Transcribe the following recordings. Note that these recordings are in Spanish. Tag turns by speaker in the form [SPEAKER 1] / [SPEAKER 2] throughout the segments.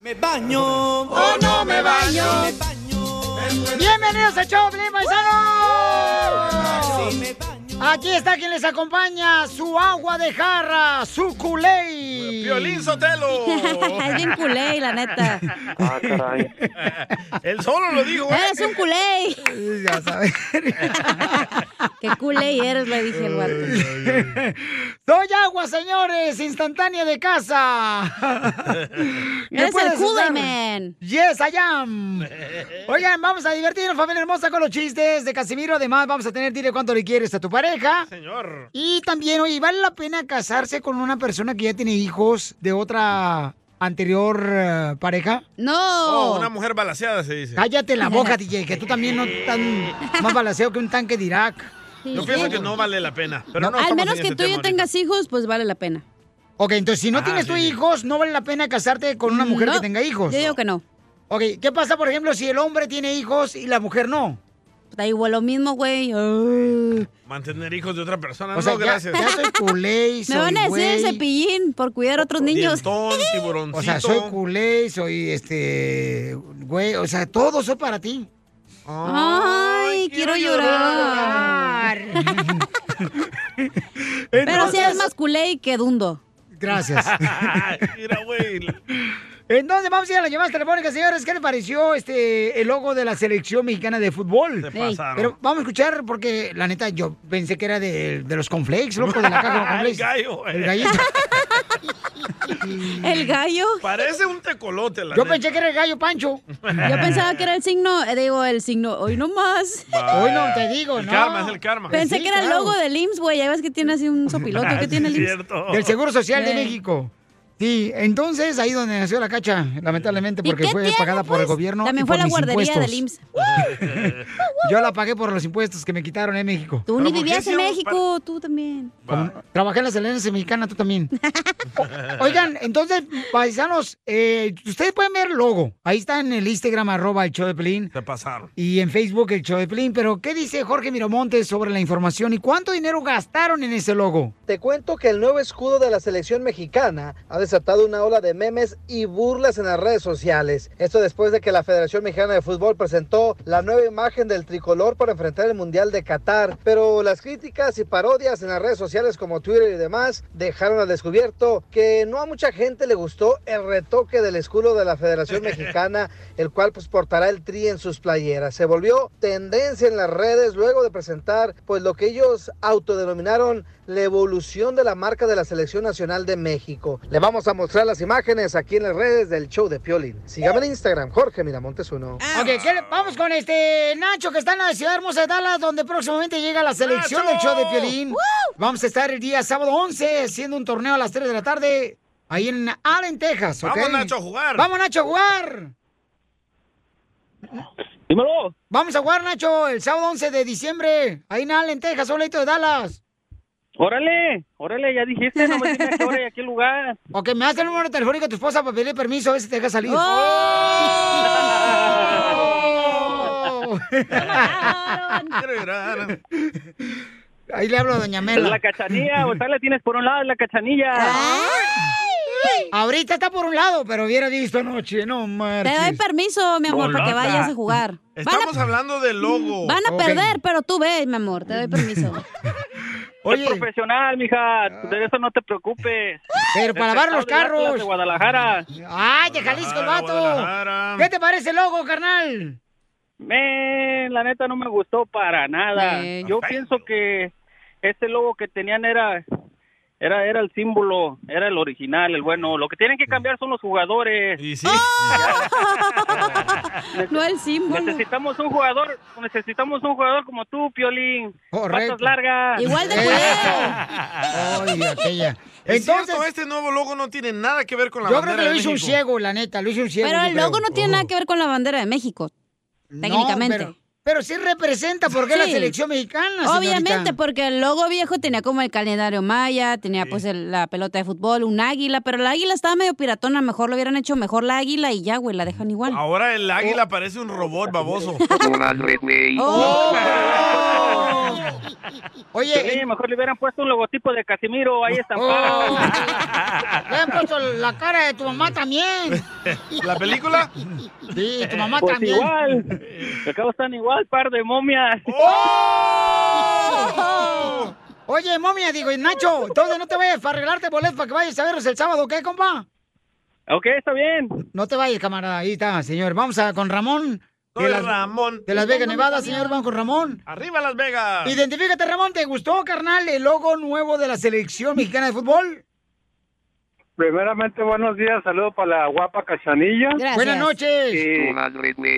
[SPEAKER 1] Me baño. Oh, no me baño. Me baño.
[SPEAKER 2] Bienvenidos a Choplin, paisanos. Aquí está quien les acompaña, su agua de jarra, su culé.
[SPEAKER 3] Piolín Sotelo.
[SPEAKER 4] es bien culé, la neta.
[SPEAKER 5] Ah, caray.
[SPEAKER 3] Él solo lo dijo, ¿eh? güey.
[SPEAKER 4] Eres un culé.
[SPEAKER 2] Ya sabes.
[SPEAKER 4] Qué culé eres, le dije el guato.
[SPEAKER 2] Soy agua, señores, instantánea de casa. ¿Me
[SPEAKER 4] Eres el
[SPEAKER 2] puedes
[SPEAKER 4] culé,
[SPEAKER 2] usar?
[SPEAKER 4] man.
[SPEAKER 2] Yes, I am. Eh. Oigan, vamos a divertirnos, familia hermosa, con los chistes de Casimiro. Además, vamos a tener, dile cuánto le quieres a tu pareja.
[SPEAKER 3] Señor.
[SPEAKER 2] Y también, oye, ¿vale la pena casarse con una persona que ya tiene hijos de otra anterior eh, pareja?
[SPEAKER 4] No.
[SPEAKER 3] Oh, una mujer balaseada se dice.
[SPEAKER 2] Cállate la boca, DJ, que tú también no tan más balaseo que un tanque de Irak.
[SPEAKER 3] Yo pienso que no vale la pena. Pero no,
[SPEAKER 4] Al
[SPEAKER 3] estamos
[SPEAKER 4] menos
[SPEAKER 3] en
[SPEAKER 4] que
[SPEAKER 3] ese
[SPEAKER 4] tú y
[SPEAKER 3] tema
[SPEAKER 4] yo
[SPEAKER 3] ahorita.
[SPEAKER 4] tengas hijos, pues vale la pena.
[SPEAKER 2] Ok, entonces si no
[SPEAKER 3] Ah,
[SPEAKER 2] tienes
[SPEAKER 3] sí,
[SPEAKER 2] tus
[SPEAKER 3] sí.
[SPEAKER 2] hijos, no vale la pena casarte con una mujer
[SPEAKER 4] No,
[SPEAKER 2] que tenga hijos.
[SPEAKER 4] Yo digo que no.
[SPEAKER 2] Ok, ¿qué pasa, por ejemplo, si el hombre tiene hijos y la mujer no?
[SPEAKER 4] Da igual lo mismo, güey. Ay.
[SPEAKER 3] Mantener hijos de otra persona.
[SPEAKER 2] O sea,
[SPEAKER 3] no,
[SPEAKER 2] ya-
[SPEAKER 3] gracias.
[SPEAKER 2] Ya, soy culé y soy
[SPEAKER 4] Me van a decir
[SPEAKER 2] güey.
[SPEAKER 4] cepillín por cuidar a otros niños.
[SPEAKER 3] Dientón, tiburoncito.
[SPEAKER 2] O sea, soy culé, soy este güey, o sea, todo soy para ti.
[SPEAKER 3] Ah.
[SPEAKER 4] Ay, quiero llorar. Pero si es más culé y que dundo.
[SPEAKER 2] Gracias.
[SPEAKER 3] Mira, güey.
[SPEAKER 2] Entonces vamos a ir a las llamadas telefónicas, señores. ¿Qué les pareció este el logo de la selección mexicana de
[SPEAKER 3] Se
[SPEAKER 2] fútbol?
[SPEAKER 3] pasaron.
[SPEAKER 2] Pero vamos a escuchar porque la neta yo pensé que era de, de los conflakes, loco, de la caja de los
[SPEAKER 3] Ay,
[SPEAKER 2] conflakes.
[SPEAKER 3] gallo, güey.
[SPEAKER 2] El gallito.
[SPEAKER 4] El gallo.
[SPEAKER 3] Parece un tecolote, la
[SPEAKER 2] Yo
[SPEAKER 3] neta.
[SPEAKER 2] pensé que era el gallo Pancho.
[SPEAKER 4] Yo pensaba que era el signo, eh, digo, el signo, hoy no más.
[SPEAKER 3] Vaya.
[SPEAKER 2] Hoy no te digo,
[SPEAKER 3] El
[SPEAKER 2] no.
[SPEAKER 3] karma, es el karma.
[SPEAKER 4] Pensé
[SPEAKER 2] sí,
[SPEAKER 4] que era el
[SPEAKER 2] claro.
[SPEAKER 4] logo del IMSS, güey. Ya ves que tiene así un sopilote.
[SPEAKER 3] Ah,
[SPEAKER 4] ¿Qué
[SPEAKER 3] sí,
[SPEAKER 4] tiene el IMSS?
[SPEAKER 3] cierto.
[SPEAKER 2] Del Seguro Social de
[SPEAKER 4] Bien.
[SPEAKER 2] México. Sí, entonces ahí donde nació la cacha, lamentablemente,
[SPEAKER 4] ¿Y
[SPEAKER 2] porque
[SPEAKER 4] qué
[SPEAKER 2] fue
[SPEAKER 4] tiene,
[SPEAKER 2] pagada por el
[SPEAKER 4] pues?
[SPEAKER 2] gobierno.
[SPEAKER 4] También
[SPEAKER 2] y
[SPEAKER 4] fue
[SPEAKER 2] por
[SPEAKER 4] la
[SPEAKER 2] mis
[SPEAKER 4] guardería
[SPEAKER 2] impuestos.
[SPEAKER 4] del IMSS.
[SPEAKER 2] Yo la pagué por los impuestos que me quitaron en México.
[SPEAKER 4] Tú ni
[SPEAKER 3] ¿por qué
[SPEAKER 4] vivías en
[SPEAKER 3] hicieron
[SPEAKER 4] México, tú también.
[SPEAKER 3] Va.
[SPEAKER 2] Como- trabajé en la Selena Mexicana, tú también. O- Oigan, entonces, paisanos, eh, ustedes pueden ver el logo. Ahí está en el Instagram, arroba el show de Pelín.
[SPEAKER 3] Se pasaron.
[SPEAKER 2] Y en Facebook, el show de Pelín. Pero, ¿qué dice Jorge Miramontes sobre la información y cuánto dinero gastaron en ese logo?
[SPEAKER 6] Te cuento que el nuevo escudo de la selección mexicana ha desatado una ola de memes y burlas en las redes sociales. Esto después de que la Federación Mexicana de Fútbol presentó la nueva imagen del tricolor para enfrentar el Mundial de Qatar. Pero las críticas y parodias en las redes sociales como Twitter y demás dejaron al descubierto que no a mucha gente le gustó el retoque del escudo de la Federación Mexicana, el cual pues portará el tri en sus playeras. Se volvió tendencia en las redes luego de presentar pues lo que ellos autodenominaron la evolución de la marca de la Selección Nacional de México. Le vamos a mostrar las imágenes aquí en las redes del show de Piolín. Sígame en Instagram, Jorge Miramontes uno.
[SPEAKER 2] Ok, ¿qué le- vamos con este Nacho que está en la ciudad hermosa de Dallas, donde próximamente llega la selección del show de Piolín. Vamos a estar el día sábado 11 haciendo un torneo a las 3 de la tarde ahí en Allen, Texas. ¿ok?
[SPEAKER 3] Vamos, Nacho, a jugar.
[SPEAKER 2] Vamos, Nacho, a jugar.
[SPEAKER 5] Dímelo.
[SPEAKER 2] Vamos a jugar, Nacho, el sábado 11 de diciembre ahí en Allen, Texas, un leito de Dallas.
[SPEAKER 5] Órale, órale, ya dijiste, no me digas qué hora y a qué lugar.
[SPEAKER 2] Ok, me das el número telefónico de tu esposa para pedirle permiso a ver si te deja salir. ¡Oh!
[SPEAKER 3] Quiero llorar.
[SPEAKER 2] Ahí le hablo a Doña Mela. Ah.
[SPEAKER 5] La cachanilla, o sea, la tienes por un lado, la cachanilla.
[SPEAKER 2] Ahorita está por un lado, pero hubiera visto anoche, no
[SPEAKER 4] Te doy
[SPEAKER 2] marches.
[SPEAKER 4] permiso, mi amor, para que
[SPEAKER 5] Bolota.
[SPEAKER 4] vayas a jugar. Van
[SPEAKER 3] Estamos
[SPEAKER 4] a,
[SPEAKER 3] hablando del logo.
[SPEAKER 4] van a
[SPEAKER 2] Ok.
[SPEAKER 4] perder, pero tú ves, mi amor. Te doy permiso.
[SPEAKER 7] Oye. profesional, mija. De eso no te preocupes.
[SPEAKER 2] Ah. Pero para
[SPEAKER 7] Es
[SPEAKER 2] lavar
[SPEAKER 7] el
[SPEAKER 2] los
[SPEAKER 7] estado de Atlas
[SPEAKER 2] carros. Ah.
[SPEAKER 7] De Guadalajara.
[SPEAKER 2] ¡Ay, de Jalisco el vato! ¿Qué te parece el logo, carnal?
[SPEAKER 7] Men, la neta no me gustó para nada.
[SPEAKER 2] Men.
[SPEAKER 7] Yo pienso que ese logo que tenían era era era el símbolo, era el original, el bueno. Lo que tienen que cambiar son los jugadores.
[SPEAKER 2] ¡Oh!
[SPEAKER 4] No el símbolo.
[SPEAKER 7] Necesitamos un jugador, necesitamos un jugador como tú, Piolín.
[SPEAKER 2] Correcto.
[SPEAKER 7] Patas largas.
[SPEAKER 4] Igual de
[SPEAKER 2] Eh. Ay, aquella.
[SPEAKER 3] Es cierto,
[SPEAKER 2] Entonces-
[SPEAKER 3] este nuevo logo no tiene nada que ver con la
[SPEAKER 2] Yo creo
[SPEAKER 3] bandera
[SPEAKER 2] que lo
[SPEAKER 3] de
[SPEAKER 2] hizo un
[SPEAKER 3] México.
[SPEAKER 2] ciego, la neta, lo hizo un ciego.
[SPEAKER 4] Pero
[SPEAKER 2] yo
[SPEAKER 4] el logo
[SPEAKER 2] creo. Oh.
[SPEAKER 4] no tiene nada que ver con la bandera de México. Técnicamente.
[SPEAKER 2] pero, pero sí representa porque es la
[SPEAKER 4] Sí.
[SPEAKER 2] selección mexicana, señorita.
[SPEAKER 4] Obviamente, porque el logo viejo tenía como el calendario maya, tenía pues el- la pelota de fútbol, un águila, pero la águila estaba medio piratona, mejor lo hubieran hecho mejor la águila y ya, güey, la dejan igual.
[SPEAKER 3] Ahora el águila
[SPEAKER 2] Oh.
[SPEAKER 3] parece un robot baboso.
[SPEAKER 2] Oh, Oye, eh, Oh.
[SPEAKER 7] Sí, mejor le hubieran puesto un logotipo de Casimiro ahí estampado.
[SPEAKER 2] Le han puesto la cara de tu mamá también.
[SPEAKER 3] ¿La película?
[SPEAKER 2] Sí, tu mamá
[SPEAKER 7] Pues
[SPEAKER 2] también. ¡Oh!
[SPEAKER 7] igual. Al cabo están igual, par de momias.
[SPEAKER 2] Oye, momia, digo, y Nacho, entonces no te vayas para arreglarte boletos para que vayas a vernos el sábado, ¿ok, compa?
[SPEAKER 7] Ok, está bien.
[SPEAKER 2] No te vayas, camarada. Ahí está, señor. Vamos a con Ramón.
[SPEAKER 3] Soy Ramón.
[SPEAKER 2] De Las Vegas, Nevada, señor. Vamos con Ramón.
[SPEAKER 3] ¡Arriba Las Vegas!
[SPEAKER 2] Identifícate, Ramón. ¿Te gustó, carnal, el logo nuevo de la selección mexicana de fútbol?
[SPEAKER 8] Primeramente, buenos días. Saludo para la guapa Cachanilla.
[SPEAKER 2] Gracias. Buenas noches.
[SPEAKER 8] Y,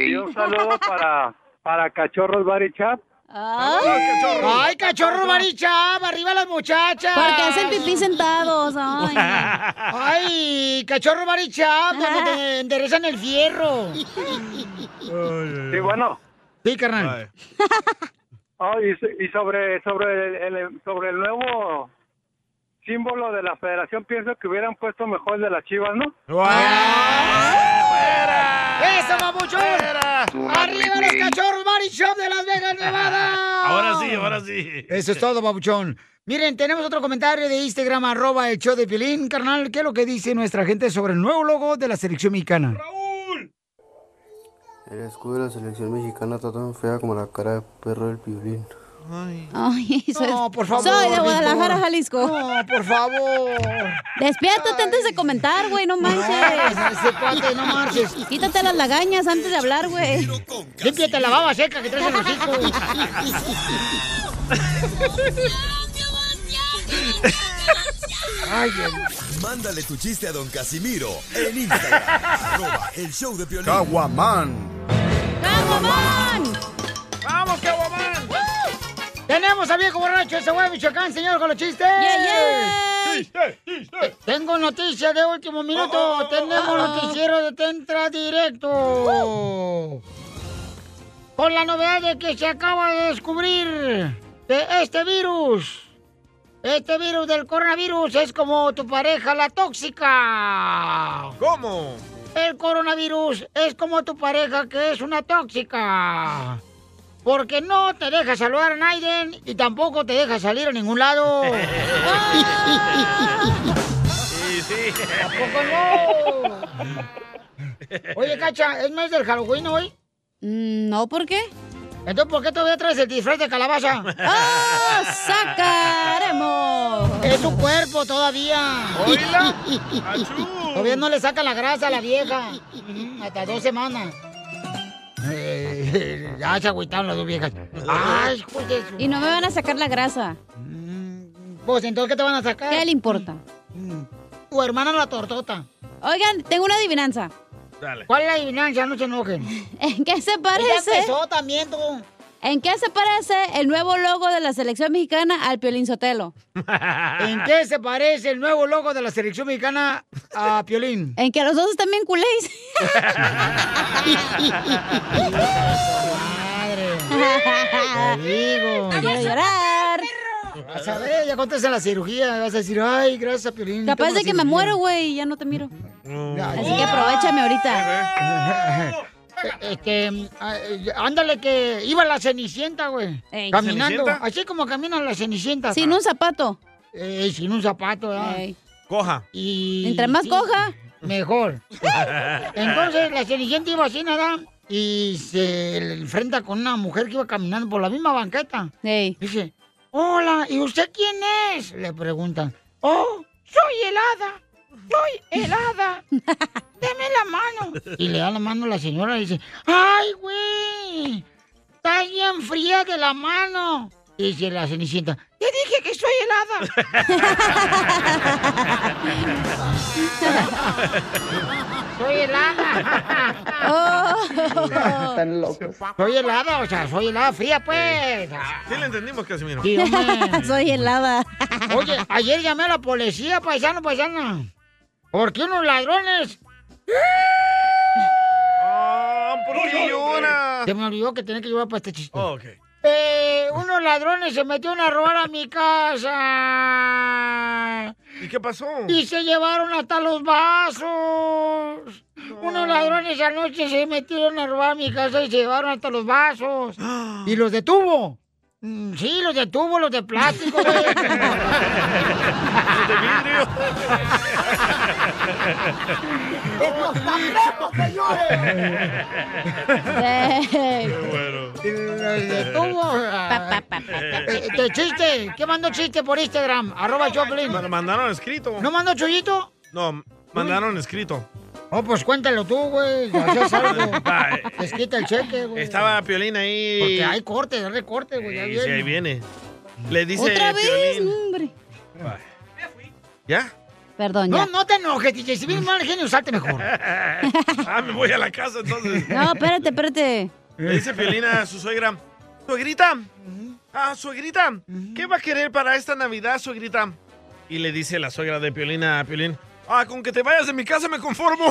[SPEAKER 8] y un saludo para, para Cachorros Barichap.
[SPEAKER 2] ¡Ay,
[SPEAKER 3] cachorro!
[SPEAKER 2] ¡Ay, cachorro Barichap! ¡Arriba las muchachas!
[SPEAKER 4] Porque hacen pipí sentados. Ay, no.
[SPEAKER 2] ¡Ay, cachorro Barichap! Donde te enderezan el fierro.
[SPEAKER 8] Sí, bueno.
[SPEAKER 2] Sí, carnal.
[SPEAKER 8] Oh, y so- y sobre, sobre, el, el- sobre el nuevo símbolo de la federación, pienso que hubieran puesto mejor de las chivas, ¿no?
[SPEAKER 2] ¡Eso, mamuchón! ¡Arriba los cachorros Barichap de Las Vegas, Nevada!
[SPEAKER 3] Ahora sí, ahora sí.
[SPEAKER 2] Eso es todo, babuchón. Miren, tenemos otro comentario de Instagram, arroba el show de Piolín. Carnal, ¿qué es lo que dice nuestra gente sobre el nuevo logo de la selección mexicana?
[SPEAKER 9] El escudo de la selección mexicana está tan fea como la cara de perro del violín.
[SPEAKER 4] Ay, soy,
[SPEAKER 2] No, por favor,
[SPEAKER 4] Soy de
[SPEAKER 2] Víctor.
[SPEAKER 4] Guadalajara, Jalisco.
[SPEAKER 2] No, por favor.
[SPEAKER 4] Despiértate antes de comentar, güey, no
[SPEAKER 2] No,
[SPEAKER 4] manches.
[SPEAKER 2] ese cuate, no marches.
[SPEAKER 4] Quítate las lagañas antes de hablar, güey.
[SPEAKER 2] Límpiate la baba seca que traes en los hijos.
[SPEAKER 10] Mándale tu chiste a don Casimiro en Instagram. arroba el show de Piolín. Caguaman.
[SPEAKER 3] ¡Vamos, Caguamán!
[SPEAKER 2] Tenemos a viejo borracho ese güey de Michoacán, señor, con los chistes. Tengo noticias de último minuto. Tenemos noticiero de Tentra Directo. Con la novedad de que se acaba de descubrir de este virus. Este virus del coronavirus es como tu pareja, la tóxica.
[SPEAKER 3] ¿Cómo?
[SPEAKER 2] El coronavirus es como tu pareja que es una tóxica. Porque no te deja saludar a Naiden y tampoco te deja salir a ningún lado.
[SPEAKER 3] Sí, sí.
[SPEAKER 2] Tampoco no. Oye, Cacha, ¿es mes del Halloween hoy?
[SPEAKER 4] Mm, No, ¿por qué?
[SPEAKER 2] Entonces, ¿por qué todavía traes el disfraz de calabaza?
[SPEAKER 4] ¡Oh, sacaremos!
[SPEAKER 2] Es su cuerpo todavía.
[SPEAKER 3] ¿Oíla?
[SPEAKER 2] Todavía no le saca la grasa a la vieja. Ujú, Hasta dos semanas. Eh, ya se agüitaron las dos viejas. Ah, Ay, joder.
[SPEAKER 4] Y no me van a sacar la grasa.
[SPEAKER 2] Pues entonces, ¿qué te van a sacar? Mm,
[SPEAKER 4] ¿Qué le importa?
[SPEAKER 2] Tu hermana la tortota.
[SPEAKER 4] Oigan, tengo una adivinanza.
[SPEAKER 3] Dale.
[SPEAKER 2] ¿Cuál es la adivinanza? No se enojen.
[SPEAKER 4] ¿En qué se
[SPEAKER 2] Ya
[SPEAKER 4] parece?
[SPEAKER 2] empezó también, tú.
[SPEAKER 4] ¿En qué se parece el nuevo logo de la selección mexicana al Piolín Sotelo?
[SPEAKER 2] ¿En qué se parece el nuevo logo de la selección mexicana a Piolín?
[SPEAKER 4] En que los dos están bien culéis.
[SPEAKER 2] Madre. Te digo.
[SPEAKER 4] Quiero llorar.
[SPEAKER 2] Vas a ver, ya contestas en la cirugía. Vas a decir, ay, gracias a Piolín.
[SPEAKER 4] Capaz
[SPEAKER 2] tengo
[SPEAKER 4] de que me
[SPEAKER 2] cirugía".
[SPEAKER 4] muero, güey, y ya no te miro.
[SPEAKER 2] Ay,
[SPEAKER 4] Así que aprovechame ahorita.
[SPEAKER 2] Este, ay, ándale que iba la cenicienta, güey.
[SPEAKER 4] Ey.
[SPEAKER 2] Caminando,
[SPEAKER 3] ¿Cenicienta?
[SPEAKER 2] así como camina la cenicienta.
[SPEAKER 4] Sin un zapato.
[SPEAKER 2] Eh, sin un zapato, ¿verdad?
[SPEAKER 4] Ey.
[SPEAKER 3] Coja.
[SPEAKER 2] Y
[SPEAKER 4] Entre más
[SPEAKER 2] sí,
[SPEAKER 4] coja.
[SPEAKER 2] Mejor. Entonces la Cenicienta iba así nada y se le enfrenta con una mujer que iba caminando por la misma banqueta.
[SPEAKER 4] Ey.
[SPEAKER 2] Dice, Hola, ¿y usted quién es? Le preguntan. Oh, soy helada. Soy helada. Deme la mano. Y le da la mano a la señora y dice, ¡ay, güey! Está bien fría de la mano. Y dice la cenicienta, te dije que soy helada. soy helada.
[SPEAKER 4] Oh.
[SPEAKER 11] Están locos.
[SPEAKER 2] Soy helada, o sea, soy helada fría, pues.
[SPEAKER 3] Sí le entendimos, Casimiro.
[SPEAKER 2] Sí, hombre.
[SPEAKER 4] Soy helada.
[SPEAKER 2] Oye, ayer llamé a la policía, paisano, paisana. Porque unos ladrones.
[SPEAKER 3] Ah, ¿por qué llora?
[SPEAKER 2] Se me olvidó que tenía que llevar para este chiste.
[SPEAKER 3] Oh, ok.
[SPEAKER 2] Eh, unos ladrones se metieron a robar a mi casa.
[SPEAKER 3] ¿Y qué pasó?
[SPEAKER 2] Y se llevaron hasta los vasos. Unos ladrones anoche se metieron a robar mi casa y se llevaron hasta los vasos. ¿Y los detuvo? Mm, Sí, los detuvo, los de plástico, Este chiste, ¿qué mandó chiste por Instagram? Arroba Choplin.
[SPEAKER 3] Me lo mandaron escrito.
[SPEAKER 2] ¿No mandó Chuyito?
[SPEAKER 3] No, mandaron escrito.
[SPEAKER 2] Oh, pues cuéntalo tú, güey. Haces algo. Les quita el cheque, güey.
[SPEAKER 3] Estaba Piolín ahí.
[SPEAKER 2] Porque hay cortes, hay recortes, güey. ya
[SPEAKER 3] Y
[SPEAKER 2] viene.
[SPEAKER 3] sí, ahí viene. Le dice
[SPEAKER 2] ¿Otra
[SPEAKER 3] Piolín-
[SPEAKER 2] vez? hombre.
[SPEAKER 3] ¿Ya?
[SPEAKER 4] Perdón,
[SPEAKER 2] No,
[SPEAKER 4] ya.
[SPEAKER 2] no te enojes, DJ. Si vienes mal genio, salte mejor.
[SPEAKER 3] ah, me voy a la casa entonces.
[SPEAKER 4] No, espérate, espérate.
[SPEAKER 3] Le dice Piolín a su suegra. Suegrita, ah, suegrita, ¿qué va a querer para esta Navidad, suegrita? Y le dice la suegra de Piolín a Piolín. Ah, con que te vayas de mi casa me conformo.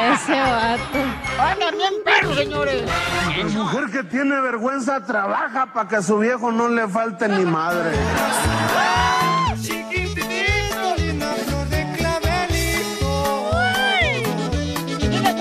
[SPEAKER 4] Ese vato.
[SPEAKER 2] Andan bien perros, señores.
[SPEAKER 12] La mujer que tiene vergüenza trabaja para que a su viejo no le falte ni madre.
[SPEAKER 1] Chiquitito, linda flor de clavelito.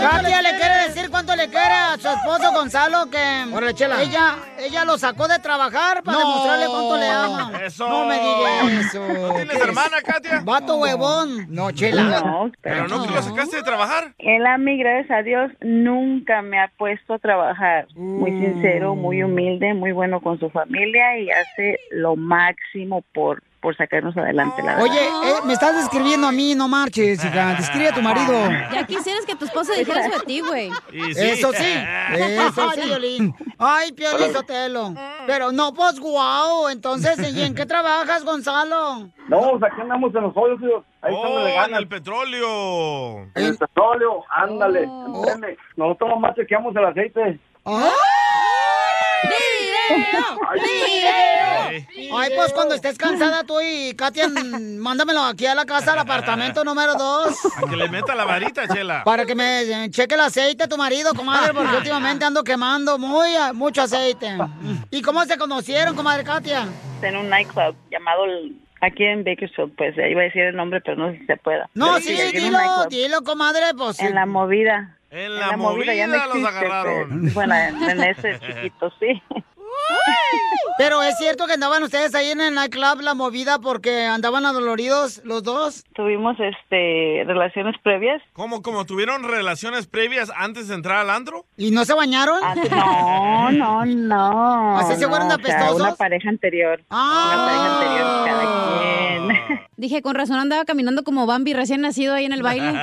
[SPEAKER 2] Katia le quiere decir cuánto le quiere a su esposo Gonzalo que
[SPEAKER 1] chela.
[SPEAKER 2] ella ella lo sacó de trabajar
[SPEAKER 1] No.
[SPEAKER 2] para demostrarle cuánto le ama.
[SPEAKER 1] Eso.
[SPEAKER 2] No me digas eso.
[SPEAKER 3] ¿No tienes hermana, Katia?
[SPEAKER 2] Vato huevón. No, chela.
[SPEAKER 11] No,
[SPEAKER 3] Pero no, tú la sacaste de trabajar.
[SPEAKER 11] Él a mí, gracias a Dios, nunca me ha puesto a trabajar. Muy
[SPEAKER 2] Mm.
[SPEAKER 11] sincero, muy humilde, muy bueno con su familia y hace lo máximo por, por sacarnos adelante. La
[SPEAKER 2] Oye, eh, me estás describiendo a mí, no marches, hija. Describe a tu marido.
[SPEAKER 4] Ya quisieras que tu esposa dijera eso de ti, güey.
[SPEAKER 2] Eso sí, eso sí. Piolín. Ay, Piolín Sotelo. Pero no, pues guau. Entonces, ¿y en qué trabajas, Gonzalo?
[SPEAKER 13] No, o sea, aquí andamos en los hoyos, tío. Ahí
[SPEAKER 3] Oh,
[SPEAKER 13] están le
[SPEAKER 3] en
[SPEAKER 13] ganas.
[SPEAKER 3] el petróleo.
[SPEAKER 13] En el petróleo, ándale. Créeme, Nosotros nomás chequeamos el aceite.
[SPEAKER 2] Ay, pues cuando estés cansada tú y Katia, mm, mándamelo aquí a la casa, al apartamento número 2.
[SPEAKER 3] A que le meta la varita, chela.
[SPEAKER 2] Para que me eh, cheque el aceite a tu marido, comadre, porque últimamente ando quemando muy, a- mucho aceite. ¿Y cómo se conocieron, comadre Katia?
[SPEAKER 11] En un nightclub llamado el- aquí en Bakersfield, pues ya iba a decir el nombre, pero no sé si se pueda.
[SPEAKER 2] No,
[SPEAKER 11] Pero
[SPEAKER 2] sí,
[SPEAKER 11] en un
[SPEAKER 2] dilo,
[SPEAKER 11] nightclub.
[SPEAKER 2] dilo, comadre, pues.
[SPEAKER 11] En la movida.
[SPEAKER 3] En
[SPEAKER 11] la no
[SPEAKER 2] movida los agarraron.
[SPEAKER 11] pero- bueno, en, en ese chiquito, sí.
[SPEAKER 2] Pero es cierto que andaban ustedes ahí en el nightclub la movida porque andaban adoloridos los dos.
[SPEAKER 11] Tuvimos este relaciones previas.
[SPEAKER 3] ¿Cómo, cómo? ¿Tuvieron relaciones previas antes de entrar al antro?
[SPEAKER 2] ¿Y no se bañaron?
[SPEAKER 11] Ah, No, no, no.
[SPEAKER 2] ¿Así se
[SPEAKER 11] no,
[SPEAKER 2] fueron
[SPEAKER 11] o sea,
[SPEAKER 2] apestosos?
[SPEAKER 11] una pareja anterior. Una pareja anterior, cada quien.
[SPEAKER 4] Dije, con razón andaba caminando como Bambi recién nacido ahí en el baile.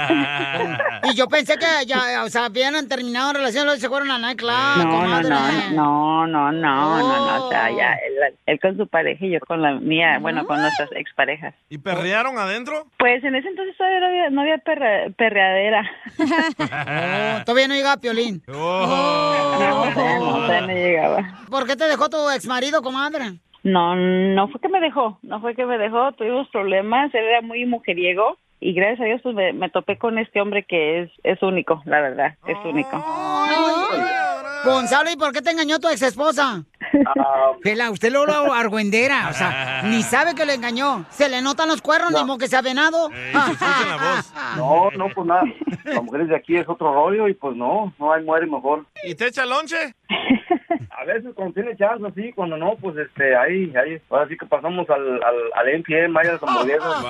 [SPEAKER 2] Y yo pensé que ya, o sea, habían terminado la relación, luego se fueron al nightclub,
[SPEAKER 11] No, no,
[SPEAKER 2] comadre.
[SPEAKER 11] no, no, no, no, no, no, o sea, ya,
[SPEAKER 2] Oh.
[SPEAKER 11] él, él con su pareja y yo con la mía, bueno, con nuestras exparejas.
[SPEAKER 3] ¿Y perrearon adentro?
[SPEAKER 11] Pues en ese entonces todavía no había, no había perra- perreadera.
[SPEAKER 2] Oh, Todavía no llegaba Piolín.
[SPEAKER 11] No, todavía no, todavía no llegaba.
[SPEAKER 2] ¿Por qué te dejó tu exmarido, comadre?
[SPEAKER 11] No, no fue que me dejó, no fue que me dejó, tuvimos problemas, él era muy mujeriego y gracias a Dios pues, me, me topé con este hombre que es, es único, la verdad, es único.
[SPEAKER 2] Oh, Gonzalo, ¿y por qué te engañó tu ex esposa? Pela, usted lo, lo argüendera, o sea, ni sabe que le engañó. Se le notan los cuernos, ni mo que se ha venado.
[SPEAKER 13] No, no, pues nada. Las mujeres de aquí es otro rollo y pues no, no hay muere mejor.
[SPEAKER 3] ¿Y te echa lonche?
[SPEAKER 13] A veces cuando tiene chance, sí, cuando no, pues este, ahí, ahí. Ahora sí que pasamos al, al, al MPM, ahí a las hamburguesas.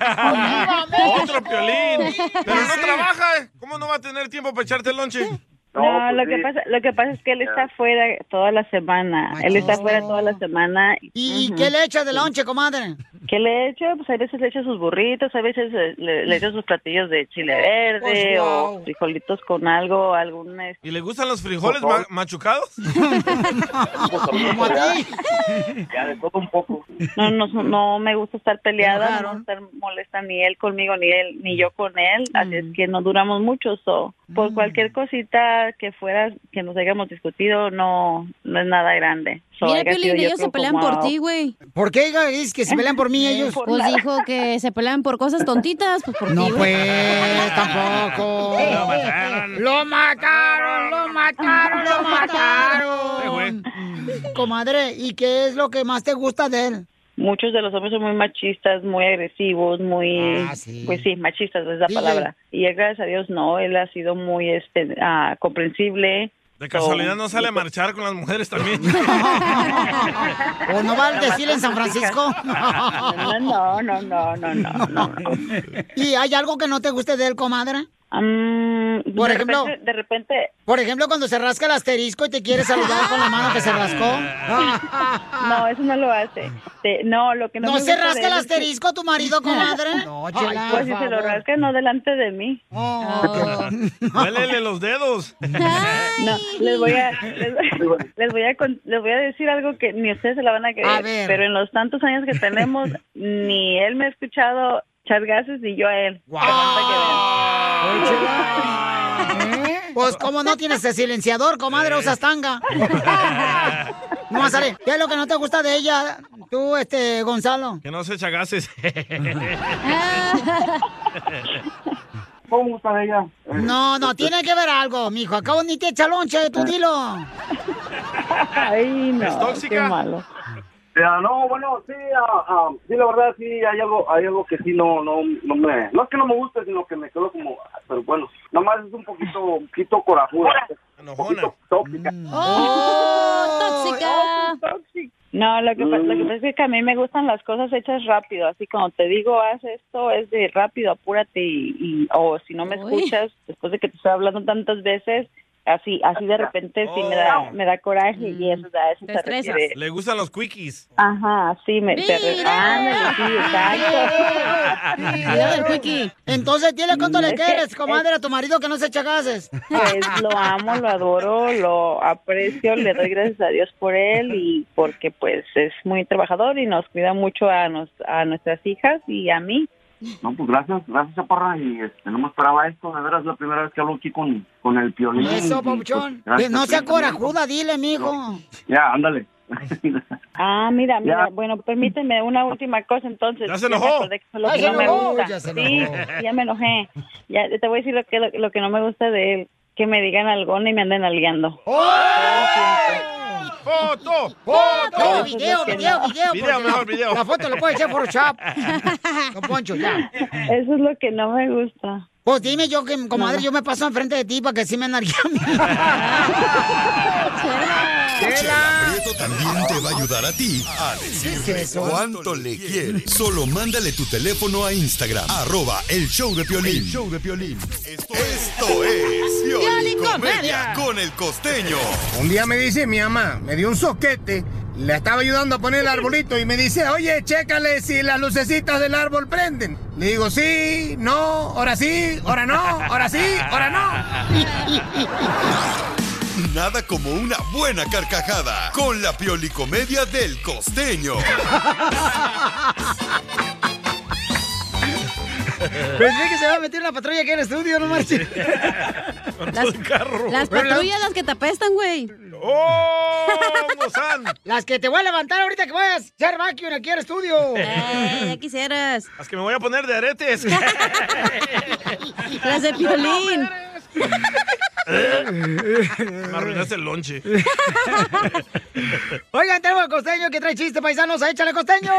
[SPEAKER 3] Ah. ¿eh? Otro piolín. Pero no trabaja. ¿Cómo no va a tener tiempo para echarte el lonche?
[SPEAKER 11] No,
[SPEAKER 13] pues
[SPEAKER 11] lo, que
[SPEAKER 13] sí.
[SPEAKER 11] pasa, lo que pasa es que él está fuera toda la semana. Él está fuera toda la semana.
[SPEAKER 2] ¿Y qué le echa de lonche, comadre?
[SPEAKER 11] ¿Qué le echo? Pues a veces le echo sus burritos, a veces eh, le, le echo sus platillos de chile verde
[SPEAKER 3] Pues,
[SPEAKER 11] o frijolitos con algo, algún... eh,
[SPEAKER 3] ¿Y le gustan los frijoles ma- machucados?
[SPEAKER 11] Como a ti.
[SPEAKER 13] Ya, de todo un poco.
[SPEAKER 11] No, no, no me gusta estar peleada,
[SPEAKER 13] Enojaron.
[SPEAKER 11] no me gusta estar molesta ni él conmigo, ni él, ni yo con él, así
[SPEAKER 4] Mm.
[SPEAKER 11] es que no duramos mucho, so, por cualquier cosita que fuera, que nos hayamos discutido, no, no es nada grande. So,
[SPEAKER 4] Mira,
[SPEAKER 11] haya sido
[SPEAKER 4] Piolín,
[SPEAKER 11] yo
[SPEAKER 4] ellos se
[SPEAKER 11] creo
[SPEAKER 4] pelean por
[SPEAKER 11] como-
[SPEAKER 4] ti, güey.
[SPEAKER 2] ¿Por qué, hija? Es que se pelean por mí ellos.
[SPEAKER 11] por
[SPEAKER 4] Pues
[SPEAKER 11] nada.
[SPEAKER 4] dijo que se pelean por cosas tontitas, pues por
[SPEAKER 2] No,
[SPEAKER 4] ti,
[SPEAKER 2] pues, tampoco. Lo
[SPEAKER 3] mataron.
[SPEAKER 2] Lo mataron, lo mataron, lo mataron. Comadre, ¿y qué es lo que más te gusta de él?
[SPEAKER 11] Muchos de los hombres son muy machistas, muy agresivos, muy, pues sí, machistas es la
[SPEAKER 2] Ah, Sí.
[SPEAKER 11] palabra. Y él, gracias a Dios, no, él ha sido muy, este, ah, comprensible.
[SPEAKER 3] De casualidad
[SPEAKER 11] So,
[SPEAKER 3] no sale a marchar con las mujeres también.
[SPEAKER 2] ¿O no va al desfile en San Francisco?
[SPEAKER 11] No, no, no, no, no, no.
[SPEAKER 2] ¿Y hay algo que no te guste de él, comadre? por
[SPEAKER 11] Mm, de
[SPEAKER 2] ejemplo,
[SPEAKER 11] repente- de repente,
[SPEAKER 2] por ejemplo, cuando se rasca el asterisco y te quiere saludar con la mano que se rascó.
[SPEAKER 11] No, eso no lo hace. Te- no, lo que no,
[SPEAKER 2] ¿No,
[SPEAKER 11] me
[SPEAKER 2] se
[SPEAKER 11] gusta
[SPEAKER 2] rasca
[SPEAKER 11] de
[SPEAKER 2] el
[SPEAKER 11] él es que-
[SPEAKER 2] asterisco tu marido, comadre?
[SPEAKER 11] Ay, pues si se lo rasca, no delante de mí.
[SPEAKER 2] Oh.
[SPEAKER 3] Huélele los dedos.
[SPEAKER 11] No, les voy a, les, les voy a, con- les voy a decir algo que ni ustedes se la van a creer.
[SPEAKER 2] A ver.
[SPEAKER 11] Pero en los tantos años que tenemos, ni él me ha escuchado echar gases ni yo a él.
[SPEAKER 2] Pues como no tienes el silenciador, comadre, usas tanga. No sale. ¿Qué es lo que no te gusta de ella, tú, este, Gonzalo?
[SPEAKER 3] Que no se echa gases.
[SPEAKER 2] Ah.
[SPEAKER 13] ¿Cómo gusta de ella?
[SPEAKER 2] No, no, tiene que ver algo, mijo. Acabo ni te echa lonche, tú dilo.
[SPEAKER 11] Ay, no,
[SPEAKER 13] ¿Es tóxica?
[SPEAKER 11] qué malo.
[SPEAKER 13] Ya, no, bueno, sí, ah, ah, sí, la verdad, sí, hay algo, hay algo que sí, no, no, no me, no es que no me guste, sino que me quedo como, ah, pero bueno, nomás es un poquito, un poquito corajuda, un poquito tóxica.
[SPEAKER 1] Mm.
[SPEAKER 4] ¡Oh,
[SPEAKER 11] tóxica! No, lo que, pa- lo que pasa es que a mí me gustan las cosas hechas rápido, así cuando te digo haz esto es de rápido, apúrate y, y- o si no me
[SPEAKER 4] Uy.
[SPEAKER 11] escuchas después de que te estoy hablando tantas veces, así así de repente sí me da me da coraje y eso da eso se requiere.
[SPEAKER 3] Le gustan los quickies.
[SPEAKER 11] Ajá, sí me te re- ándale, sí, exacto.
[SPEAKER 2] Cuidado del quickie. Entonces, dile cuánto le
[SPEAKER 11] Es que-
[SPEAKER 2] quieres, comadre, a tu marido que no se echa gases.
[SPEAKER 11] Pues lo amo, lo adoro, lo aprecio, le doy gracias a Dios por él y porque pues es muy trabajador y nos cuida mucho a nos, a nuestras hijas y a mí.
[SPEAKER 13] No, pues gracias, gracias, Chaparra, y este, no me esperaba esto, de veras, es la primera vez que hablo aquí con, con el piolín.
[SPEAKER 2] Eso,
[SPEAKER 13] y, pues,
[SPEAKER 2] papuchón.
[SPEAKER 13] gracias,
[SPEAKER 2] Que no sea
[SPEAKER 13] sí,
[SPEAKER 2] corajuda, dile, mijo.
[SPEAKER 13] Ya, ándale.
[SPEAKER 11] Ah, mira,
[SPEAKER 13] Ya.
[SPEAKER 11] mira, bueno, permíteme una última cosa entonces.
[SPEAKER 13] Ya se
[SPEAKER 11] me
[SPEAKER 13] enojó.
[SPEAKER 11] acordé que fue lo
[SPEAKER 13] Ya
[SPEAKER 11] que
[SPEAKER 13] se
[SPEAKER 11] no me
[SPEAKER 13] enojó,
[SPEAKER 11] gusta.
[SPEAKER 13] ya se
[SPEAKER 11] sí,
[SPEAKER 13] enojó.
[SPEAKER 11] ya me enojé. Ya te voy a decir lo que, lo, que no me gusta de él, que me digan algo y me anden algueando.
[SPEAKER 2] ¡Oh!
[SPEAKER 3] ¡Foto!
[SPEAKER 2] ¡Foto!
[SPEAKER 11] Eso es
[SPEAKER 2] Video,
[SPEAKER 11] lo que
[SPEAKER 2] video,
[SPEAKER 11] no.
[SPEAKER 2] video.
[SPEAKER 11] Video,
[SPEAKER 2] porque
[SPEAKER 11] mejor video.
[SPEAKER 2] La foto la puede echar Photoshop. Don Poncho, ya.
[SPEAKER 11] Eso es lo que no me gusta.
[SPEAKER 2] Pues dime yo que, comadre, yo me paso enfrente de ti para que sí me anarquía a mí.
[SPEAKER 10] Chela Prieto también te va a ayudar a ti a decirle cuánto le quieres. Solo mándale tu teléfono a Instagram, arroba el show de Piolín. show de Esto es Piolín Comedia con el costeño.
[SPEAKER 14] Un día me dice mi mamá, me dio un soquete, le estaba ayudando a poner el arbolito y me dice, oye, chécale si las lucecitas del árbol prenden. Le digo, sí, no, ahora sí, ahora no, ahora sí, ahora no.
[SPEAKER 10] Nada como una buena carcajada con la piolicomedia del costeño.
[SPEAKER 2] Pensé que se va a meter una patrulla aquí en el estudio, no marches.
[SPEAKER 4] Las, las patrullas, las que te apestan, güey.
[SPEAKER 3] ¡Oh,
[SPEAKER 2] Las que te voy a levantar ahorita que vayas a echar vacuum aquí al estudio.
[SPEAKER 4] Eh, ya quisieras.
[SPEAKER 3] Las que me voy a poner de aretes.
[SPEAKER 4] Las de Piolín.
[SPEAKER 3] me arruinaste el lonche.
[SPEAKER 2] Oigan, tengo al costeño que trae chiste, paisanos. ¡Échale, costeño!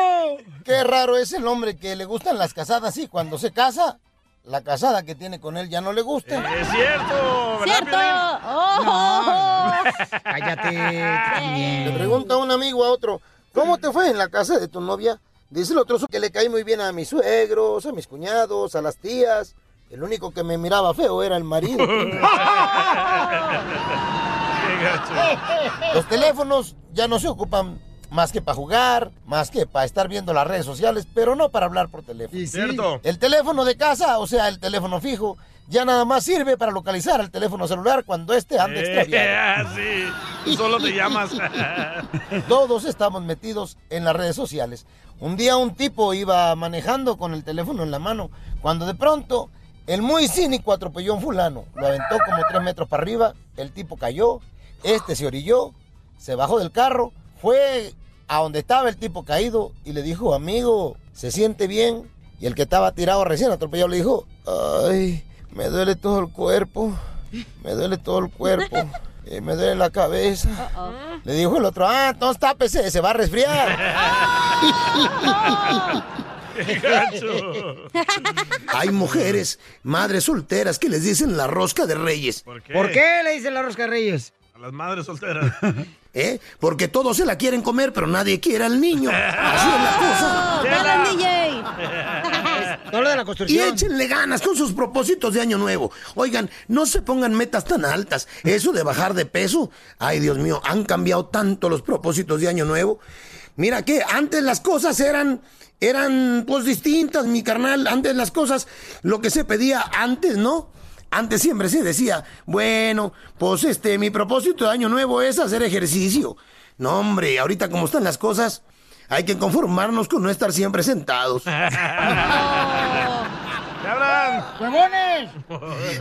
[SPEAKER 15] Qué raro es el hombre que le gustan las casadas y cuando se casa, la casada que tiene con él ya no le gusta.
[SPEAKER 3] Es cierto, ¿verdad,
[SPEAKER 15] ¡Cierto!
[SPEAKER 2] Cállate.
[SPEAKER 15] Le pregunta un amigo a otro, ¿cómo te fue en la casa de tu novia? Dice el otro que le caí muy bien a mis suegros, a mis cuñados, a las tías. El único que me miraba feo era el marido. Los teléfonos ya no se ocupan más que para jugar, más que para estar viendo las redes sociales, pero no para hablar por teléfono.
[SPEAKER 3] Cierto.
[SPEAKER 15] El teléfono de casa, o sea, el teléfono fijo, ya nada más sirve para localizar al teléfono celular cuando este anda extraviado.
[SPEAKER 3] Eh, sí, solo te llamas.
[SPEAKER 15] Todos estamos metidos en las redes sociales. Un día un tipo iba manejando con el teléfono en la mano, cuando de pronto el muy cínico atropelló a un fulano. Lo aventó como tres metros para arriba, el tipo cayó, este se orilló, se bajó del carro, fue a donde estaba el tipo caído y le dijo, amigo, ¿se siente bien? Y el que estaba tirado recién atropellado le dijo, ay, me duele todo el cuerpo, me duele todo el cuerpo, eh, me duele la cabeza. Le dijo el otro, ah, entonces tápese, se va a resfriar.
[SPEAKER 3] ¡Qué gacho!
[SPEAKER 16] Hay mujeres, madres solteras, que les dicen la rosca de reyes.
[SPEAKER 2] ¿Por qué le dicen la rosca de reyes?
[SPEAKER 3] A las madres solteras.
[SPEAKER 16] ¿Eh? Porque todos se la quieren comer, pero nadie quiere al niño. Así es la cosa.
[SPEAKER 4] ¡Dale, DJ!
[SPEAKER 2] Todo lo de la
[SPEAKER 16] Y
[SPEAKER 2] construcción.
[SPEAKER 16] échenle ganas con sus propósitos de año nuevo. Oigan, no se pongan metas tan altas. Eso de bajar de peso, ay Dios mío, han cambiado tanto los propósitos de año nuevo. Mira que antes las cosas eran eran pues distintas, mi carnal. Antes las cosas, lo que se pedía antes, ¿no? Antes siempre se decía, bueno, pues este, mi propósito de año nuevo es hacer ejercicio. No, hombre, ahorita como están las cosas, hay que conformarnos con no estar siempre sentados.
[SPEAKER 3] ¡Te hablan!
[SPEAKER 2] ¡Huevones!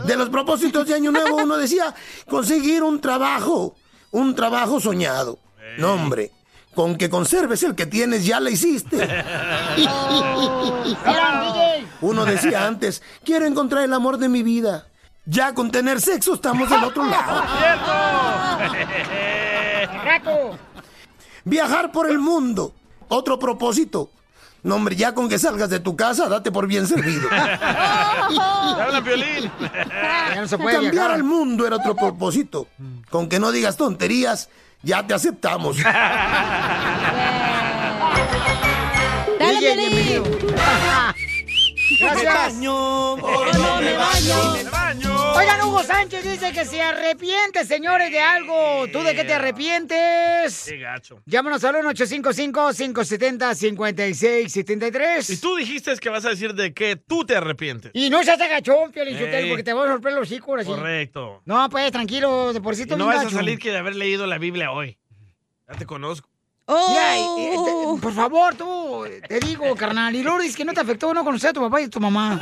[SPEAKER 16] De los propósitos de Año Nuevo, uno decía conseguir un trabajo, un trabajo soñado. No, hombre, con que conserves el que tienes ya le hiciste. Uno decía antes, quiero encontrar el amor de mi vida. Ya con tener sexo estamos del otro lado.
[SPEAKER 2] ¡Raco!
[SPEAKER 16] Viajar por el mundo, otro propósito. No, hombre, ya con que salgas de tu casa, date por bien servido.
[SPEAKER 3] ¡Te hablan, Piolín!
[SPEAKER 2] Ya no
[SPEAKER 16] Cambiar al mundo era otro propósito. Con que no digas tonterías, ya te aceptamos.
[SPEAKER 4] ¡Dale,
[SPEAKER 2] DJ,
[SPEAKER 4] Piolín!
[SPEAKER 3] ¡Me
[SPEAKER 2] Gracias.
[SPEAKER 3] baño!
[SPEAKER 2] Oigan, Hugo Sánchez dice que se arrepiente, señores, de algo. ¿Tú de qué te arrepientes?
[SPEAKER 3] ¡Qué gacho!
[SPEAKER 2] Llámanos al 1-855-570-5673.
[SPEAKER 3] Y tú dijiste que vas a decir de que tú te arrepientes.
[SPEAKER 2] Y no seas agachón, Piolín, Sotelo,
[SPEAKER 3] Ey.
[SPEAKER 2] porque te voy a romper los hocico ahora sí.
[SPEAKER 3] Correcto.
[SPEAKER 2] No, pues, tranquilo, de por sí
[SPEAKER 3] Y
[SPEAKER 2] tú
[SPEAKER 3] no
[SPEAKER 2] bien
[SPEAKER 3] vas a
[SPEAKER 2] gacho.
[SPEAKER 3] salir que de haber leído la Biblia hoy. Ya te conozco.
[SPEAKER 2] Mira, eh, eh, te- por favor, tú, eh, te digo, carnal. Y Lourdes, que no te afectó no conocer a tu papá y a tu mamá.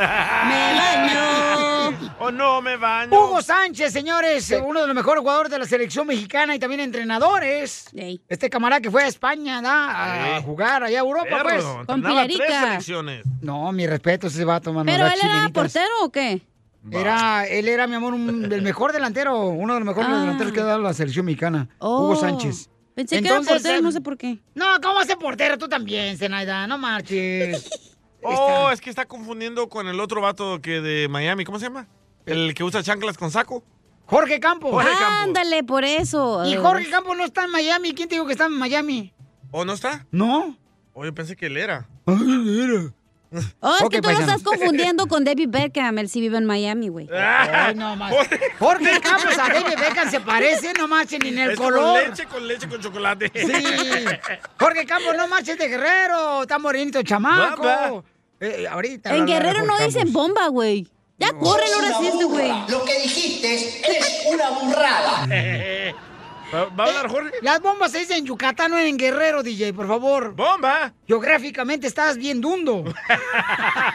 [SPEAKER 3] ¡Oh, no, me baño!
[SPEAKER 2] Hugo Sánchez, señores, uno de los mejores jugadores de la selección mexicana y también entrenadores. Este camarada que fue a España ¿da? a
[SPEAKER 3] Sí.
[SPEAKER 2] jugar allá a Europa,
[SPEAKER 3] Perro,
[SPEAKER 2] pues.
[SPEAKER 3] entrenaba tres selecciones.
[SPEAKER 2] No, mi respeto ese vato, mano.
[SPEAKER 4] ¿Pero
[SPEAKER 2] da
[SPEAKER 4] él era
[SPEAKER 2] chilenitas.
[SPEAKER 4] portero o qué?
[SPEAKER 2] Era, él era, mi amor, un- el mejor delantero, uno de los mejores
[SPEAKER 4] Ah. Oh.
[SPEAKER 2] delanteros que ha dado la selección mexicana, Hugo Sánchez.
[SPEAKER 4] Pensé que
[SPEAKER 2] Entonces,
[SPEAKER 4] era portero,
[SPEAKER 2] eh,
[SPEAKER 4] no sé por qué.
[SPEAKER 2] No, ¿cómo hace portero? Tú también, Zenaida, no marches.
[SPEAKER 3] Oh, es que está confundiendo con el otro vato que de Miami. ¿Cómo se llama? El que usa chanclas con saco.
[SPEAKER 2] Jorge Campos. Ah.
[SPEAKER 3] Jorge Campos.
[SPEAKER 4] Ándale, por eso.
[SPEAKER 2] Y Jorge Campos no está en Miami. ¿Quién te dijo que está en Miami?
[SPEAKER 3] ¿O no está?
[SPEAKER 2] No. Ah,
[SPEAKER 3] Oh, yo pensé que él era.
[SPEAKER 4] Oh, es
[SPEAKER 3] Ok,
[SPEAKER 4] que tú
[SPEAKER 3] paisano.
[SPEAKER 4] lo estás confundiendo con David Beckham. Él sí vive en Miami, güey.
[SPEAKER 3] Ay,
[SPEAKER 2] no más.
[SPEAKER 3] Ah. Jorge-
[SPEAKER 2] Jorge Campos a David Beckham se parece, no marchen ni en el
[SPEAKER 3] Es Con
[SPEAKER 2] color.
[SPEAKER 3] leche, con leche, con chocolate.
[SPEAKER 2] Sí. Jorge Campos, no marches de Guerrero. Está morenito, chamaco.
[SPEAKER 3] Guapa.
[SPEAKER 2] Eh, ahorita.
[SPEAKER 4] En
[SPEAKER 2] hablamos de
[SPEAKER 4] Guerrero no
[SPEAKER 2] Jorge
[SPEAKER 4] dicen bomba, güey. Ya corre, lo raciste, güey.
[SPEAKER 17] Lo que dijiste es una burrada.
[SPEAKER 3] ¿Va, va a hablar Jorge?
[SPEAKER 2] Eh, Las bombas se dicen en Yucatán, no en Guerrero, DJ, por favor.
[SPEAKER 3] ¡Bomba!
[SPEAKER 2] Geográficamente estás bien dundo.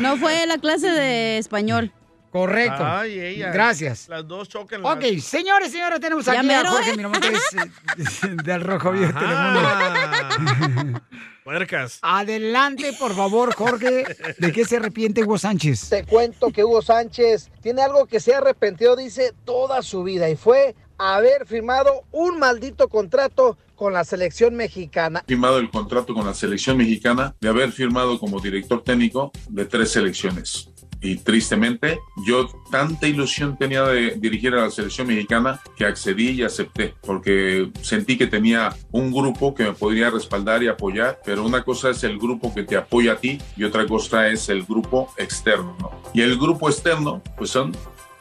[SPEAKER 4] No fue la clase de español.
[SPEAKER 2] Correcto.
[SPEAKER 3] Ay, ella.
[SPEAKER 2] Gracias.
[SPEAKER 3] Las dos chocan.
[SPEAKER 2] Ok, señores, señores, tenemos
[SPEAKER 4] Ya
[SPEAKER 2] aquí
[SPEAKER 4] mero,
[SPEAKER 2] a Jorge
[SPEAKER 4] ¿eh?
[SPEAKER 2] Miramontes eh, del Rojo Vivo de Telemundo.
[SPEAKER 3] Puercas.
[SPEAKER 2] Adelante, por favor, Jorge. ¿De qué se arrepiente Hugo Sánchez?
[SPEAKER 6] Te cuento que Hugo Sánchez tiene algo que se ha arrepentido, dice, toda su vida y fue haber firmado un maldito contrato con la selección mexicana.
[SPEAKER 18] firmado el contrato con la selección mexicana, de haber firmado como director técnico de tres selecciones.
[SPEAKER 19] y tristemente yo tanta ilusión tenía de dirigir a la selección mexicana que accedí y acepté porque sentí que tenía un grupo que me podría respaldar y apoyar, pero una cosa es el grupo que te apoya a ti y otra cosa es el grupo externo. Y el grupo externo pues son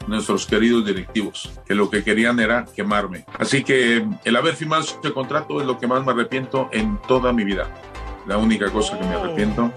[SPEAKER 19] nuestros queridos directivos, que lo que querían era quemarme. Así que el haber firmado este contrato es lo que más me arrepiento en toda mi vida. La única cosa que me
[SPEAKER 3] Oh.
[SPEAKER 19] arrepiento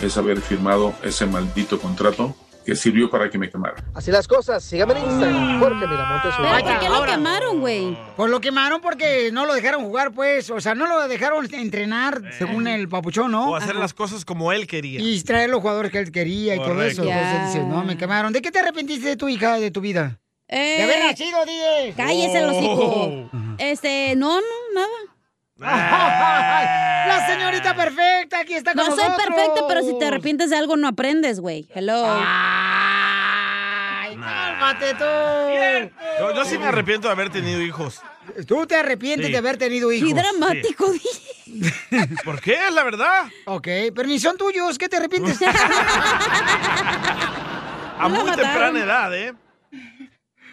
[SPEAKER 19] es haber firmado ese maldito contrato que sirvió para que me quemara.
[SPEAKER 6] Así las cosas, síganme en Instagram, Jorge Miramontes.
[SPEAKER 4] Pero
[SPEAKER 6] uno.
[SPEAKER 4] ¿por qué lo quemaron, güey?
[SPEAKER 2] Pues lo quemaron porque no lo dejaron jugar, pues. O sea, no lo dejaron entrenar, según el papuchón, ¿no?
[SPEAKER 3] O hacer las cosas como él quería.
[SPEAKER 2] Y traer los jugadores que él quería y todo
[SPEAKER 3] Correcto.
[SPEAKER 2] eso. Entonces dices, no, me quemaron. ¿De qué te arrepentiste de tu hija, de tu vida?
[SPEAKER 4] Eh,
[SPEAKER 2] De haber nacido, DJ.
[SPEAKER 4] Cállese
[SPEAKER 3] Oh.
[SPEAKER 4] el
[SPEAKER 2] Oh.
[SPEAKER 4] hocico. Este, no, no, nada.
[SPEAKER 2] La señorita perfecta aquí está con
[SPEAKER 4] No soy
[SPEAKER 2] nosotros.
[SPEAKER 4] perfecta, pero si te arrepientes de algo no aprendes, güey. Hello.
[SPEAKER 2] Ah, Cálmate tú.
[SPEAKER 3] Yo, yo sí me arrepiento de haber tenido hijos.
[SPEAKER 2] Tú te arrepientes
[SPEAKER 3] Sí.
[SPEAKER 2] de haber tenido
[SPEAKER 3] Qué
[SPEAKER 2] hijos.
[SPEAKER 3] dramático, ¿Por qué? Es la verdad.
[SPEAKER 2] Ok, pero ni son tuyos, ¿qué te arrepientes?
[SPEAKER 3] A muy temprana edad, ¿eh?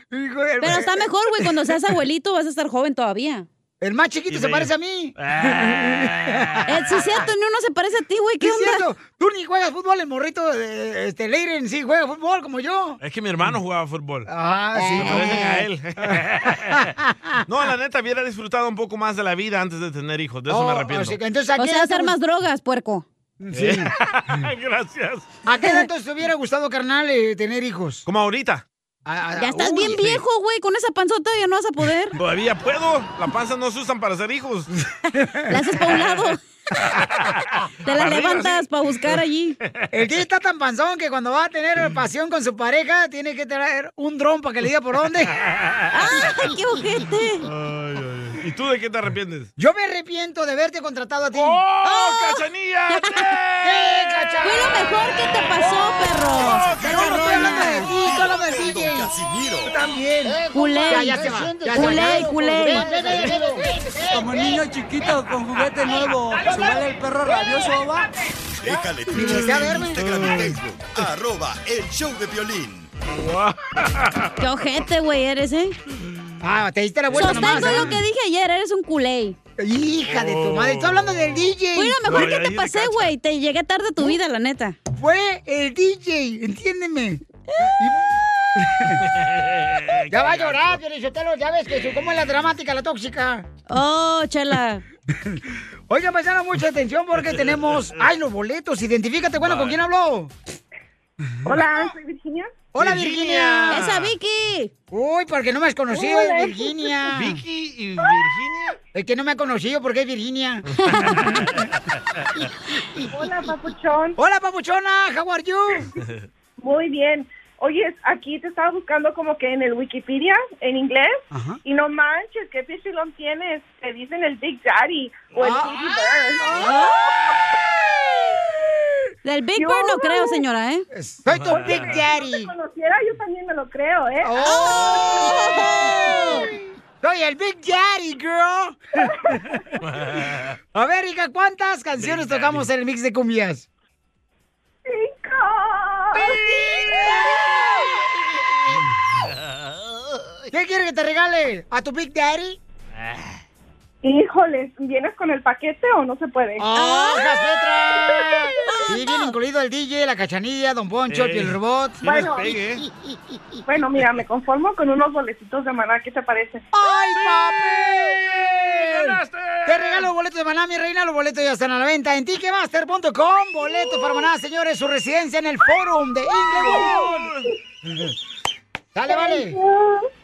[SPEAKER 4] Pero está mejor, güey, cuando seas abuelito vas a estar joven todavía.
[SPEAKER 2] El más chiquito
[SPEAKER 4] Y
[SPEAKER 2] se
[SPEAKER 4] bello.
[SPEAKER 2] parece a mí.
[SPEAKER 3] "Ah".
[SPEAKER 4] Eh, sí, es cierto, ni uno se parece a ti, güey. ¿Qué
[SPEAKER 2] Sí, es
[SPEAKER 4] onda?
[SPEAKER 2] cierto. Tú ni juegas fútbol, el morrito, eh, este, Leiren sí juega fútbol como yo.
[SPEAKER 3] Es que mi hermano jugaba fútbol.
[SPEAKER 2] Mm. Ah, sí.
[SPEAKER 3] Me parecen a él. no, la neta, hubiera disfrutado un poco más de la vida antes de tener hijos. De eso
[SPEAKER 2] Oh,
[SPEAKER 3] me arrepiento. Eh,
[SPEAKER 2] así que entonces, ¿a
[SPEAKER 4] o
[SPEAKER 2] qué
[SPEAKER 4] sea,
[SPEAKER 2] edad
[SPEAKER 4] hacer
[SPEAKER 2] te-
[SPEAKER 4] más drogas, puerco.
[SPEAKER 3] Sí. Gracias.
[SPEAKER 2] ¿A qué edad entonces te hubiera gustado, carnal, eh, tener hijos?
[SPEAKER 3] Como ahorita.
[SPEAKER 4] Ya estás bien viejo, güey. Con esa panzota ya no vas a poder.
[SPEAKER 3] Todavía puedo. La panza no se usan para hacer hijos.
[SPEAKER 4] La haces pa' un lado. Te la
[SPEAKER 3] Arriba,
[SPEAKER 4] levantas para buscar allí.
[SPEAKER 2] El tío está tan panzón que cuando va a
[SPEAKER 3] Mm.
[SPEAKER 2] tener pasión con su pareja, tiene que traer un dron para que le diga por dónde.
[SPEAKER 4] ¡Ay, qué ojete!
[SPEAKER 3] Ay, ay, ay. ¿Y tú de qué te arrepientes?
[SPEAKER 2] Yo me arrepiento de haberte contratado a ti. ¡Oh,
[SPEAKER 3] cachanilla!
[SPEAKER 2] ¡Eh, ¡Oh! cachanilla!
[SPEAKER 4] Fue lo mejor que te pasó, perro.
[SPEAKER 2] Yo no estoy hablando de ti, yo hablo del DJ. Tú también.
[SPEAKER 4] Culé.
[SPEAKER 2] Ya, ya se va. Ya se va.
[SPEAKER 4] Culé, culé.
[SPEAKER 5] Como niño chiquito con juguete nuevo. Subale el perro rabioso, va.
[SPEAKER 10] Déjale tu
[SPEAKER 5] Ni
[SPEAKER 10] chiste
[SPEAKER 5] voltea a
[SPEAKER 10] en
[SPEAKER 5] verme.
[SPEAKER 10] Instagram y Facebook. Arroba el show de violín.
[SPEAKER 4] Qué ojete, güey, eres, ¿eh?
[SPEAKER 2] Ah, te diste la vuelta
[SPEAKER 4] Sostengo
[SPEAKER 2] nomás, ¿eh?
[SPEAKER 4] lo que dije ayer, eres un culé.
[SPEAKER 2] Hija de
[SPEAKER 4] Oh.
[SPEAKER 2] tu madre, estoy hablando del DJ.
[SPEAKER 4] Fue lo mejor que te pasé, güey. Te llegué tarde a tu vida, la neta.
[SPEAKER 2] Fue el DJ, entiéndeme. Ya va a llorar, Pielichotelo, ya ves que su- cómo es la dramática, la tóxica.
[SPEAKER 4] Oh, chela.
[SPEAKER 2] Oigan, paisano, mucha atención porque tenemos. ¡Ay, los boletos! Identifícate, bueno, ¿con quién habló?
[SPEAKER 11] Hola, soy Virginia.
[SPEAKER 2] Hola,
[SPEAKER 3] Virginia.
[SPEAKER 2] Virginia.
[SPEAKER 3] Esa
[SPEAKER 4] Vicky.
[SPEAKER 2] Uy, porque no me has conocido,
[SPEAKER 3] Hola.
[SPEAKER 2] es Virginia.
[SPEAKER 3] Vicky y Virginia.
[SPEAKER 2] Es que no me ha conocido porque es Virginia.
[SPEAKER 11] Hola, papuchón.
[SPEAKER 2] Hola, papuchona. How are you?
[SPEAKER 11] Muy bien. Oye, aquí te estaba buscando como que en el Wikipedia, en inglés, y no manches, qué pichilón tienes. Te dicen el Big Daddy o el
[SPEAKER 4] Ah.
[SPEAKER 11] Big Bird.
[SPEAKER 2] Ah.
[SPEAKER 4] Del Big Bird no creo, señora, ¿eh?
[SPEAKER 2] Soy tu Big
[SPEAKER 11] Si
[SPEAKER 2] Daddy.
[SPEAKER 11] te conociera, yo también me lo creo, ¿eh?
[SPEAKER 2] ¡Oh! Soy el Big Daddy, girl. A ver, hija, ¿cuántas canciones tocamos en el mix de cumbias? ¿Qué quiere que te regale? ¿A tu Big Daddy? Ah.
[SPEAKER 11] Híjoles, ¿vienes con el paquete o no se puede?
[SPEAKER 2] ¡Oh, Jas Petra! Sí, viene incluido el DJ, la cachanilla, Don Poncho,
[SPEAKER 11] Ey,
[SPEAKER 2] el robot.
[SPEAKER 11] no les Bueno. pegue, Bueno, mira, me conformo con unos boletitos de maná, ¿qué te parece?
[SPEAKER 2] ¡Ay, papi! Te regalo boletos de Maná, mi reina. Los boletos ya están a la venta en ticketmaster.com. Boletos para Maná, señores. Su residencia en el Forum de Inglewood. Dale, vale.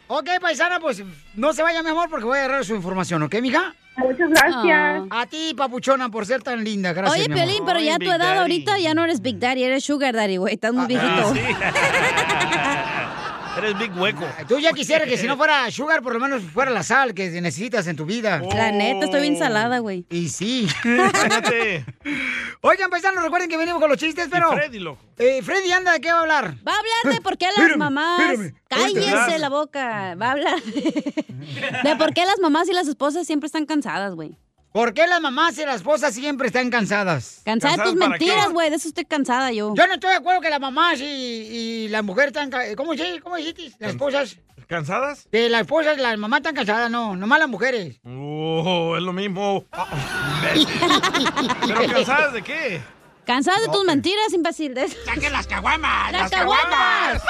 [SPEAKER 2] Ok, paisana, pues no se vaya, mi amor, porque voy a agarrar su información, ¿ok, mija? Ah.
[SPEAKER 11] Muchas gracias.
[SPEAKER 2] A ti, papuchona, por ser tan linda. Gracias,
[SPEAKER 4] Oye,
[SPEAKER 2] mi amor.
[SPEAKER 4] Piolín, pero ya a tu edad ahorita ya no eres Big Daddy, eres Sugar Daddy, güey. Estás
[SPEAKER 2] Ah,
[SPEAKER 4] muy viejito.
[SPEAKER 3] Eres big hueco.
[SPEAKER 2] Tú ya quisieras que si no fuera sugar, por lo menos fuera la sal que necesitas en tu vida.
[SPEAKER 4] La neta, estoy bien salada, güey.
[SPEAKER 2] Y sí. Oigan, paisanos, recuerden que venimos con los chistes, pero...
[SPEAKER 3] Freddy, loco.
[SPEAKER 2] Eh, Freddy, anda, ¿de qué va a hablar?
[SPEAKER 4] Va a hablar de por qué las
[SPEAKER 2] Espérame,
[SPEAKER 4] mamás.
[SPEAKER 2] espérame.
[SPEAKER 4] Cállese
[SPEAKER 2] Espérate.
[SPEAKER 4] la boca. Va a hablar de por qué las mamás y las esposas siempre están cansadas, güey.
[SPEAKER 2] ¿Por qué las mamás y las esposas siempre están cansadas?
[SPEAKER 4] Cansada de tus ¿Cansadas para qué? mentiras,
[SPEAKER 2] güey. De eso estoy cansada yo. Yo no estoy de acuerdo que las mamás y, y la mujer están... ca- eh, ¿Cómo, sí? ¿Cómo dijiste? Las esposas.
[SPEAKER 3] ¿Cansadas?
[SPEAKER 2] Que las esposas, las mamás están cansadas, no. Nomás las mujeres.
[SPEAKER 4] Uh.
[SPEAKER 3] Oh, es lo mismo. ¿Pero cansadas de qué?
[SPEAKER 4] Cansada de tus mentiras, imbécil. ¡Saque
[SPEAKER 2] las caguamas!
[SPEAKER 4] ¡Las
[SPEAKER 3] las
[SPEAKER 4] caguamas!
[SPEAKER 3] caguamas!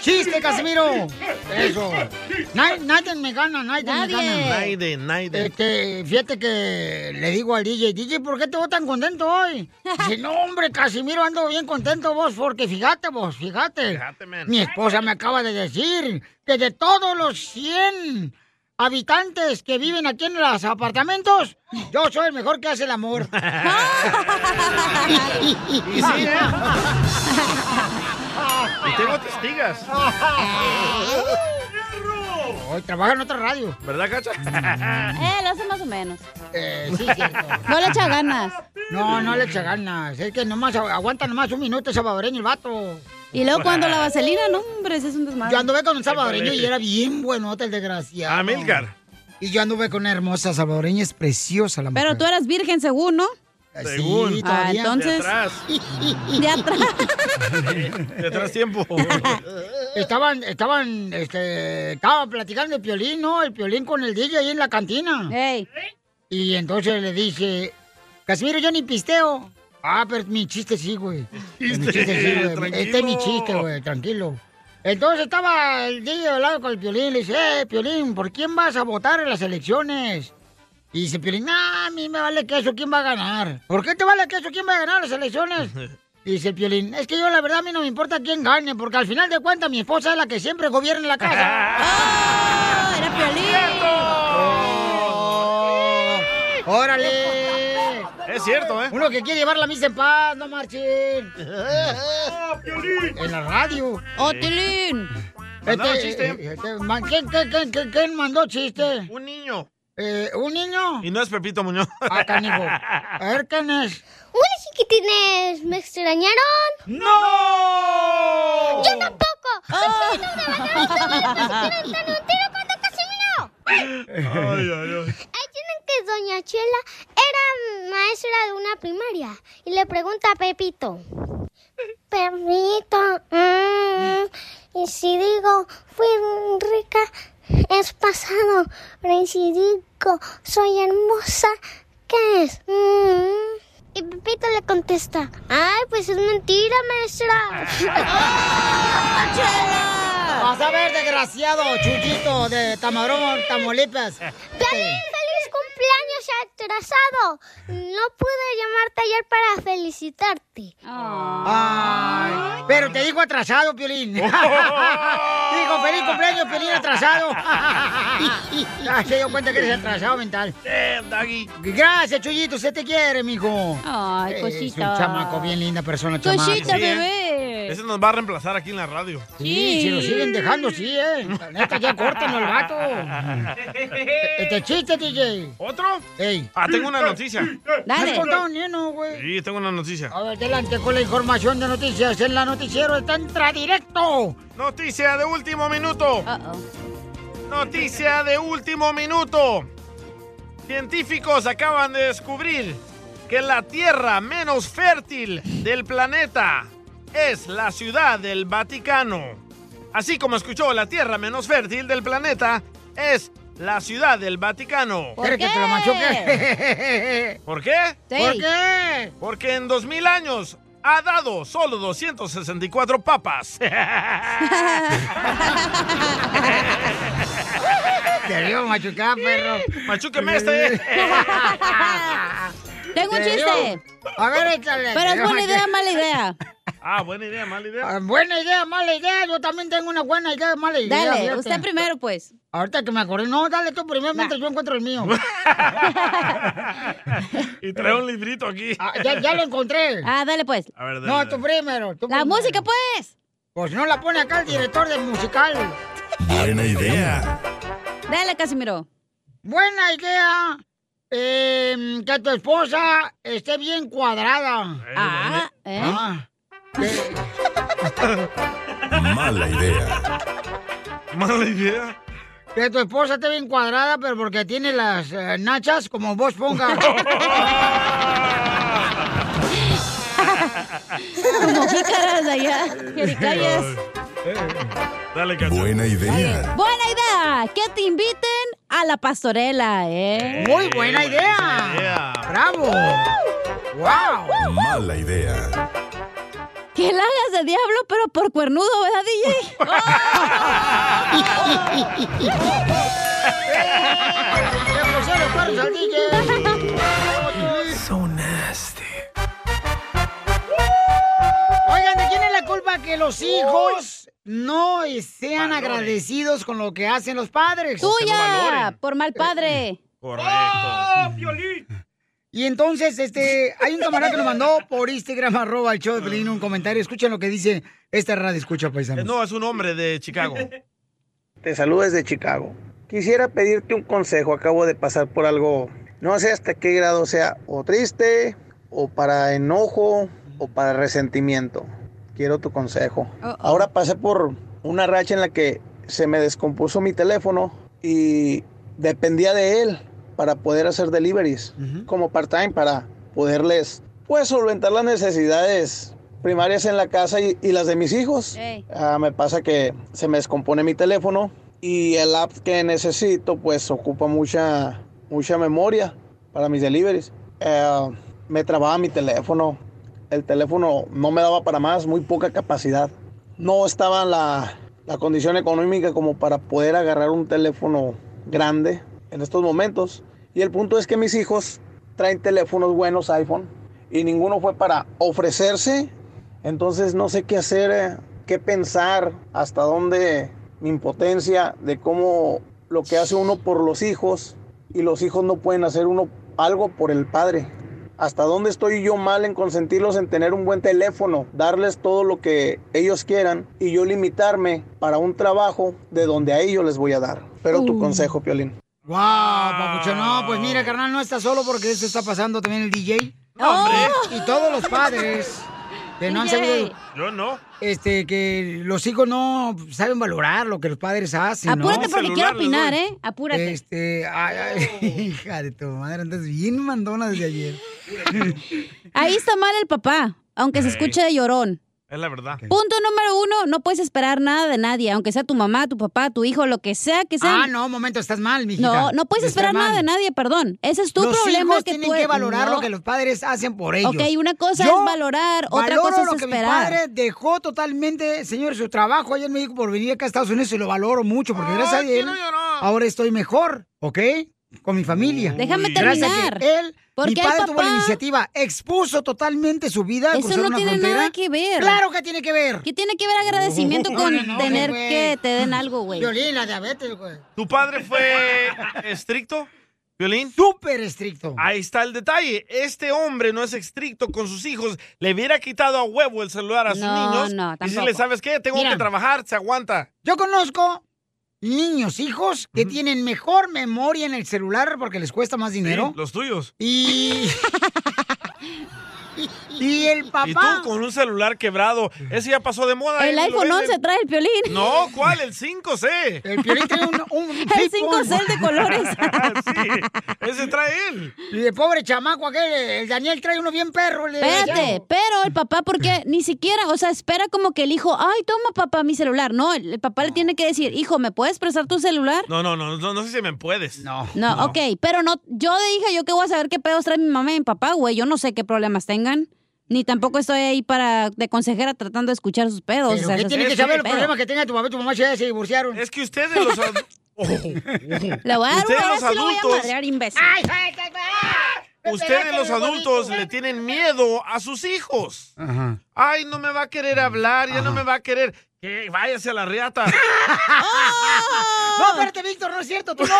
[SPEAKER 2] ¡Chiste, Casimiro! Eso. Na- Nadie me gana, nadie,
[SPEAKER 3] Nadie.
[SPEAKER 2] me gana.
[SPEAKER 3] Nadie, nadie.
[SPEAKER 2] Este, fíjate que le digo al DJ, DJ, ¿por qué te veo tan contento hoy? Dice, no, hombre, Casimiro, ando bien contento vos, porque fíjate vos, fíjate. Mi esposa me acaba de decir que de todos los 100 habitantes que viven aquí en los apartamentos, yo soy el mejor que hace el amor.
[SPEAKER 3] Y
[SPEAKER 2] Ah,
[SPEAKER 3] sí, ¿eh? Y tengo testigas.
[SPEAKER 2] Hoy trabaja en otra radio. Mm.
[SPEAKER 3] ¿Verdad, Cacha?
[SPEAKER 4] Eh, lo hace más o menos.
[SPEAKER 2] Eh, sí, cierto.
[SPEAKER 4] No le echa ganas.
[SPEAKER 2] No, no le echa ganas. Es que nomás agu- aguanta nomás un minuto salvadoreño el vato.
[SPEAKER 4] Y luego cuando la vaselina, no, hombre, ese es un desmadre.
[SPEAKER 2] Yo anduve con un salvadoreño y era bien bueno, el desgraciado.
[SPEAKER 4] Ah, Milgar.
[SPEAKER 2] Y yo anduve con una hermosa salvadoreña, es preciosa la mujer.
[SPEAKER 4] Pero tú eras virgen según, ¿no?
[SPEAKER 2] Según.
[SPEAKER 4] Sí, ah,
[SPEAKER 2] Eh, todavía.
[SPEAKER 4] entonces. De
[SPEAKER 2] De atrás.
[SPEAKER 4] atrás.
[SPEAKER 3] De atrás tiempo.
[SPEAKER 2] Estaban, estaban, este, estaban platicando el piolín, ¿no? El piolín con el DJ ahí en la cantina. Y entonces le dije, Casimiro, yo ni pisteo. Ah, pero mi chiste sí, güey. Mi chiste sí, güey. Este es mi chiste, güey, tranquilo. Entonces estaba el DJ al lado con el piolín, le dice, eh, piolín, ¿por quién vas a votar en las elecciones? Y dice Piolín, "Ah, a mí me vale queso, ¿quién va a ganar? ¿Por qué te vale queso, quién va a ganar las elecciones? Y Dice el Piolín, es que yo la verdad a mí no me importa quién gane, porque al final de cuentas mi esposa es la que siempre gobierna la casa. ¡Era Piolín! ¡Oh! ¡Órale!
[SPEAKER 3] Es cierto, ¿eh?
[SPEAKER 2] Uno que quiere llevar la misa en paz, no marchen. En la radio.
[SPEAKER 3] ¡Ah,
[SPEAKER 2] Este,
[SPEAKER 3] ¡Oh,
[SPEAKER 2] Tilín!
[SPEAKER 3] Mandaron chiste.
[SPEAKER 2] ¿quién, quién- quién- quién- quién mandó chiste? Eh,
[SPEAKER 3] Un niño.
[SPEAKER 2] ¿Un niño?
[SPEAKER 3] Y no es Pepito Muñoz.
[SPEAKER 2] Ah, canijo. A ver, ¿quién es?
[SPEAKER 20] Hola chiquitines, ¿me extrañaron?
[SPEAKER 3] ¡No!
[SPEAKER 20] ¡Yo tampoco! ¡Soy Casimiro de Baja California! ¡Me pusieron tan un tiro con Don Casimiro!
[SPEAKER 3] Ay, ay, ay.
[SPEAKER 20] Ahí tienen que Doña Chela era maestra de una primaria y le pregunta a Pepito. Pepito, mm, y si digo fui rica es pasado, pero y si digo soy hermosa, ¿qué es? Mm. Y Pepito le contesta, ay, pues es mentira, maestra.
[SPEAKER 2] Vas a ver, desgraciado, Oh, chuchito de Tamarón, Tamaulipas.
[SPEAKER 20] Piolín, feliz cumpleaños atrasado. No pude llamarte ayer para felicitarte.
[SPEAKER 2] Ay, pero te digo atrasado, Piolín.
[SPEAKER 3] Oh.
[SPEAKER 2] digo, feliz cumpleaños, Piolín, atrasado. ya se dio cuenta que eres atrasado mental. Gracias, Chuyito, se te quiere, mijo.
[SPEAKER 4] Ay,
[SPEAKER 2] Es
[SPEAKER 4] cosita.
[SPEAKER 2] un chamaco, bien linda persona, chamaco.
[SPEAKER 4] Cosita,
[SPEAKER 2] Sí, ¿eh?
[SPEAKER 4] bebé.
[SPEAKER 3] Ese nos va a reemplazar aquí en la radio.
[SPEAKER 2] Sí, si lo siguen dejando, sí, eh. La Neta, ya cortan el vato. Este chiste, DJ.
[SPEAKER 3] ¿Otro?
[SPEAKER 2] Ey.
[SPEAKER 3] Ah, tengo una noticia.
[SPEAKER 2] No has contado ni uno, güey.
[SPEAKER 3] Sí, tengo una noticia.
[SPEAKER 2] A ver, adelante con la información de noticias. En la noticiero está entra directo.
[SPEAKER 3] Noticia de último minuto. Noticia de último minuto. Científicos acaban de descubrir que la tierra menos fértil del planeta es la ciudad del Vaticano. Así como escuchó, la tierra menos fértil del planeta es la ciudad del Vaticano.
[SPEAKER 2] ¿Quieres que te lo machuque?
[SPEAKER 3] ¿Por qué?
[SPEAKER 2] Sí. ¿Por qué?
[SPEAKER 3] Porque en 2000 años ha dado solo 264 papas.
[SPEAKER 2] Te digo machucar, perro.
[SPEAKER 3] Machúqueme este.
[SPEAKER 4] Tengo un
[SPEAKER 2] Te digo.
[SPEAKER 4] chiste.
[SPEAKER 2] A ver, échale.
[SPEAKER 4] Pero es buena idea, mala idea.
[SPEAKER 3] Ah, buena idea, mala idea.
[SPEAKER 2] Ah, Buena idea, mala idea. Yo también tengo una buena idea, mala idea.
[SPEAKER 4] Dale,
[SPEAKER 2] fíjate.
[SPEAKER 4] usted primero, pues.
[SPEAKER 2] Ahorita que me acordé. No, dale tú primero mientras yo encuentro el mío.
[SPEAKER 3] Y trae un librito aquí.
[SPEAKER 2] Ah, ya, ya lo encontré.
[SPEAKER 4] Ah, dale, pues.
[SPEAKER 3] A ver, dale,
[SPEAKER 2] No,
[SPEAKER 3] dale.
[SPEAKER 2] tú primero. tú
[SPEAKER 4] La
[SPEAKER 2] primero.
[SPEAKER 4] música, pues.
[SPEAKER 2] Pues no la pone acá el director del musical.
[SPEAKER 10] Buena idea.
[SPEAKER 4] Dale, Casimiro.
[SPEAKER 2] Buena idea em, que tu esposa esté bien cuadrada.
[SPEAKER 4] Ah, ¿eh?
[SPEAKER 2] Ah.
[SPEAKER 10] Mala idea.
[SPEAKER 3] Mala idea.
[SPEAKER 2] Que tu esposa te ve encuadrada, pero porque tiene las eh, nachas como vos pongas.
[SPEAKER 4] Como pícaras allá, jericayas.
[SPEAKER 3] Dale,
[SPEAKER 10] Buena idea.
[SPEAKER 4] Buena idea, que te inviten a la pastorela, ¿eh?
[SPEAKER 2] Muy buena idea. Bravo. Wow.
[SPEAKER 10] Mala idea.
[SPEAKER 4] Que la hagas de diablo, pero por cuernudo, ¿verdad, DJ?
[SPEAKER 2] Oigan, ¿de quién es la culpa que los hijos no sean agradecidos con lo que hacen los padres?
[SPEAKER 4] ¡Tuya! Por mal padre.
[SPEAKER 2] ¡Oh, Y entonces, este, hay un camarada que nos mandó por Instagram, arroba el show de Pelín, un comentario. Escuchen lo que dice esta radio escucha, paisanos.
[SPEAKER 3] No, es un hombre de Chicago.
[SPEAKER 21] Te saludo desde Chicago. Quisiera pedirte un consejo. Acabo de pasar por algo, no sé hasta qué grado sea, o triste, o para enojo, o para resentimiento. Quiero tu consejo. Ahora pasé por una racha en la que se me descompuso mi teléfono y dependía de él para poder hacer deliveries como part-time para poderles pues solventar las necesidades primarias en la casa y, y las de mis hijos.
[SPEAKER 4] Ey.
[SPEAKER 21] Ah, me pasa que se me descompone mi teléfono y el app que necesito pues ocupa mucha, mucha memoria para mis deliveries. Eh, me trababa mi teléfono, el teléfono no me daba para más, muy poca capacidad. No estaba la, la condición económica como para poder agarrar un teléfono grande en estos momentos. Y el punto es que mis hijos traen teléfonos buenos iPhone y ninguno fue para ofrecerse. Entonces no sé qué hacer, eh, qué pensar, hasta dónde mi impotencia de cómo lo que hace uno por los hijos y los hijos no pueden hacer uno algo por el padre. ¿Hasta dónde estoy yo mal en consentirlos en tener un buen teléfono, darles todo lo que ellos quieran y yo limitarme para un trabajo de donde a ellos les voy a dar? Pero tu
[SPEAKER 2] Uh.
[SPEAKER 21] consejo, Piolín.
[SPEAKER 2] Wow, papucho, no, pues mira, carnal, no está solo porque esto está pasando también el DJ.
[SPEAKER 3] hombre.
[SPEAKER 2] Y todos los padres que no han sabido,
[SPEAKER 3] Yo no.
[SPEAKER 2] este, que los hijos no saben valorar lo que los padres hacen. ¿no?
[SPEAKER 4] Apúrate porque quiero opinar, ¿eh? Apúrate.
[SPEAKER 2] Este, ay, ay, hija de tu madre, andas bien mandona desde ayer.
[SPEAKER 4] Ahí está mal el papá, aunque se
[SPEAKER 2] Ey.
[SPEAKER 4] escuche de llorón.
[SPEAKER 3] Es la verdad.
[SPEAKER 4] Punto número uno, no puedes esperar nada de nadie, aunque sea tu mamá, tu papá, tu hijo, lo que sea que sea.
[SPEAKER 2] Ah, no, momento, estás mal, mijita.
[SPEAKER 4] No, no puedes
[SPEAKER 2] Estás
[SPEAKER 4] esperar nada
[SPEAKER 2] mal.
[SPEAKER 4] de nadie, perdón. Ese es tu
[SPEAKER 2] Los
[SPEAKER 4] problema
[SPEAKER 2] hijos
[SPEAKER 4] que
[SPEAKER 2] tienen
[SPEAKER 4] tú
[SPEAKER 2] que valorar
[SPEAKER 4] No.
[SPEAKER 2] lo que los padres hacen por ellos.
[SPEAKER 4] Ok, una cosa es valorar, otra
[SPEAKER 2] valoro
[SPEAKER 4] cosa es
[SPEAKER 2] lo
[SPEAKER 4] esperar.
[SPEAKER 2] que mi padre dejó totalmente, señor, su trabajo allá en México por venir acá a Estados Unidos y lo valoro mucho porque gracias a él ahora estoy mejor, ¿ok? Con mi familia.
[SPEAKER 4] Mm. Déjame
[SPEAKER 2] Gracias a que
[SPEAKER 4] terminar.
[SPEAKER 2] él,
[SPEAKER 4] Porque
[SPEAKER 2] mi
[SPEAKER 4] hay
[SPEAKER 2] padre tuvo la
[SPEAKER 4] papá-
[SPEAKER 2] iniciativa, expuso totalmente su vida a
[SPEAKER 4] Eso
[SPEAKER 2] cruzar
[SPEAKER 4] no
[SPEAKER 2] una
[SPEAKER 4] tiene
[SPEAKER 2] frontera.
[SPEAKER 4] nada que ver.
[SPEAKER 2] Claro que tiene que ver.
[SPEAKER 4] ¿Qué tiene que ver agradecimiento con
[SPEAKER 2] No, no, no,
[SPEAKER 4] tener
[SPEAKER 2] güey.
[SPEAKER 4] que te den algo, güey?
[SPEAKER 2] Violín, la diabetes, güey.
[SPEAKER 3] ¿Tu padre fue estricto, Violín?
[SPEAKER 2] Súper estricto.
[SPEAKER 3] Ahí está el detalle. Este hombre no es estricto con sus hijos. Le hubiera quitado a huevo el celular a sus
[SPEAKER 2] No,
[SPEAKER 3] niños.
[SPEAKER 2] no,
[SPEAKER 3] y si
[SPEAKER 2] tampoco.
[SPEAKER 3] le sabes qué, tengo
[SPEAKER 2] Mira.
[SPEAKER 3] que trabajar, se aguanta.
[SPEAKER 2] Yo conozco niños, hijos, que tienen mejor memoria en el celular porque les cuesta más dinero.
[SPEAKER 3] Sí, los tuyos.
[SPEAKER 2] Y. y el
[SPEAKER 3] Y
[SPEAKER 2] papá.
[SPEAKER 3] tú con un celular quebrado. Ese ya pasó de moda.
[SPEAKER 4] El
[SPEAKER 3] ¿eh? Lo
[SPEAKER 4] iPhone
[SPEAKER 3] venden.
[SPEAKER 4] 11 trae el piolín.
[SPEAKER 3] No, ¿cuál? El 5C.
[SPEAKER 2] El Piolín tiene un, un
[SPEAKER 4] El 5C de colores.
[SPEAKER 3] Ese trae él.
[SPEAKER 2] Y el pobre chamaco aquel, el Daniel trae uno bien perro. el
[SPEAKER 4] Espérate,
[SPEAKER 2] desgraciado.
[SPEAKER 4] pero el papá, porque ni siquiera, o sea, espera como que el hijo, ay, toma papá mi celular. No, el el papá le tiene que decir, hijo, ¿me puedes prestar tu celular?
[SPEAKER 3] No, no, no, no, no sé si me puedes.
[SPEAKER 2] No.
[SPEAKER 4] No, ok, pero no, yo de hija, yo qué voy a saber qué pedos trae mi mamá y mi papá, güey. Yo no sé qué problemas tengan. Ni tampoco estoy ahí para de consejera tratando de escuchar sus pedos.
[SPEAKER 2] Pero
[SPEAKER 4] o sea,
[SPEAKER 2] ¿qué
[SPEAKER 4] eso
[SPEAKER 2] tiene
[SPEAKER 4] es
[SPEAKER 2] que
[SPEAKER 4] otro
[SPEAKER 2] saber los
[SPEAKER 4] pedo.
[SPEAKER 2] problemas que tenga tu papá y tu mamá si ya se divorciaron?
[SPEAKER 3] Es que ustedes los. ad- Oh.
[SPEAKER 4] Le voy a dar
[SPEAKER 3] Ustedes
[SPEAKER 4] una
[SPEAKER 3] los
[SPEAKER 4] vez y lo voy a
[SPEAKER 3] adultos.
[SPEAKER 4] madrear, imbécil.
[SPEAKER 2] Ay, ay, ay, ay.
[SPEAKER 3] Ustedes los adultos le tienen miedo a sus hijos.
[SPEAKER 2] Ajá.
[SPEAKER 3] Ay, no me va a querer hablar, ya no me va a querer. Que váyase a la riata.
[SPEAKER 2] No, espérate, Víctor, no es cierto, tú no.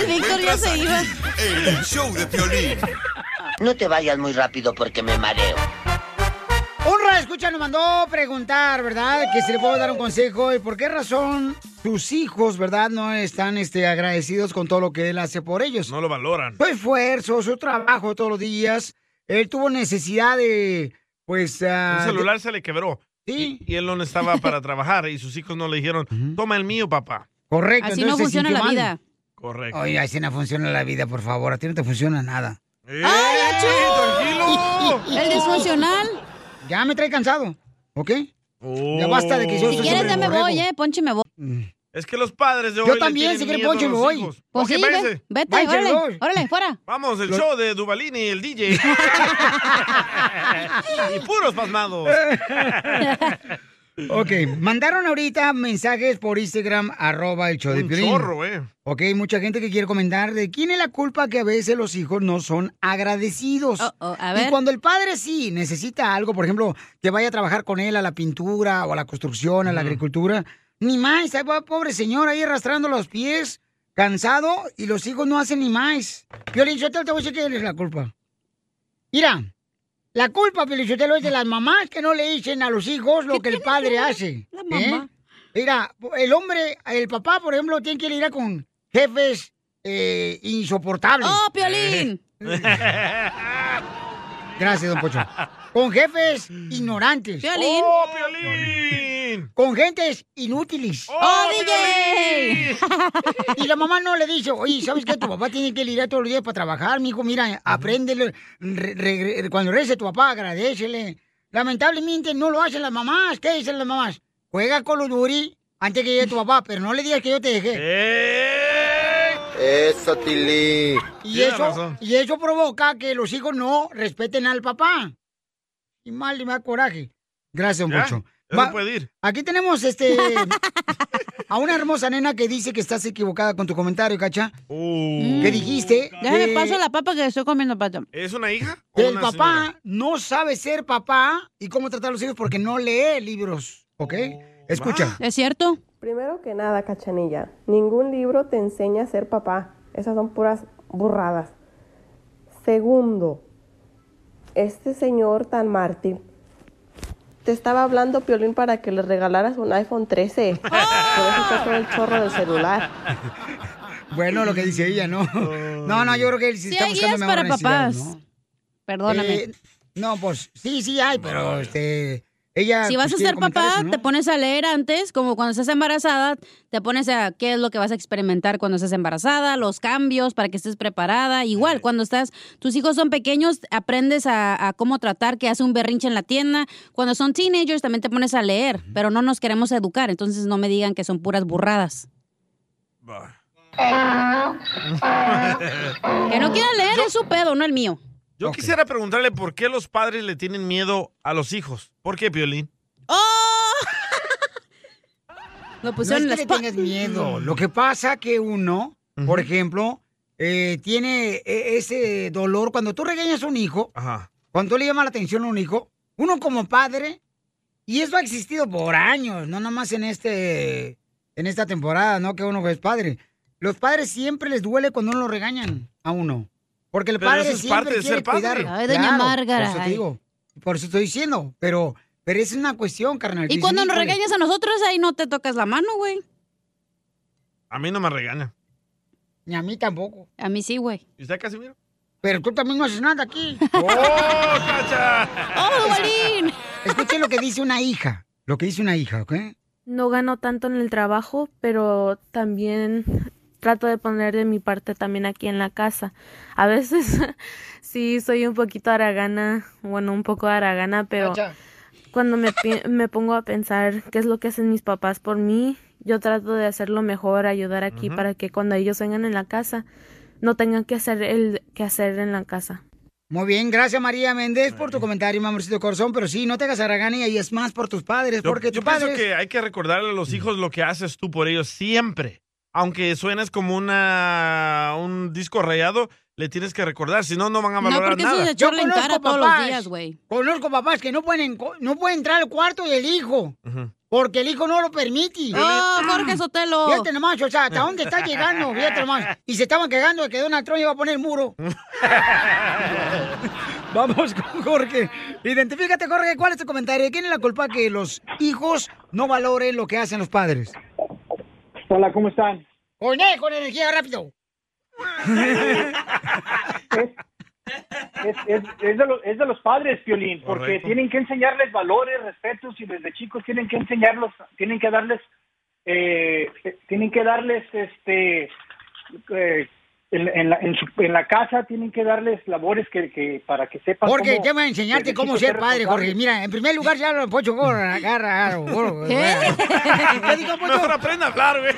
[SPEAKER 17] El Víctor ya se iba.
[SPEAKER 10] El show de Piolín.
[SPEAKER 17] No te vayas muy rápido porque me mareo.
[SPEAKER 2] Un radio escucha nos mandó preguntar, ¿verdad? Que si le puedo dar un consejo y por qué razón tus hijos, ¿verdad? No están este, agradecidos con todo lo que él hace por ellos.
[SPEAKER 3] No lo valoran.
[SPEAKER 2] Su esfuerzo, su trabajo todos los días. Él tuvo necesidad de Pues.
[SPEAKER 3] Un celular se le quebró.
[SPEAKER 2] Sí.
[SPEAKER 3] Y, y él no estaba para trabajar y sus hijos no le dijeron, toma el mío, papá.
[SPEAKER 2] Correcto.
[SPEAKER 4] Así no
[SPEAKER 2] entonces se
[SPEAKER 4] funciona la
[SPEAKER 2] sintió mal.
[SPEAKER 4] vida.
[SPEAKER 3] Correcto.
[SPEAKER 2] Oye, así no funciona la vida, por favor. A ti no te funciona nada.
[SPEAKER 4] ¡Ay, achú!
[SPEAKER 2] tranquilo!
[SPEAKER 4] ¡Oh! El disfuncional.
[SPEAKER 2] Ya me trae cansado, ¿ok? Ya basta de que yo
[SPEAKER 4] Si
[SPEAKER 2] soy
[SPEAKER 4] quieres,
[SPEAKER 2] siempre
[SPEAKER 4] ya
[SPEAKER 2] el
[SPEAKER 4] me
[SPEAKER 2] borrego.
[SPEAKER 4] voy, ¿eh? Ponche, me voy.
[SPEAKER 3] Oh.
[SPEAKER 2] Mm.
[SPEAKER 3] Es que los padres de hoy.
[SPEAKER 4] Yo
[SPEAKER 3] le
[SPEAKER 4] también,
[SPEAKER 3] tienen
[SPEAKER 4] si quiere
[SPEAKER 3] miedo a
[SPEAKER 4] ponche, me
[SPEAKER 3] los
[SPEAKER 4] voy.
[SPEAKER 3] hijos.
[SPEAKER 4] Pues
[SPEAKER 3] Ok,
[SPEAKER 4] sí,
[SPEAKER 3] váyanse.
[SPEAKER 4] ve- vete,
[SPEAKER 3] Váyanse
[SPEAKER 4] órale,
[SPEAKER 3] los dos.
[SPEAKER 4] órale, fuera.
[SPEAKER 3] Vamos, el
[SPEAKER 4] Los-
[SPEAKER 3] show de Duvalini y el DJ. y puros pasmados.
[SPEAKER 2] Ok, mandaron ahorita mensajes por Instagram, arroba el show de
[SPEAKER 3] Un
[SPEAKER 2] Piolín.
[SPEAKER 3] chorro, eh.
[SPEAKER 2] Ok, mucha gente que quiere comentar de quién es la culpa que a veces los hijos no son agradecidos.
[SPEAKER 4] a
[SPEAKER 2] Y
[SPEAKER 4] ver.
[SPEAKER 2] cuando el padre sí necesita algo, por ejemplo, que vaya a trabajar con él a la pintura o a la construcción, a la agricultura, ni más, ahí va pobre señor ahí arrastrando los pies, cansado, y los hijos no hacen ni más. Piolín, yo te voy a decir quién es la culpa. Mira, la culpa, Felicitelo, es de las mamás que no le dicen a los hijos lo que el padre hace.
[SPEAKER 4] la
[SPEAKER 2] ¿eh?
[SPEAKER 4] mamá?
[SPEAKER 2] Mira, el hombre, el papá, por ejemplo, tiene que ir con jefes eh, insoportables. Eh,
[SPEAKER 4] ¡Oh, Piolín!
[SPEAKER 2] Gracias, don Pocho. Con jefes ignorantes.
[SPEAKER 4] Piolín.
[SPEAKER 3] ¡Oh, Piolín!
[SPEAKER 2] Con gentes inútiles.
[SPEAKER 3] ¡Oh, ¡Oh, DJ!
[SPEAKER 2] y la mamá no le dice, oye, ¿sabes qué? Tu papá tiene que ir todos los días para trabajar, mijo. Mira, apréndele. Re- re- re- cuando regrese tu papá, agradecele. Lamentablemente no lo hacen las mamás. ¿Qué dicen las mamás? Juega con los duri antes que llegue tu papá, pero no le digas que yo te dejé.
[SPEAKER 3] Eh.
[SPEAKER 15] Eso, Tilly.
[SPEAKER 2] Y eso, y eso provoca que los hijos no respeten al papá. Y mal, y me da coraje. Gracias,
[SPEAKER 3] ¿Ya?
[SPEAKER 2] mucho.
[SPEAKER 3] Ya se puede ir.
[SPEAKER 2] Aquí tenemos este a una hermosa nena que dice que estás equivocada con tu comentario, cacha.
[SPEAKER 3] Uh.
[SPEAKER 2] ¿Qué dijiste?
[SPEAKER 4] Déjame
[SPEAKER 2] que
[SPEAKER 4] paso la papa que estoy comiendo pato.
[SPEAKER 3] ¿Es una hija?
[SPEAKER 2] que el papá no sabe ser papá y cómo tratar a los hijos porque no lee libros, ¿ok?
[SPEAKER 3] Oh,
[SPEAKER 2] Escucha.
[SPEAKER 4] ¿Es cierto?
[SPEAKER 22] Primero que nada, cachanilla, ningún libro te enseña a ser papá. Esas son puras burradas. Segundo, este señor tan mártir te estaba hablando, Piolín, para que le regalaras un iPhone 13. Por eso está con el chorro del celular.
[SPEAKER 2] Bueno, lo que dice ella, ¿no?
[SPEAKER 3] Oh.
[SPEAKER 2] No, no, yo creo que él sí
[SPEAKER 4] Sí,
[SPEAKER 2] está
[SPEAKER 4] hay
[SPEAKER 2] buscando
[SPEAKER 4] guías
[SPEAKER 2] mejor
[SPEAKER 4] para
[SPEAKER 2] necesidad,
[SPEAKER 4] papás.
[SPEAKER 2] ¿no?
[SPEAKER 4] Perdóname.
[SPEAKER 2] Eh, no, pues sí, sí hay, pero este. Ella.
[SPEAKER 4] si vas
[SPEAKER 2] pues,
[SPEAKER 4] a
[SPEAKER 2] quiere
[SPEAKER 4] ser
[SPEAKER 2] comentar
[SPEAKER 4] papá,
[SPEAKER 2] eso, ¿no?
[SPEAKER 4] te pones a leer antes, como cuando estás embarazada, te pones a qué es lo que vas a experimentar cuando estás embarazada, los cambios para que estés preparada. Igual, cuando estás, tus hijos son pequeños, aprendes a, a cómo tratar, que hace un berrinche en la tienda. Cuando son teenagers, también te pones a leer, pero no nos queremos educar, entonces no me digan que son puras burradas. Que no quieran leer es su pedo, no el mío.
[SPEAKER 3] Yo quisiera preguntarle por qué los padres le tienen miedo a los hijos. ¿Por qué, Piolín?
[SPEAKER 4] ¡Oh! Lo
[SPEAKER 2] No es
[SPEAKER 4] pusieron
[SPEAKER 2] que
[SPEAKER 4] en la
[SPEAKER 2] le
[SPEAKER 4] espa-
[SPEAKER 2] tengas miedo. Lo que pasa que uno, por ejemplo, eh, tiene e- ese dolor. Cuando tú regañas a un hijo, cuando tú le llamas la atención a un hijo, uno como padre, y eso ha existido por años, no nomás en este, en esta temporada, ¿no? Que uno es padre. Los padres siempre les duele cuando uno lo regañan a uno. Porque el
[SPEAKER 4] Pero
[SPEAKER 2] padre
[SPEAKER 4] eso es
[SPEAKER 2] siempre
[SPEAKER 4] parte de
[SPEAKER 2] quiere
[SPEAKER 4] ser padre.
[SPEAKER 2] cuidar.
[SPEAKER 4] Ay, doña Márgara,
[SPEAKER 2] Por eso te
[SPEAKER 4] ay.
[SPEAKER 2] digo. Por eso estoy diciendo. Pero, pero es una cuestión, carnal.
[SPEAKER 4] Y
[SPEAKER 2] Dicen,
[SPEAKER 4] cuando nos
[SPEAKER 2] "Híjole".
[SPEAKER 4] regañas a nosotros, ahí no te tocas la mano, güey.
[SPEAKER 3] A mí no me regaña.
[SPEAKER 2] Ni a mí tampoco.
[SPEAKER 4] A mí sí, güey.
[SPEAKER 3] ¿Y usted, Casimiro?
[SPEAKER 2] Pero tú también no haces nada aquí.
[SPEAKER 3] ¡Oh, Cacha!
[SPEAKER 2] Escuchen lo que dice una hija. Lo que dice una hija, ¿ok?
[SPEAKER 22] No gano tanto en el trabajo, pero también trato de poner de mi parte también aquí en la casa. A veces sí soy un poquito aragana, bueno, un poco aragana,
[SPEAKER 1] Ah,
[SPEAKER 22] pero
[SPEAKER 23] Cacha.
[SPEAKER 22] cuando me, pi- me pongo a pensar qué es lo que hacen mis papás por mí, yo trato de hacerlo mejor, ayudar aquí
[SPEAKER 23] Ujú.
[SPEAKER 22] para que cuando ellos vengan en la casa no tengan que hacer el que hacer en la casa.
[SPEAKER 2] Muy bien, gracias María Méndez por tu comentario, mi amorcito corazón. Pero sí, no te hagas aragana y es más por tus padres,
[SPEAKER 3] Yo,
[SPEAKER 2] porque
[SPEAKER 3] yo
[SPEAKER 2] tus
[SPEAKER 3] pienso
[SPEAKER 2] padres...
[SPEAKER 3] que hay que recordarle a los hijos lo que haces tú por ellos siempre. Aunque suenes como una un disco rayado, le tienes que recordar, si no, no van a valorar nada.
[SPEAKER 2] Yo conozco papás-
[SPEAKER 4] güey.
[SPEAKER 2] Conozco papás que no pueden, enco- no pueden entrar al cuarto del hijo.
[SPEAKER 3] Ujú.
[SPEAKER 2] Porque el hijo no lo permite.
[SPEAKER 4] ¡Oh, Jorge Sotelo!
[SPEAKER 2] Fíjate nomás, o sea, ¿hasta dónde está llegando? Fíjate nomás. Y se estaban quejando de que Donald Trump iba a poner el muro. Vamos con Jorge. Identifícate, Jorge, ¿cuál es tu comentario? ¿De quién es la culpa que los hijos no valoren lo que hacen los padres?
[SPEAKER 5] Hola, ¿cómo están?
[SPEAKER 2] Con, él, con energía, rápido.
[SPEAKER 5] Es, es- es de los, es de los padres, Piolín, porque
[SPEAKER 7] Correcto.
[SPEAKER 5] tienen que enseñarles valores, respetos y desde chicos tienen que enseñarlos, tienen que darles, eh, tienen que darles, este, eh, en, en la, en su- en la casa tienen que darles labores que, que para que sepan.
[SPEAKER 2] Jorge,
[SPEAKER 5] Ah, cómo-
[SPEAKER 2] te voy a enseñarte
[SPEAKER 5] desde
[SPEAKER 2] cómo
[SPEAKER 5] chicos
[SPEAKER 2] ser padre, Jorge.
[SPEAKER 5] responsables.
[SPEAKER 2] Mira, en primer lugar ya lo Pocho Gorra, agarra, agarra, gorra.
[SPEAKER 5] ¿Eh?
[SPEAKER 2] ¿Qué dijo Pocho?
[SPEAKER 3] Mejor aprenda a hablar, güey.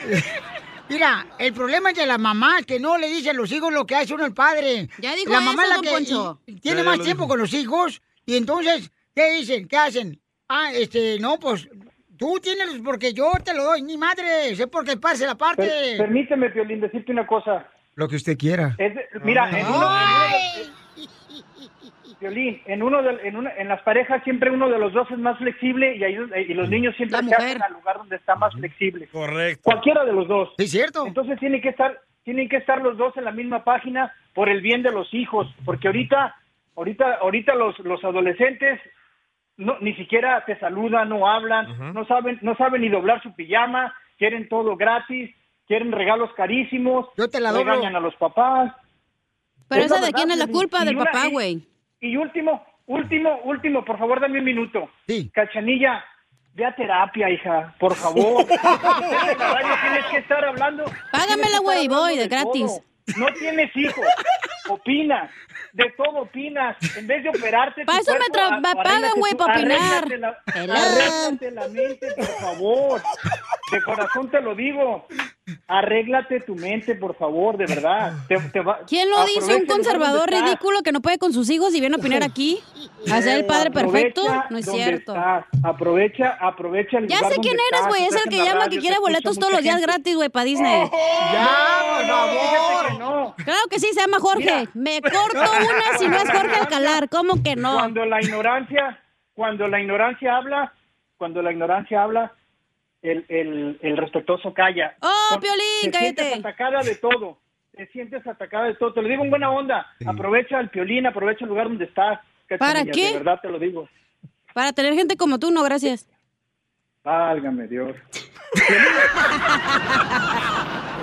[SPEAKER 2] Mira, el problema es de las mamás que no le dicen a los hijos lo que hace uno el padre.
[SPEAKER 4] Ya dijo
[SPEAKER 2] la
[SPEAKER 4] eso,
[SPEAKER 2] mamá es la
[SPEAKER 4] don
[SPEAKER 2] que
[SPEAKER 4] Poncho.
[SPEAKER 2] y-
[SPEAKER 4] Ya,
[SPEAKER 2] tiene
[SPEAKER 4] ya
[SPEAKER 2] más
[SPEAKER 4] lo
[SPEAKER 2] tiempo con los hijos y entonces ¿qué dicen? ¿Qué hacen? Ah, este, no, pues tú tienes porque yo te lo doy, ni madre, es porque el padre se la parte.
[SPEAKER 5] Per- permíteme, Piolín, decirte una cosa.
[SPEAKER 2] Lo que usted quiera. Ah.
[SPEAKER 5] Es de- mira, eh, en uno- en uno de- Piolín, en uno de- en una- en las parejas siempre uno de los dos es más flexible y ahí y los niños siempre se hacen al lugar donde está más flexible.
[SPEAKER 3] Correcto.
[SPEAKER 5] Cualquiera de los dos.
[SPEAKER 2] Es cierto.
[SPEAKER 5] Entonces tienen que estar tienen que estar los dos en la misma página por el bien de los hijos, porque ahorita ahorita ahorita los los adolescentes no, ni siquiera te saludan, no hablan, no saben, no saben ni doblar su pijama, quieren todo gratis, quieren regalos carísimos,
[SPEAKER 2] te la doblo.
[SPEAKER 5] regañan a los papás.
[SPEAKER 4] Pero
[SPEAKER 5] Es
[SPEAKER 4] esa
[SPEAKER 5] la
[SPEAKER 4] de quién es
[SPEAKER 5] verdad,
[SPEAKER 4] la
[SPEAKER 5] Piolín.
[SPEAKER 4] culpa,
[SPEAKER 5] Y
[SPEAKER 4] del
[SPEAKER 5] una-
[SPEAKER 4] papá,
[SPEAKER 5] y-
[SPEAKER 4] güey.
[SPEAKER 5] Y, último, último, último, por favor, dame un minuto. Cachanilla, ve a terapia, hija, por favor. En la radio tienes que estar hablando.
[SPEAKER 4] Págamela, güey, voy, de gratis.
[SPEAKER 5] No tienes hijos, opinas, de todo opinas. En vez de operarte, tu
[SPEAKER 4] Pa' eso me
[SPEAKER 5] cuerpo,
[SPEAKER 4] tra-
[SPEAKER 5] a-
[SPEAKER 4] me
[SPEAKER 5] arréglate
[SPEAKER 4] pagan, güey,
[SPEAKER 5] tú,
[SPEAKER 4] pa' opinar.
[SPEAKER 5] arréglate la-
[SPEAKER 4] Pelón.
[SPEAKER 5] Arréglate la mente, por favor. De corazón te lo digo. Arréglate tu mente, por favor, de verdad. Te- te va-
[SPEAKER 4] ¿Quién lo dice? Un
[SPEAKER 5] aprovecha
[SPEAKER 4] conservador
[SPEAKER 5] donde estás.
[SPEAKER 4] ridículo que no puede con sus hijos y viene a opinar aquí. ¿A ser el padre perfecto?
[SPEAKER 5] Aprovecha
[SPEAKER 4] No es
[SPEAKER 5] donde
[SPEAKER 4] cierto.
[SPEAKER 5] estás. Aprovecha, aprovecha el
[SPEAKER 4] Ya
[SPEAKER 5] lugar
[SPEAKER 4] sé quién
[SPEAKER 5] donde
[SPEAKER 4] eres,
[SPEAKER 5] estás.
[SPEAKER 4] güey. Es
[SPEAKER 5] Estás
[SPEAKER 4] el
[SPEAKER 5] en
[SPEAKER 4] que
[SPEAKER 5] la
[SPEAKER 4] llama
[SPEAKER 5] radio,
[SPEAKER 4] que
[SPEAKER 5] te
[SPEAKER 4] quiere
[SPEAKER 5] escucha
[SPEAKER 4] boletos todos
[SPEAKER 5] mucha
[SPEAKER 4] los días
[SPEAKER 5] gente.
[SPEAKER 4] gratis, güey, para Disney.
[SPEAKER 5] Ya,
[SPEAKER 4] No,
[SPEAKER 5] por
[SPEAKER 4] no,
[SPEAKER 5] favor.
[SPEAKER 4] Claro que sí, se llama Jorge. Me corto una si no es Jorge Alcalar. ¿Cómo que no?
[SPEAKER 5] Cuando la ignorancia, cuando la ignorancia habla, cuando la ignorancia habla, el, el, el respetuoso calla.
[SPEAKER 4] ¡Oh,
[SPEAKER 5] Con-
[SPEAKER 4] Piolín,
[SPEAKER 5] te
[SPEAKER 4] cállate!
[SPEAKER 5] sientes atacada de todo. Te sientes atacada de todo. Te lo digo en buena onda. Aprovecha el Piolín, aprovecha el lugar donde estás.
[SPEAKER 4] ¿Para
[SPEAKER 5] Cachanilla,
[SPEAKER 4] qué?
[SPEAKER 5] De verdad te lo digo.
[SPEAKER 4] Para tener gente como tú, no, gracias.
[SPEAKER 5] Válgame Dios.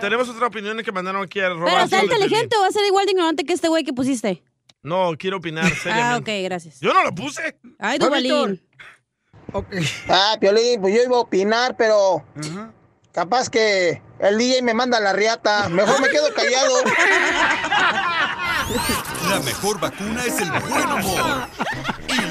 [SPEAKER 3] Tenemos otra opinión que mandaron aquí a robar.
[SPEAKER 4] ¿Pero está inteligente o va a ser igual de ignorante que este güey que pusiste?
[SPEAKER 3] No, quiero opinar
[SPEAKER 4] Ah,
[SPEAKER 3] seriamente.
[SPEAKER 4] ok, gracias.
[SPEAKER 3] Yo no lo puse.
[SPEAKER 4] Ay,
[SPEAKER 3] Fue
[SPEAKER 4] Dubalín.
[SPEAKER 21] Ah, Piolín, pues yo iba a opinar, pero capaz que el DJ me manda la riata. Mejor me quedo callado.
[SPEAKER 10] La mejor vacuna es el buen humor. Y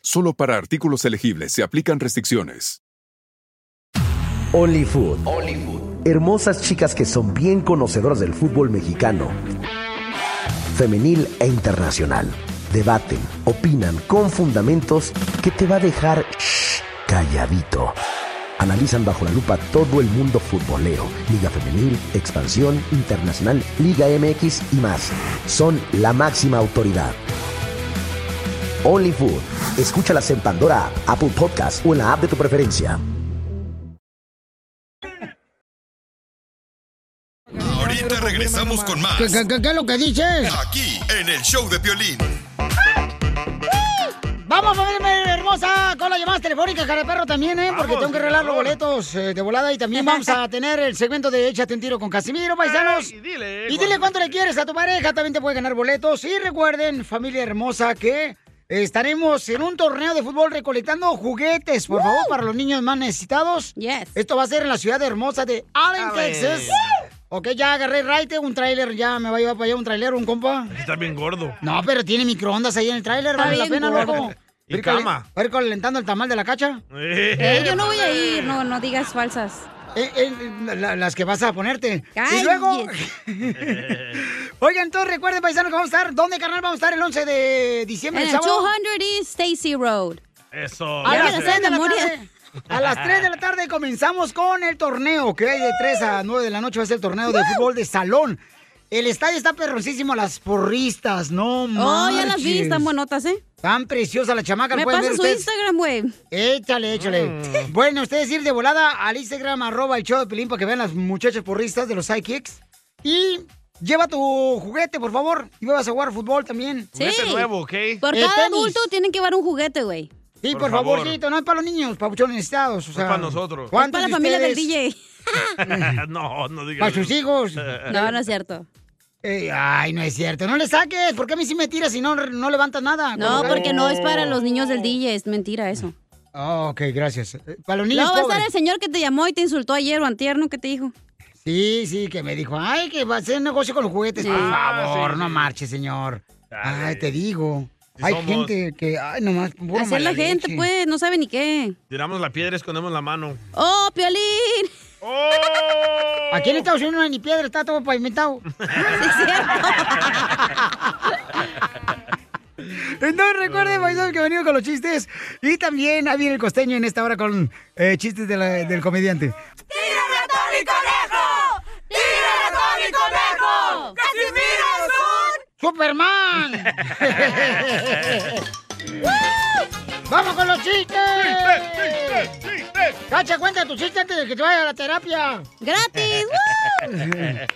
[SPEAKER 8] Solo para artículos elegibles se aplican restricciones.
[SPEAKER 23] Only Food. Hermosas chicas que son bien conocedoras del fútbol mexicano, femenil e internacional. Debaten, opinan con fundamentos que te va a dejar shh, calladito. Analizan bajo la lupa todo el mundo futbolero, Liga Femenil, Expansión, Internacional, Liga MX y más. Son la máxima autoridad. Only Food. Escúchalas en Pandora, app, Apple Podcast o en la app de tu preferencia.
[SPEAKER 10] Ahorita regresamos con más.
[SPEAKER 2] ¿Qué, qué, qué- qué es lo que dices?
[SPEAKER 10] Aquí, en el show de Piolín.
[SPEAKER 2] Vamos, familia hermosa, con las llamadas telefónicas, cara de perro también, ¿eh? Porque tengo que arreglar los boletos eh, de volada y también vamos a tener el segmento de Échate un tiro con Casimiro, paisanos.
[SPEAKER 3] Y dile.
[SPEAKER 2] Y dile cuánto le quieres a tu pareja, también te puede ganar boletos. Y recuerden, familia hermosa, que estaremos en un torneo de fútbol recolectando juguetes, por favor, para los niños más necesitados. Esto va a ser en la ciudad hermosa de Allen,
[SPEAKER 3] Allen.
[SPEAKER 2] Texas. Ok, ya agarré raite, un tráiler, ya me va a llevar para allá un tráiler, un compa.
[SPEAKER 3] Está bien gordo.
[SPEAKER 2] No, pero tiene microondas ahí en el tráiler,
[SPEAKER 3] Está
[SPEAKER 2] vale la
[SPEAKER 3] bien
[SPEAKER 2] pena,
[SPEAKER 3] gordo.
[SPEAKER 2] loco.
[SPEAKER 3] Y cama.
[SPEAKER 2] Va a ir calentando el tamal de la cacha.
[SPEAKER 4] Eh, yo no voy a ir, no, no digas falsas.
[SPEAKER 2] Eh, eh, la- las que vas a ponerte. Y luego, oigan, entonces recuerden, paisanos, que vamos a estar, ¿dónde, carnal, vamos a estar el 11 de
[SPEAKER 4] En
[SPEAKER 2] diciembre,
[SPEAKER 4] el
[SPEAKER 2] el sábado?
[SPEAKER 4] 200 East Stacy Road.
[SPEAKER 3] Eso.
[SPEAKER 2] A
[SPEAKER 4] Ya
[SPEAKER 2] las
[SPEAKER 4] sé.
[SPEAKER 2] 3 de la
[SPEAKER 4] Memoria.
[SPEAKER 2] tarde. A las 3 de la tarde comenzamos con el torneo, que hay de 3 a 9 de la noche va a ser el torneo de fútbol de salón. El estadio está perrosísimo, las porristas, no
[SPEAKER 4] Oh,
[SPEAKER 2] manches.
[SPEAKER 4] ya las vi, están buenotas, ¿eh?
[SPEAKER 2] Tan preciosa la chamaca,
[SPEAKER 4] Me
[SPEAKER 2] pueden
[SPEAKER 4] pasa
[SPEAKER 2] ver
[SPEAKER 4] su
[SPEAKER 2] ustedes?
[SPEAKER 4] Instagram, güey. Mm.
[SPEAKER 2] Échale, échale. Bueno, ustedes ir de volada al Instagram, arroba el show de Pelín, para que vean las muchachas porristas de los sidekicks. Y lleva tu juguete, por favor. Y vas a jugar fútbol también.
[SPEAKER 3] Juguete nuevo, ¿ok?
[SPEAKER 4] Por
[SPEAKER 2] Eh,
[SPEAKER 4] cada
[SPEAKER 2] tenis.
[SPEAKER 4] adulto tienen que llevar un juguete, güey.
[SPEAKER 2] Sí,
[SPEAKER 3] Por
[SPEAKER 2] por,
[SPEAKER 3] favor.
[SPEAKER 2] favorcito, no es para los niños, papuchones necesitados. O sea,
[SPEAKER 3] para nosotros.
[SPEAKER 2] ¿cuántos
[SPEAKER 4] Es para la familia
[SPEAKER 2] de
[SPEAKER 4] del
[SPEAKER 2] ustedes-
[SPEAKER 4] DJ.
[SPEAKER 3] no, no digas.
[SPEAKER 2] Para sus hijos.
[SPEAKER 4] No, no es cierto.
[SPEAKER 2] Eh, ay, no es cierto. No le saques. ¿Por qué a mí sí me tiras y no, no levantas nada?
[SPEAKER 4] No, porque no es para los niños del DJ, es mentira eso.
[SPEAKER 2] Ah, ok, gracias. Eh, Para los niños
[SPEAKER 4] No, va a
[SPEAKER 2] pobres.
[SPEAKER 4] estar el señor que te llamó y te insultó ayer o antierno, ¿qué te dijo?
[SPEAKER 2] Sí, sí, que me dijo, ay, que va a hacer negocio con los juguetes.
[SPEAKER 4] Sí.
[SPEAKER 2] Por
[SPEAKER 4] Ah,
[SPEAKER 2] favor,
[SPEAKER 4] sí.
[SPEAKER 2] no marche, señor. Ay, te digo.
[SPEAKER 3] Sí
[SPEAKER 2] Hay
[SPEAKER 3] somos.
[SPEAKER 2] gente que, ay, nomás. puro
[SPEAKER 4] Hacer la
[SPEAKER 2] mala
[SPEAKER 4] gente,
[SPEAKER 2] leche.
[SPEAKER 4] pues, no sabe ni qué.
[SPEAKER 3] Tiramos la piedra, escondemos la mano.
[SPEAKER 4] ¡Oh, Piolín!
[SPEAKER 2] ¡Oh! Aquí en Estados Unidos no hay ni piedra, está todo pavimentado. Entonces recuerden, paisanos, que venimos con los chistes. Y también ahí viene el costeño en esta hora con eh, chistes de la- del comediante.
[SPEAKER 1] ¡Tírame a Tony Conejo! ¡Tírame a Tony Conejo! ¡Casimiro es un...
[SPEAKER 2] ¡Superman! ¡Vamos con los chistes! ¡Cacha, cuenta tu chiste antes de que te vayas a la terapia!
[SPEAKER 4] ¡Gratis!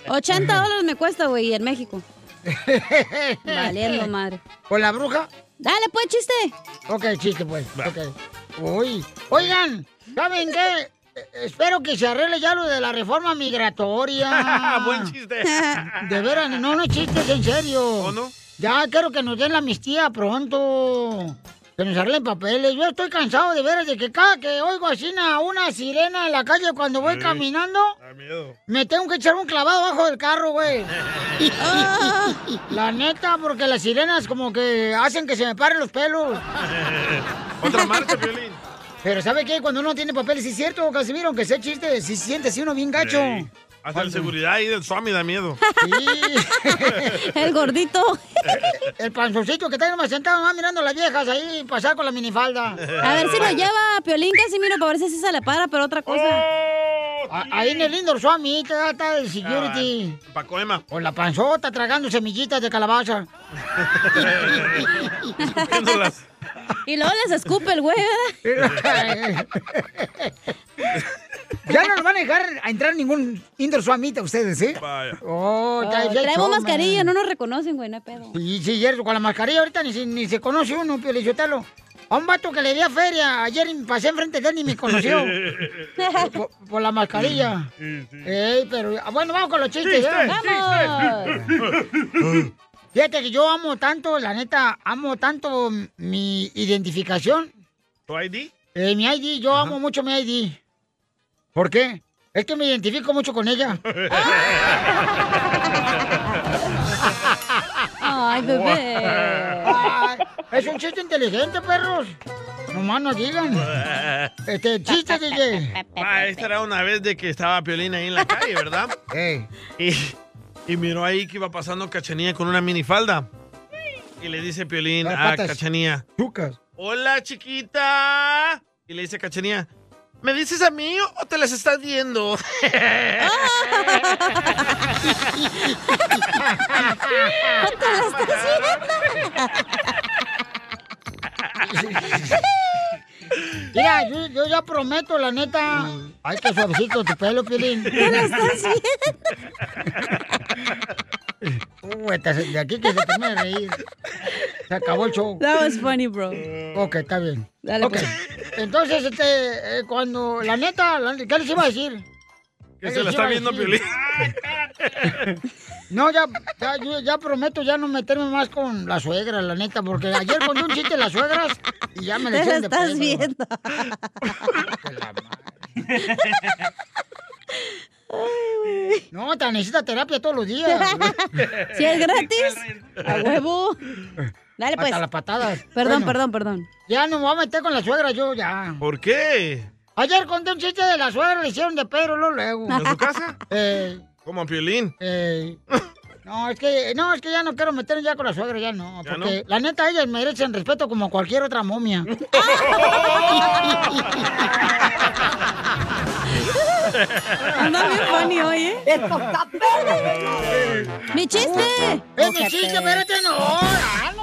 [SPEAKER 4] ¡Woo! 80 dólares me cuesta, güey, en México. Valiendo madre.
[SPEAKER 2] ¿Con la bruja?
[SPEAKER 4] Dale, pues, chiste.
[SPEAKER 2] Ok, chiste, pues. Ok. Uy. Oigan, ¿saben qué? Eh, Espero que se arregle ya lo de la reforma migratoria.
[SPEAKER 3] Buen chiste.
[SPEAKER 2] De veras, no, no es chiste, es en serio. Ya quiero que nos den la amnistía pronto. Que nos arreglen papeles. Yo estoy cansado de veras de que cada que oigo así na- una sirena en la calle cuando voy
[SPEAKER 3] Sí.
[SPEAKER 2] caminando,
[SPEAKER 3] Da miedo.
[SPEAKER 2] me tengo que echar un clavado abajo del carro, güey. la neta, porque las sirenas como que hacen que se me paren los pelos.
[SPEAKER 3] Otra marcha, Piolín.
[SPEAKER 2] Pero ¿sabe qué? Cuando uno tiene papeles, sí es cierto, Casimiro, aunque sea chiste, sí se siente así uno bien gacho.
[SPEAKER 3] Ey, Hasta el seguridad ahí del Swami da miedo.
[SPEAKER 2] El gordito. El panzoncito que está nomás sentado, nomás mirando a las viejas ahí pasar con la minifalda.
[SPEAKER 4] A ver si lo lleva Piolín Casimiro para ver si así se le para, pero otra cosa.
[SPEAKER 2] A- Ahí en el Indoor Swami, está, está el security.
[SPEAKER 3] Ah, Pacoema.
[SPEAKER 2] Con la panzota tragando semillitas de calabaza.
[SPEAKER 4] Y luego les escupe el güey, ¿verdad?
[SPEAKER 2] Ya no nos van a dejar a entrar ningún Indoor Swami a ustedes, ¿eh?
[SPEAKER 3] Vaya.
[SPEAKER 2] Oh, ya- ya
[SPEAKER 4] traemos
[SPEAKER 2] choma.
[SPEAKER 4] mascarilla, no nos reconocen, güey, no hay pedo.
[SPEAKER 2] Y sí, cierto, con la mascarilla ahorita ni, se- ni se conoce uno, Piolichotelo. A un vato que le di a feria, ayer pasé enfrente de él y me conoció. por, por la mascarilla. Ey, pero ah, bueno, vamos con los chistes.
[SPEAKER 1] Chistes,
[SPEAKER 2] ¿eh?
[SPEAKER 1] chistes.
[SPEAKER 2] Fíjate que yo amo tanto, la neta, amo tanto m- mi identificación,
[SPEAKER 3] ¿Tu ID?
[SPEAKER 2] eh, mi ID, yo amo mucho mi ID. ¿Por qué? Es que me identifico mucho con ella.
[SPEAKER 4] Ay, bebé.
[SPEAKER 2] Ay, es un chiste inteligente, perros. Nomás no digan. Este, chiste, DJ.
[SPEAKER 3] Ah, esta era una vez de que estaba Piolín ahí en la calle, ¿verdad? Y, y miró ahí que iba pasando Cachanía con una minifalda. Y le dice Piolín
[SPEAKER 1] Las
[SPEAKER 3] a
[SPEAKER 1] patas.
[SPEAKER 3] Cachanía.
[SPEAKER 2] Lucas.
[SPEAKER 3] Hola, chiquita. Y le dice Cachanía. ¿Me dices a mí o te las estás viendo?
[SPEAKER 2] Mira, yo, yo ya prometo, la neta. Ay, qué suavecito tu pelo, Pilín.
[SPEAKER 1] ¿Te lo estás
[SPEAKER 2] Uh, esta se- de aquí que se termina de reír. Se acabó el show.
[SPEAKER 4] That was funny, bro.
[SPEAKER 2] Ok, está bien.
[SPEAKER 4] Dale,
[SPEAKER 2] Ok.
[SPEAKER 4] pues.
[SPEAKER 2] Entonces, este, eh, cuando, la neta, la- ¿qué les iba a decir?
[SPEAKER 3] Que
[SPEAKER 2] ¿Qué
[SPEAKER 3] se
[SPEAKER 2] les
[SPEAKER 3] la
[SPEAKER 2] iba
[SPEAKER 3] está
[SPEAKER 2] a
[SPEAKER 3] viendo
[SPEAKER 2] decir?
[SPEAKER 3] Piolín.
[SPEAKER 2] No, ya, ya, yo ya prometo ya no meterme más con la suegra, la neta, porque ayer conté un chiste de las suegras y ya
[SPEAKER 4] Te
[SPEAKER 2] me le
[SPEAKER 4] la
[SPEAKER 2] echaron de
[SPEAKER 4] estás
[SPEAKER 2] pedo.
[SPEAKER 4] viendo.
[SPEAKER 2] No, te necesita terapia todos los días.
[SPEAKER 4] Si es gratis, a huevo. Dale, pues.
[SPEAKER 2] Hasta las patadas.
[SPEAKER 4] Perdón,
[SPEAKER 2] Bueno.
[SPEAKER 4] perdón, perdón.
[SPEAKER 2] Ya no me voy a meter con la suegra yo, ya.
[SPEAKER 3] ¿Por qué?
[SPEAKER 2] Ayer conté un chiste de la suegra, le hicieron de Pedro luego, luego.
[SPEAKER 3] ¿En su casa?
[SPEAKER 2] Eh,
[SPEAKER 3] Como a Piolín.
[SPEAKER 2] eh, no, es que, no, es que ya no quiero meterme ya con la suegra, ya no.
[SPEAKER 3] ¿Ya
[SPEAKER 2] Porque
[SPEAKER 3] no?
[SPEAKER 2] la neta, ellas merecen respeto como cualquier otra momia.
[SPEAKER 4] Anda bien funny hoy, ¿eh?
[SPEAKER 2] Esto
[SPEAKER 4] Mi mi chiste!
[SPEAKER 2] ¡Es mi chiste, espérate, no!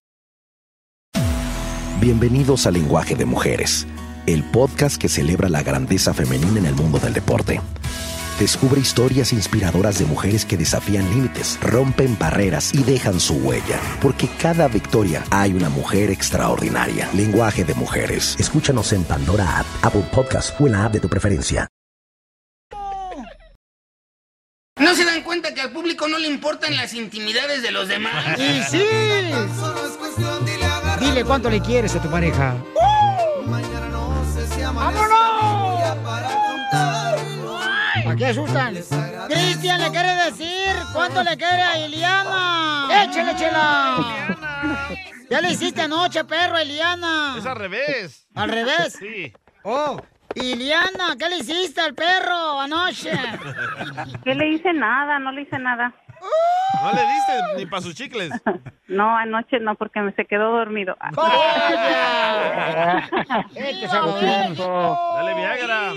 [SPEAKER 23] Bienvenidos a Lenguaje de Mujeres, el podcast que celebra la grandeza femenina en el mundo del deporte. Descubre historias inspiradoras de mujeres que desafían límites, rompen barreras y dejan su huella, porque cada victoria hay una mujer extraordinaria. Lenguaje de Mujeres. Escúchanos en Pandora App, Apple Podcast o en la app de tu preferencia.
[SPEAKER 7] ¿No se dan cuenta que al público no le importan las intimidades de los demás?
[SPEAKER 2] ¡Y sí! Dile cuánto le quieres a tu pareja. ¿A qué asustan?
[SPEAKER 1] Cristian le quiere decir cuánto le quiere a Iliana.
[SPEAKER 2] ¡Échale, chela! Ya le hiciste anoche, perro, Eliana.
[SPEAKER 3] Es al revés.
[SPEAKER 2] ¿Al revés?
[SPEAKER 3] Sí.
[SPEAKER 2] Oh, Iliana, ¿qué le hiciste al perro anoche?
[SPEAKER 11] Yo le hice nada, no le hice nada.
[SPEAKER 3] No le diste ni para sus chicles.
[SPEAKER 11] No, anoche no, porque me se quedó dormido. Ah.
[SPEAKER 3] Este Dale Viagra.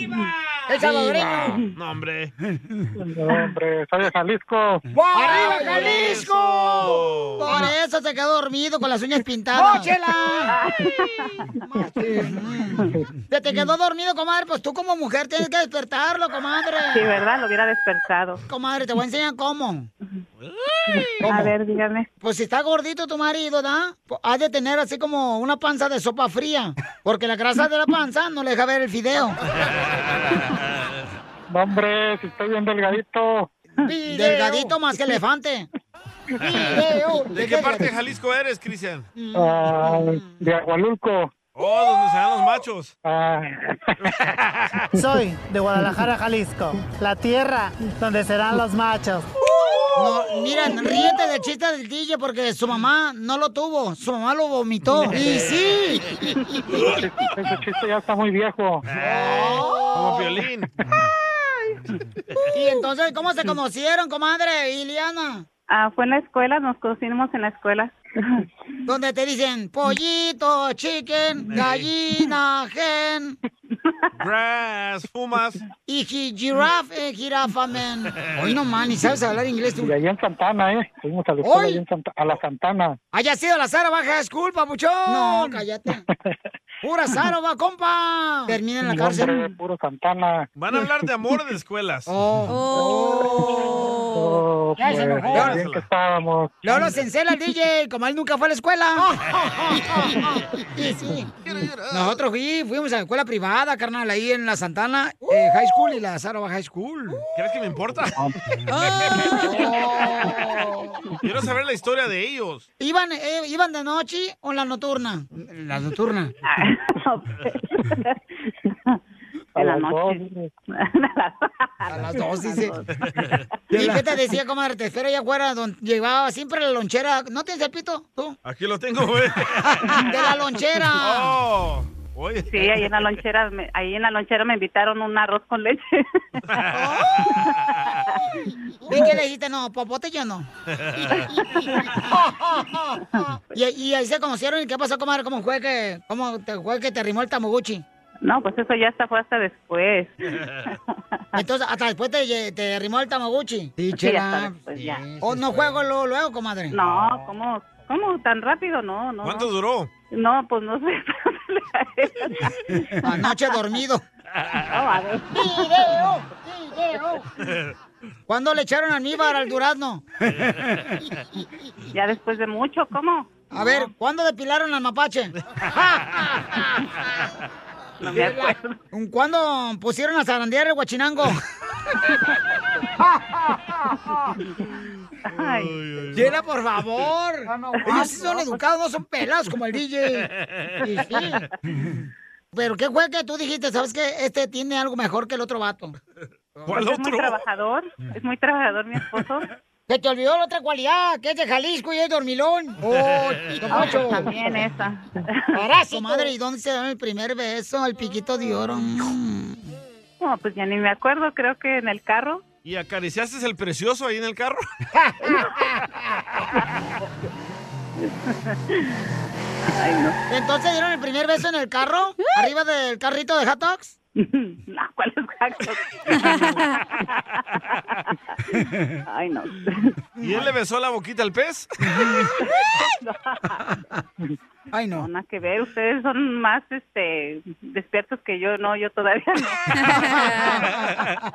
[SPEAKER 2] ¡El salvadoreño!
[SPEAKER 3] No, hombre.
[SPEAKER 9] hombre, soy de Jalisco.
[SPEAKER 3] Ah,
[SPEAKER 2] ¡Arriba, Jalisco! Por eso se quedó dormido con las uñas pintadas. ¡No, chela! Se te quedó dormido, comadre. Pues tú como mujer tienes que despertarlo, comadre.
[SPEAKER 11] Sí, ¿verdad? Lo hubiera despertado.
[SPEAKER 2] Comadre, te voy a enseñar cómo.
[SPEAKER 11] A ver, dígame.
[SPEAKER 2] Pues si está gordito tu marido, ¿da? Pues Has de tener así como una panza de sopa fría. Porque la grasa de la panza no le deja ver el fideo.
[SPEAKER 9] No, hombre, si estoy bien delgadito.
[SPEAKER 2] Delgadito más que elefante.
[SPEAKER 3] ¿De qué parte de Jalisco eres, Cristian?
[SPEAKER 9] Ah, de Agualulco.
[SPEAKER 3] Oh, donde se dan los machos.
[SPEAKER 12] Soy de Guadalajara, Jalisco, la tierra donde serán los machos.
[SPEAKER 2] No, mira, ríete del chiste del DJ porque su mamá no lo tuvo, su mamá lo vomitó. ¡Y sí!
[SPEAKER 9] Ese chiste ya está muy viejo.
[SPEAKER 3] Eh, Como violín.
[SPEAKER 2] Y entonces, ¿cómo se conocieron, comadre Iliana?
[SPEAKER 11] Ah, fue en la escuela, nos conocimos en la escuela.
[SPEAKER 2] Donde te dicen pollito, chicken, gallina, gen.
[SPEAKER 3] Grass, fumas.
[SPEAKER 2] Y gi- giraffe, eh, jirafa, man. Hoy no man, ni sabes hablar inglés tú.
[SPEAKER 9] Y allá en Santana, ¿eh? Fuimos a la escuela
[SPEAKER 2] Hoy.
[SPEAKER 9] allá en Santa- a la Santana.
[SPEAKER 2] Haya sido la Sara Baja School, papuchón. No, cállate. Pura Sara, va, compa. Termina en la
[SPEAKER 9] Y,
[SPEAKER 2] cárcel.
[SPEAKER 9] hombre, puro Santana.
[SPEAKER 3] Van a hablar de amor de escuelas.
[SPEAKER 9] Oh,
[SPEAKER 2] Ya se
[SPEAKER 9] pues,
[SPEAKER 2] enojó.
[SPEAKER 9] qué bien que estábamos.
[SPEAKER 2] No los encela el DJ, como él nunca fue a la escuela. Y sí. Nosotros fui- fuimos a la escuela privada, carnal, ahí en la Santana eh, High School y la Sarova High School.
[SPEAKER 3] ¿Crees que me importa? Quiero saber la historia de ellos.
[SPEAKER 2] ¿Iban, eh, ¿Iban de noche o en la nocturna? La nocturna.
[SPEAKER 9] A
[SPEAKER 2] En la
[SPEAKER 9] las
[SPEAKER 2] noche.
[SPEAKER 9] dos.
[SPEAKER 2] A las dos, dice. ¿Y qué te decía, comadre? Te espero allá afuera, donde llevaba siempre la lonchera. ¿No tienes el pito, tú?
[SPEAKER 3] Aquí lo tengo, güey.
[SPEAKER 2] De la lonchera.
[SPEAKER 3] Oh, oye.
[SPEAKER 11] Sí, ahí en la lonchera, me, ahí en la lonchera me invitaron un arroz con leche.
[SPEAKER 2] ¿Y qué le dijiste? No, popote yo no. y, y ahí se conocieron y qué pasó, comadre, cómo fue que, cómo te fue que te arrimó el tamoguchi.
[SPEAKER 11] No, pues eso ya hasta fue hasta después.
[SPEAKER 2] Entonces, hasta después te, lle- te arrimó el tamoguchi.
[SPEAKER 11] Sí, hasta después, ya.
[SPEAKER 2] ¿O no juego luego, luego, comadre?
[SPEAKER 11] No, ¿cómo, cómo tan rápido? No, no.
[SPEAKER 3] ¿Cuánto
[SPEAKER 11] no.
[SPEAKER 3] duró?
[SPEAKER 11] No, pues no sé.
[SPEAKER 2] Anoche dormido. ¿Cuándo le echaron almíbar al durazno?
[SPEAKER 11] Ya después de mucho, ¿cómo?
[SPEAKER 2] A ver, ¿cuándo depilaron al mapache?
[SPEAKER 11] No me acuerdo.
[SPEAKER 2] ¿Cuándo pusieron a zarandear el guachinango? Llena, por favor. Ellos sí son educados, no son pelados como el DJ. Y sí. Pero qué fue que tú dijiste, ¿sabes qué? Este tiene algo mejor que el otro vato.
[SPEAKER 11] Es muy trabajador, es muy trabajador mi esposo.
[SPEAKER 2] Se te olvidó la otra cualidad, que es de Jalisco y es dormilón. Oh, Don
[SPEAKER 1] Ah,
[SPEAKER 2] Poncho.
[SPEAKER 1] pues también esa.
[SPEAKER 2] Parásito. madre, ¿y dónde se da el primer beso? El piquito de oro. Mm.
[SPEAKER 11] No, pues ya ni me acuerdo, creo que en el carro.
[SPEAKER 3] ¿Y acariciaste el precioso ahí en el carro?
[SPEAKER 2] ¿Entonces dieron el primer beso en el carro? ¿Arriba del carrito de hot dogs?
[SPEAKER 11] No, ¿cuál es Ay, no.
[SPEAKER 3] ¿Y él le besó la boquita al pez?
[SPEAKER 2] Ay, no.
[SPEAKER 11] Nada que ver, ustedes son más este despiertos que yo, no, yo todavía no.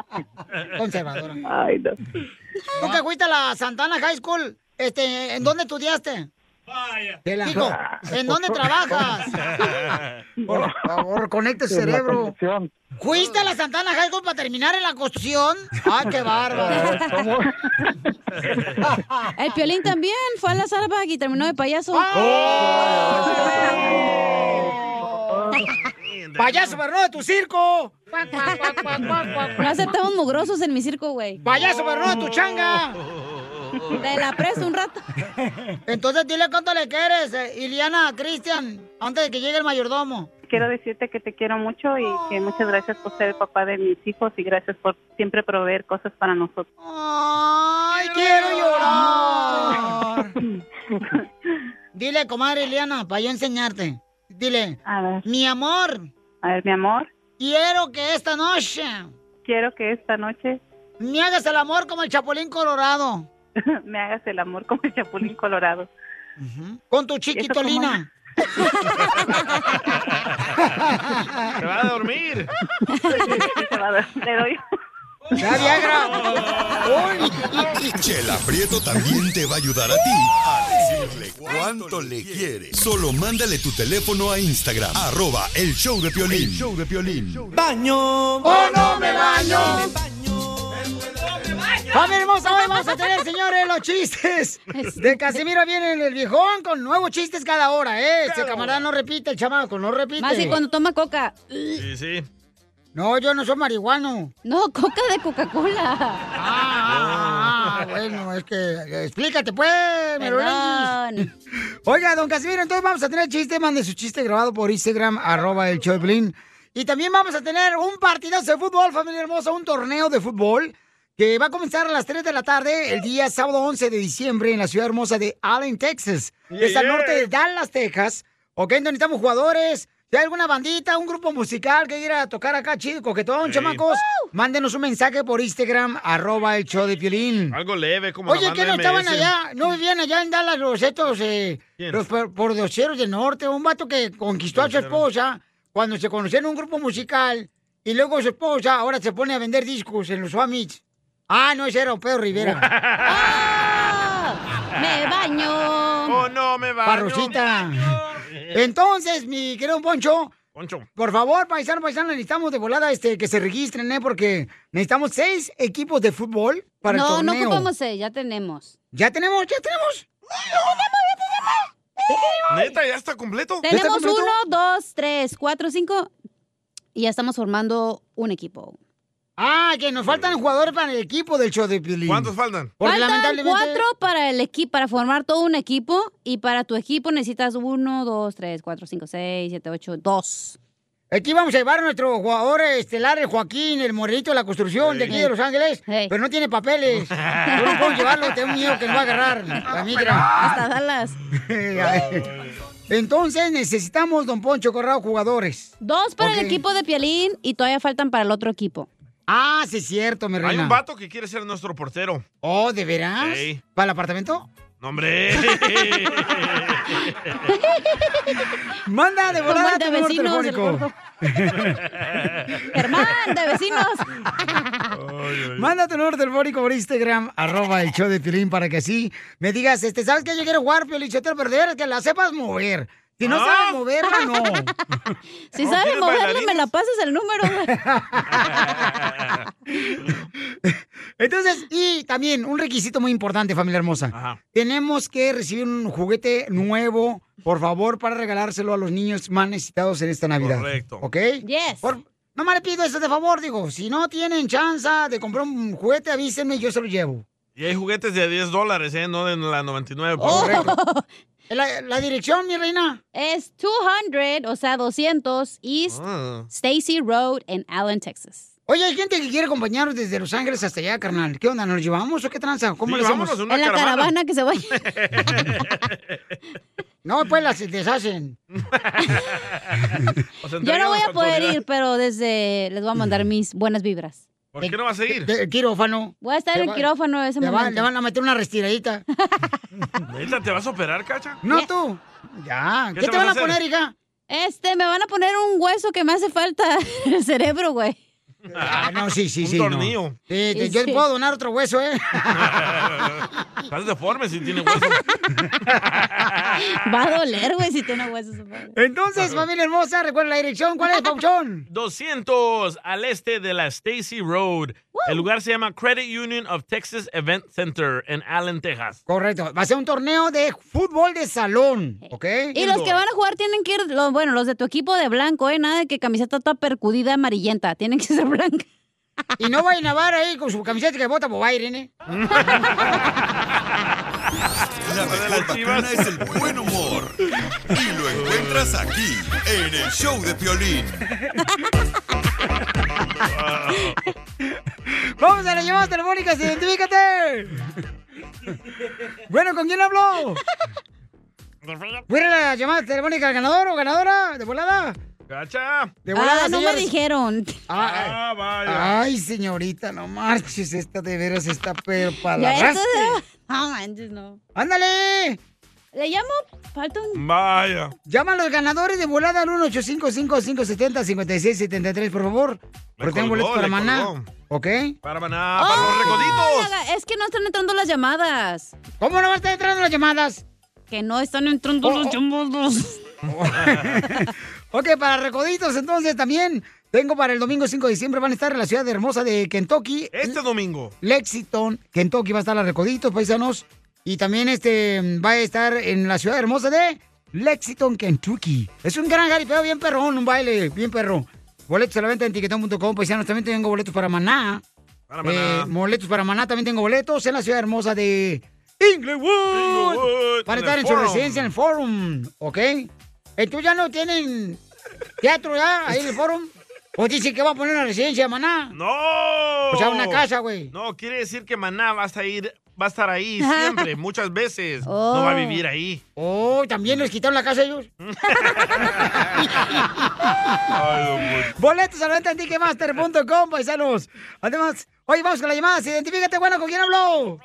[SPEAKER 2] Conservadora.
[SPEAKER 11] Ay, no. Ah.
[SPEAKER 2] ¿Tú que fuiste a la Santana High School? Este, ¿En dónde estudiaste? Vaya. Hijo, ¿en dónde trabajas? Por favor, conecte
[SPEAKER 1] el
[SPEAKER 2] su cerebro. ¿Fuiste a la Santana High School para terminar en la construcción? ¡Ah, qué bárbaro!
[SPEAKER 4] El Piolín también fue a la Sarabag y terminó de payaso.
[SPEAKER 2] ¡Oh! ¡Payaso, pero no de tu circo!
[SPEAKER 4] No aceptamos mugrosos en mi circo, güey.
[SPEAKER 2] ¡Payaso, pero no de tu changa!
[SPEAKER 4] Te la presto un rato.
[SPEAKER 2] Entonces dile cuánto le quieres, eh, Iliana, Cristian, antes de que llegue el mayordomo.
[SPEAKER 11] Quiero decirte que te quiero mucho y que muchas gracias por ser el papá de mis hijos y gracias por siempre proveer cosas para nosotros. Ah.
[SPEAKER 2] ¡Ay, quiero llorar! Dile, comadre Eliana, para yo enseñarte. Dile, mi amor.
[SPEAKER 11] A ver, mi amor,
[SPEAKER 2] Quiero que esta noche
[SPEAKER 11] quiero que esta noche
[SPEAKER 2] me hagas el amor como el Chapulín Colorado.
[SPEAKER 11] me hagas el amor como el chapulín colorado.
[SPEAKER 2] Con tu chiquitolina.
[SPEAKER 3] Se va a dormir.
[SPEAKER 11] Le doy
[SPEAKER 2] Ya,
[SPEAKER 10] Chela Prieto también te va a ayudar a ti a decirle cuánto le quiere. Solo mándale tu teléfono a Instagram, arroba el show de Piolín. show de Piolín.
[SPEAKER 1] ¿Baño o Oh, no me baño?
[SPEAKER 2] Familia hermosa, hoy vamos a tener, señores, los chistes de Casimiro. Viene el viejón con nuevos chistes cada hora, ¿eh? Este camarada no repite, el chamaco, no repite.
[SPEAKER 4] Más y cuando toma coca.
[SPEAKER 3] Sí, sí.
[SPEAKER 2] No, yo no soy marihuano.
[SPEAKER 4] No, coca de Coca-Cola.
[SPEAKER 2] Ah, bueno, es que explícate, pues, Melolis. Oiga, don Casimiro, entonces vamos a tener chiste. Mande su chiste grabado por Instagram, arroba el Choplin. Y también vamos a tener un partidazo de fútbol, familia hermosa, un torneo de fútbol que va a comenzar a las 3 de la tarde el día sábado 11 de diciembre en la ciudad hermosa de Allen, Texas.
[SPEAKER 1] Yeah,
[SPEAKER 2] es al
[SPEAKER 1] yeah.
[SPEAKER 2] norte de Dallas, Texas. Ok, entonces necesitamos jugadores. Si hay alguna bandita, un grupo musical que quiera tocar acá, chido, coquetón,
[SPEAKER 3] Sí.
[SPEAKER 2] chamacos, mándenos un mensaje por Instagram, arroba el show de Piolín.
[SPEAKER 3] Algo leve, como la
[SPEAKER 2] Oye,
[SPEAKER 3] banda
[SPEAKER 2] que no
[SPEAKER 3] MS.
[SPEAKER 2] estaban allá, no vivían allá en Dallas los estos, eh,
[SPEAKER 3] ¿Quién?
[SPEAKER 2] los por- pordioseros del norte, un vato que conquistó a su esposa cuando se conocieron en un grupo musical y luego su esposa ahora se pone a vender discos en los Suamits. Ah, no, ese era Pedro Rivera.
[SPEAKER 4] Me baño.
[SPEAKER 3] Oh, no, me baño.
[SPEAKER 2] Parrosita. Entonces, mi querido Poncho,
[SPEAKER 3] Poncho.
[SPEAKER 2] por favor, paisano, paisano, necesitamos de volada este, que se registren, ¿eh? Porque necesitamos seis equipos de fútbol para el
[SPEAKER 4] no, no
[SPEAKER 2] torneo.
[SPEAKER 4] ocupamos seis, ya tenemos.
[SPEAKER 2] ¿Ya tenemos? ¿Ya tenemos?
[SPEAKER 3] Neta, ya está completo.
[SPEAKER 4] Tenemos uno, dos, tres, cuatro, cinco. Y ya estamos formando un equipo.
[SPEAKER 2] Ah, que nos faltan jugadores para el equipo del show de Pilín. ¿Cuántos
[SPEAKER 3] Pues. faltan?
[SPEAKER 2] Porque
[SPEAKER 4] Faltan
[SPEAKER 2] lamentablemente...
[SPEAKER 4] cuatro para el equipo, para formar todo un equipo. Y para tu equipo necesitas uno, dos, tres, cuatro, cinco, seis, siete, ocho, dos.
[SPEAKER 2] Aquí vamos a llevar a nuestro jugador estelar, el Joaquín, el morrito de la construcción de aquí de Los Ángeles, pero no tiene papeles. Yo no puedo llevarlo, tengo miedo que lo va a agarrar la migra.
[SPEAKER 4] Hasta Dallas.
[SPEAKER 2] Entonces necesitamos, don Poncho Corrado, jugadores.
[SPEAKER 4] Dos para
[SPEAKER 2] Ok.
[SPEAKER 4] el equipo de Pialín y todavía faltan para el otro equipo.
[SPEAKER 2] Ah, sí, es cierto, mi reina.
[SPEAKER 3] Hay un vato que quiere ser nuestro portero.
[SPEAKER 2] Oh, ¿de veras?
[SPEAKER 3] Sí.
[SPEAKER 2] ¿Para el apartamento?
[SPEAKER 3] No, hombre.
[SPEAKER 2] Manda de
[SPEAKER 4] Como
[SPEAKER 2] volada
[SPEAKER 4] el de
[SPEAKER 2] tu número
[SPEAKER 4] vecinos, el
[SPEAKER 2] telefónico.
[SPEAKER 4] gordo. Germán, de vecinos.
[SPEAKER 2] Manda tu número telefónico por Instagram, arroba el show de Pilín, para que así me digas, este, ¿sabes qué? Yo quiero jugar, Piolín, Sotelo, pero de veras que la sepas mover. Si no
[SPEAKER 4] Ah.
[SPEAKER 2] sabes moverla, no.
[SPEAKER 4] Si sabes moverla, me la pasas el número.
[SPEAKER 2] Entonces, y también un requisito muy importante, familia hermosa. Tenemos que recibir un juguete nuevo, por favor, para regalárselo a los niños más necesitados en esta Navidad.
[SPEAKER 3] Correcto.
[SPEAKER 2] ¿Ok? Yes. no me le pido eso de favor, digo, si no tienen chance de comprar un juguete, avísenme y yo se lo llevo.
[SPEAKER 3] Y hay juguetes de 10 dólares, ¿eh? No de la 99.
[SPEAKER 2] Oh. La, la dirección, mi reina.
[SPEAKER 4] Oh. Es 200, o sea, 200 East
[SPEAKER 3] Ah.
[SPEAKER 4] Stacy Road en Allen, Texas.
[SPEAKER 2] Oye, hay gente que quiere acompañarnos desde Los Ángeles hasta allá, carnal. ¿Qué onda? ¿Nos llevamos o qué tranza? ¿Cómo
[SPEAKER 4] Sí,
[SPEAKER 2] le hacemos?
[SPEAKER 4] vámonos en una En la caravana. caravana que se vaya.
[SPEAKER 2] no, pues las deshacen.
[SPEAKER 4] Yo no voy a poder ir, pero desde les voy a mandar mis buenas vibras.
[SPEAKER 3] ¿Por qué no vas a ir?
[SPEAKER 2] quirófano.
[SPEAKER 4] Voy a estar
[SPEAKER 2] Te
[SPEAKER 4] en
[SPEAKER 2] va-
[SPEAKER 4] el quirófano ese
[SPEAKER 2] Le,
[SPEAKER 4] momento.
[SPEAKER 2] van- le van a meter una restiradita.
[SPEAKER 3] Neta, ¿Te vas a operar, cacha?
[SPEAKER 2] No tú. Ya.
[SPEAKER 3] ¿Qué ¿Qué te te van vas a a hacer? poner,
[SPEAKER 2] hija?
[SPEAKER 4] Este, me van a poner un hueso que me hace falta en el cerebro, güey.
[SPEAKER 2] Ah, no, sí, sí,
[SPEAKER 3] Un
[SPEAKER 2] sí. no.
[SPEAKER 3] tornillo.
[SPEAKER 2] Sí, te-
[SPEAKER 4] Sí,
[SPEAKER 2] yo
[SPEAKER 4] sí.
[SPEAKER 2] puedo donar otro hueso, ¿eh?
[SPEAKER 3] Estás deforme si tiene hueso.
[SPEAKER 4] Va a doler, güey, si tiene huesos.
[SPEAKER 2] Entonces, familia hermosa, recuerda la dirección. ¿Cuál es, Pauchón?
[SPEAKER 3] 200 al este de la Stacy Road. El lugar se llama Credit Union of Texas Event Center en Allen, Texas.
[SPEAKER 2] Correcto. Va a ser un torneo de fútbol de salón, ¿ok?
[SPEAKER 4] Y los que van a jugar tienen que ir, lo- bueno, los de tu equipo de blanco, ¿eh? Nada de que camiseta toda percudida amarillenta. Tienen que ser blanca.
[SPEAKER 2] Y no vayan a bar ahí con su camiseta que bota por aire, ¿eh?
[SPEAKER 10] La mejor vacuna es el buen humor. Y lo encuentras aquí, en el show de Piolín.
[SPEAKER 2] Vamos a las llamadas telefónicas, identifícate. bueno, ¿con quién habló? ¿Fuera la llamada telefónica al ganador o ganadora? ¿De volada?
[SPEAKER 3] ¡Cacha!
[SPEAKER 2] De volada,
[SPEAKER 4] Ah, no me
[SPEAKER 2] dijeron.
[SPEAKER 3] Ah, vaya.
[SPEAKER 2] Ay, señorita, no marches, esta de veras está pero para
[SPEAKER 4] Ya,
[SPEAKER 2] la
[SPEAKER 4] esto
[SPEAKER 2] rastre.
[SPEAKER 4] de- No manches, no.
[SPEAKER 2] ¡Ándale!
[SPEAKER 4] Le llamo, falta un...
[SPEAKER 3] Vaya.
[SPEAKER 2] Llama a los ganadores de volada al 1-855-570-5673, por favor. Porque tengo
[SPEAKER 3] colgó,
[SPEAKER 2] boletos para
[SPEAKER 3] le
[SPEAKER 2] maná.
[SPEAKER 3] colgó.
[SPEAKER 2] ¿Ok? Oh.
[SPEAKER 3] Para maná, para los recoditos.
[SPEAKER 4] la- Es que ¡Oh! no están entrando las llamadas.
[SPEAKER 2] ¿Cómo no van a estar entrando las llamadas? Oh,
[SPEAKER 4] Que no están entrando las llamadas.
[SPEAKER 2] Ok, para recoditos, entonces también tengo para el domingo 5 de diciembre. Van a estar en la ciudad de hermosa de Kentucky.
[SPEAKER 3] Este domingo.
[SPEAKER 2] Lexington, Kentucky va a estar la Recoditos, paisanos. Y también este va a estar en la ciudad hermosa de Lexington, Kentucky. Es un gran jaripeo bien perrón, un baile bien perro. Boletos a la venta en tiquetón.com, paisanos. También tengo boletos para Maná.
[SPEAKER 3] Para Maná.
[SPEAKER 2] Eh, boletos para Maná, también tengo boletos en la ciudad hermosa de Inglewood.
[SPEAKER 3] Inglewood,
[SPEAKER 2] Van
[SPEAKER 3] en
[SPEAKER 2] a estar
[SPEAKER 3] el
[SPEAKER 2] en su
[SPEAKER 3] Forum.
[SPEAKER 2] residencia en el Forum, ¿ok? Entonces ya no tienen teatro ya ahí en el Forum. O dicen que va a poner una residencia de Maná.
[SPEAKER 3] ¡No!
[SPEAKER 2] O sea, una casa, güey.
[SPEAKER 3] No, quiere decir que Maná vas a ir, va a estar ahí siempre, muchas veces. No va a vivir ahí.
[SPEAKER 2] Oh, también les quitaron la casa a ellos. Boletos a la venta en ticketmaster.com, paisanos. Además, hoy vamos con las llamadas. Identifícate, bueno, ¿con quién habló?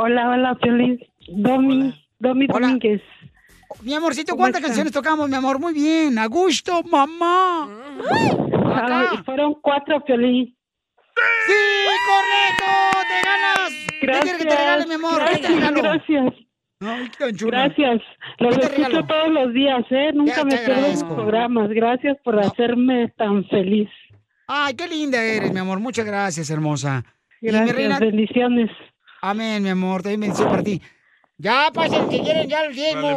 [SPEAKER 13] Hola, hola, Piolín. Domi, Domi Domínguez.
[SPEAKER 2] Mi amorcito,
[SPEAKER 13] ¿Cómo
[SPEAKER 2] ¿cuántas
[SPEAKER 13] están?
[SPEAKER 2] canciones tocamos, mi amor? Muy bien, a gusto, mamá.
[SPEAKER 13] Ay, fueron cuatro, Piolín.
[SPEAKER 2] ¡Sí, correcto! ¡Te ganas! ¿Qué quieres que te regale, mi amor? ¿Qué te
[SPEAKER 13] Gracias,
[SPEAKER 2] regalo?
[SPEAKER 13] gracias.
[SPEAKER 2] Ay, qué chula.
[SPEAKER 13] Gracias. Los
[SPEAKER 2] ¿Qué te
[SPEAKER 13] escucho
[SPEAKER 2] regalo?
[SPEAKER 13] todos los días, ¿eh? Nunca
[SPEAKER 2] Ya,
[SPEAKER 13] me
[SPEAKER 2] te
[SPEAKER 13] pierdo los
[SPEAKER 2] agradezco.
[SPEAKER 13] programas. Gracias por hacerme tan feliz.
[SPEAKER 2] Ay, qué linda eres, mi amor. Muchas gracias, hermosa. Y mi
[SPEAKER 13] Gracias,
[SPEAKER 2] reina-
[SPEAKER 13] bendiciones.
[SPEAKER 2] Amén, mi amor. También bendición para ti. Ya, pasen, que quieren ya el diezmo.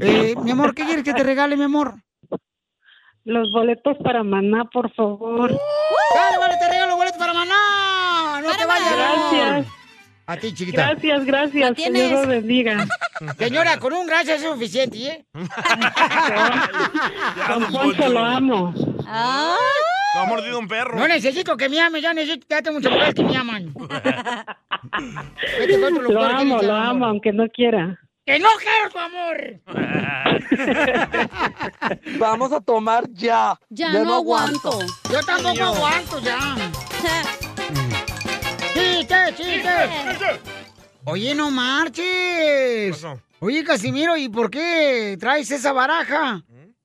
[SPEAKER 2] Eh, mi amor, ¿qué quieres que te regale, mi amor?
[SPEAKER 13] Los boletos para Maná, por favor.
[SPEAKER 2] ¡Dale, vale, te regalo boletos para Maná! ¡No te vayas!
[SPEAKER 13] Gracias.
[SPEAKER 2] A ti, chiquita.
[SPEAKER 13] Gracias, gracias.
[SPEAKER 2] La
[SPEAKER 13] Que
[SPEAKER 2] tienes.
[SPEAKER 13] Dios los bendiga.
[SPEAKER 2] Señora, con un gracias es suficiente, ¿eh?
[SPEAKER 13] Don Poncho, lo amo.
[SPEAKER 2] Ah.
[SPEAKER 3] Lo ha mordido un perro.
[SPEAKER 2] No necesito que me ame, ya necesito, ya tengo muchas mujeres que me aman. Vete con otro
[SPEAKER 13] Lo
[SPEAKER 2] locutor,
[SPEAKER 13] amo,
[SPEAKER 2] ¿quién
[SPEAKER 13] lo
[SPEAKER 2] llama,
[SPEAKER 13] amo, aunque no quiera.
[SPEAKER 2] ¡Que no quiero tu amor!
[SPEAKER 13] Vamos a tomar ya.
[SPEAKER 2] Ya Ya no no aguanto. aguanto. Yo tampoco
[SPEAKER 13] Yo.
[SPEAKER 2] aguanto ya. ¡Chiste, chiste! Oye, no marches. Oye, Casimiro, ¿y por qué traes esa baraja?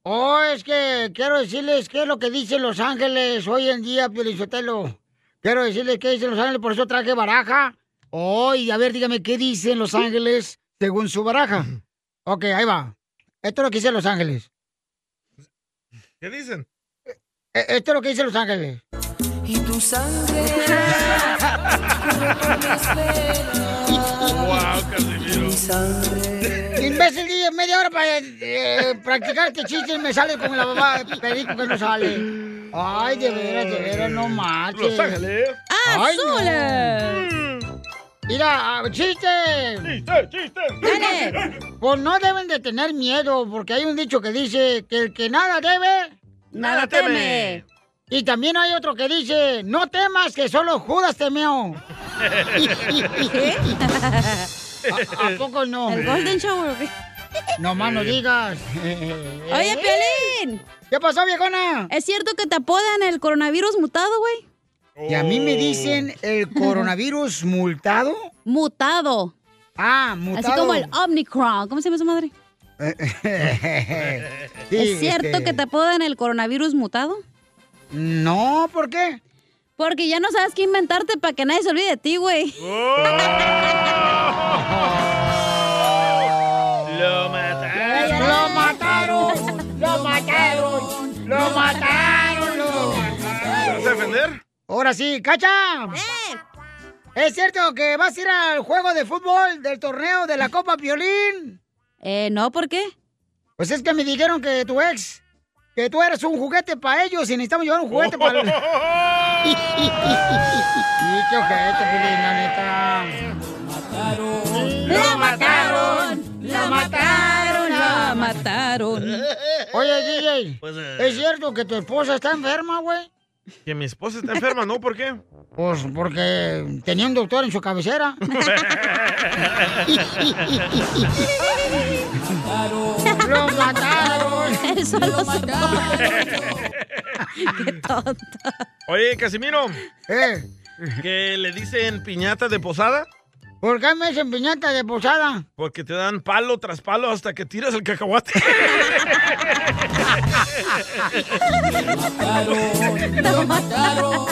[SPEAKER 2] Oh, es que quiero decirles qué es lo que dicen Los Ángeles hoy en día, Pielichotelo. Quiero decirles qué dicen Los Ángeles, por eso traje baraja. Oh, y a ver, dígame, ¿qué dicen Los Ángeles según su baraja? Ok, ahí va. Esto es lo que dice Los Ángeles.
[SPEAKER 3] ¿Qué dicen?
[SPEAKER 2] E- Esto es lo que dice Los Ángeles. Y tu sangre.
[SPEAKER 3] ¡Wow, Casimiro!
[SPEAKER 2] Imbécil, DJ, media hora para eh, practicar este chiste y me sale con la babá de perico que no sale. Ay, de veras, de veras, no mates.
[SPEAKER 3] Los Ángeles.
[SPEAKER 2] Ay, no.
[SPEAKER 4] ¡Azules!
[SPEAKER 2] Mira, ah, chiste. Chiste, chiste. Pues no deben de tener miedo, porque hay un dicho que dice que el que nada debe,
[SPEAKER 1] Nada teme.
[SPEAKER 2] Y también hay otro que dice, no temas que solo Judas temeó. ¿A, a poco no?
[SPEAKER 4] El Golden
[SPEAKER 2] Shower. No más no digas.
[SPEAKER 4] Oye, Piolín.
[SPEAKER 2] ¿Qué pasó, viejona?
[SPEAKER 4] ¿Es cierto que te apodan el coronavirus mutado, güey?
[SPEAKER 2] Y a mí me
[SPEAKER 3] Oh.
[SPEAKER 2] dicen el coronavirus multado.
[SPEAKER 4] Mutado.
[SPEAKER 2] Ah, mutado.
[SPEAKER 4] Así como el Omnicron. ¿Cómo se llama su madre?
[SPEAKER 2] Sí,
[SPEAKER 4] ¿Es cierto
[SPEAKER 2] este,
[SPEAKER 4] que te apodan el coronavirus mutado?
[SPEAKER 2] No, ¿por qué?
[SPEAKER 4] Porque ya no sabes qué inventarte para que nadie se olvide de ti, güey.
[SPEAKER 3] Oh.
[SPEAKER 2] ¡Oh!
[SPEAKER 3] Lo mataron.
[SPEAKER 2] ¡Lo mataron! ¡Lo mataron! ¡Lo mataron! ¡Lo
[SPEAKER 3] ¿Te vas a defender?
[SPEAKER 2] Ahora sí, cacha. ¿Es cierto que vas a ir al juego de fútbol del torneo de la Copa Piolín?
[SPEAKER 4] Eh, no, ¿por qué?
[SPEAKER 2] Pues es que me dijeron que tu ex, que tú eres un juguete para ellos y necesitamos llevar un juguete para los... y qué ojete, Piolín, la neta.
[SPEAKER 1] ¡La mataron! ¡La mataron! ¡La
[SPEAKER 4] mataron!
[SPEAKER 2] Oye, DJ,
[SPEAKER 3] Pues, eh.
[SPEAKER 2] ¿es cierto que tu esposa está enferma, güey?
[SPEAKER 3] Que mi esposa está enferma, ¿no? ¿Por qué?
[SPEAKER 2] Pues porque tenía un doctor en su cabecera. ¡Lo mataron!
[SPEAKER 4] Eso lo
[SPEAKER 3] ¡Qué tonto! Oye, Casimiro.
[SPEAKER 2] ¿Eh?
[SPEAKER 3] ¿Que le dicen piñata de posada?
[SPEAKER 2] ¿Por qué me dicen piñata de posada?
[SPEAKER 3] Porque te dan palo tras palo hasta que tiras el cacahuate.
[SPEAKER 1] ¡Lo mataron!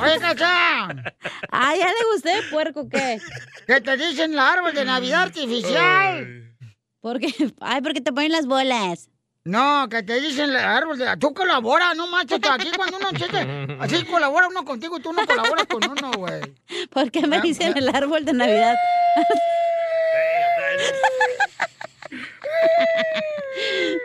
[SPEAKER 2] Oye, Cacha.
[SPEAKER 4] Ah, ya le gusté, puerco, ¿qué?
[SPEAKER 2] Que te dicen la árbol de Navidad artificial.
[SPEAKER 4] Porque, ay, porque te ponen las bolas.
[SPEAKER 2] No, que te dicen el árbol de... Tú colaboras, no manches. Aquí cuando uno chiste, así colabora uno contigo y tú no colaboras con uno, güey.
[SPEAKER 4] ¿Por qué me
[SPEAKER 2] Ah,
[SPEAKER 4] dicen
[SPEAKER 2] ah.
[SPEAKER 4] el árbol de Navidad?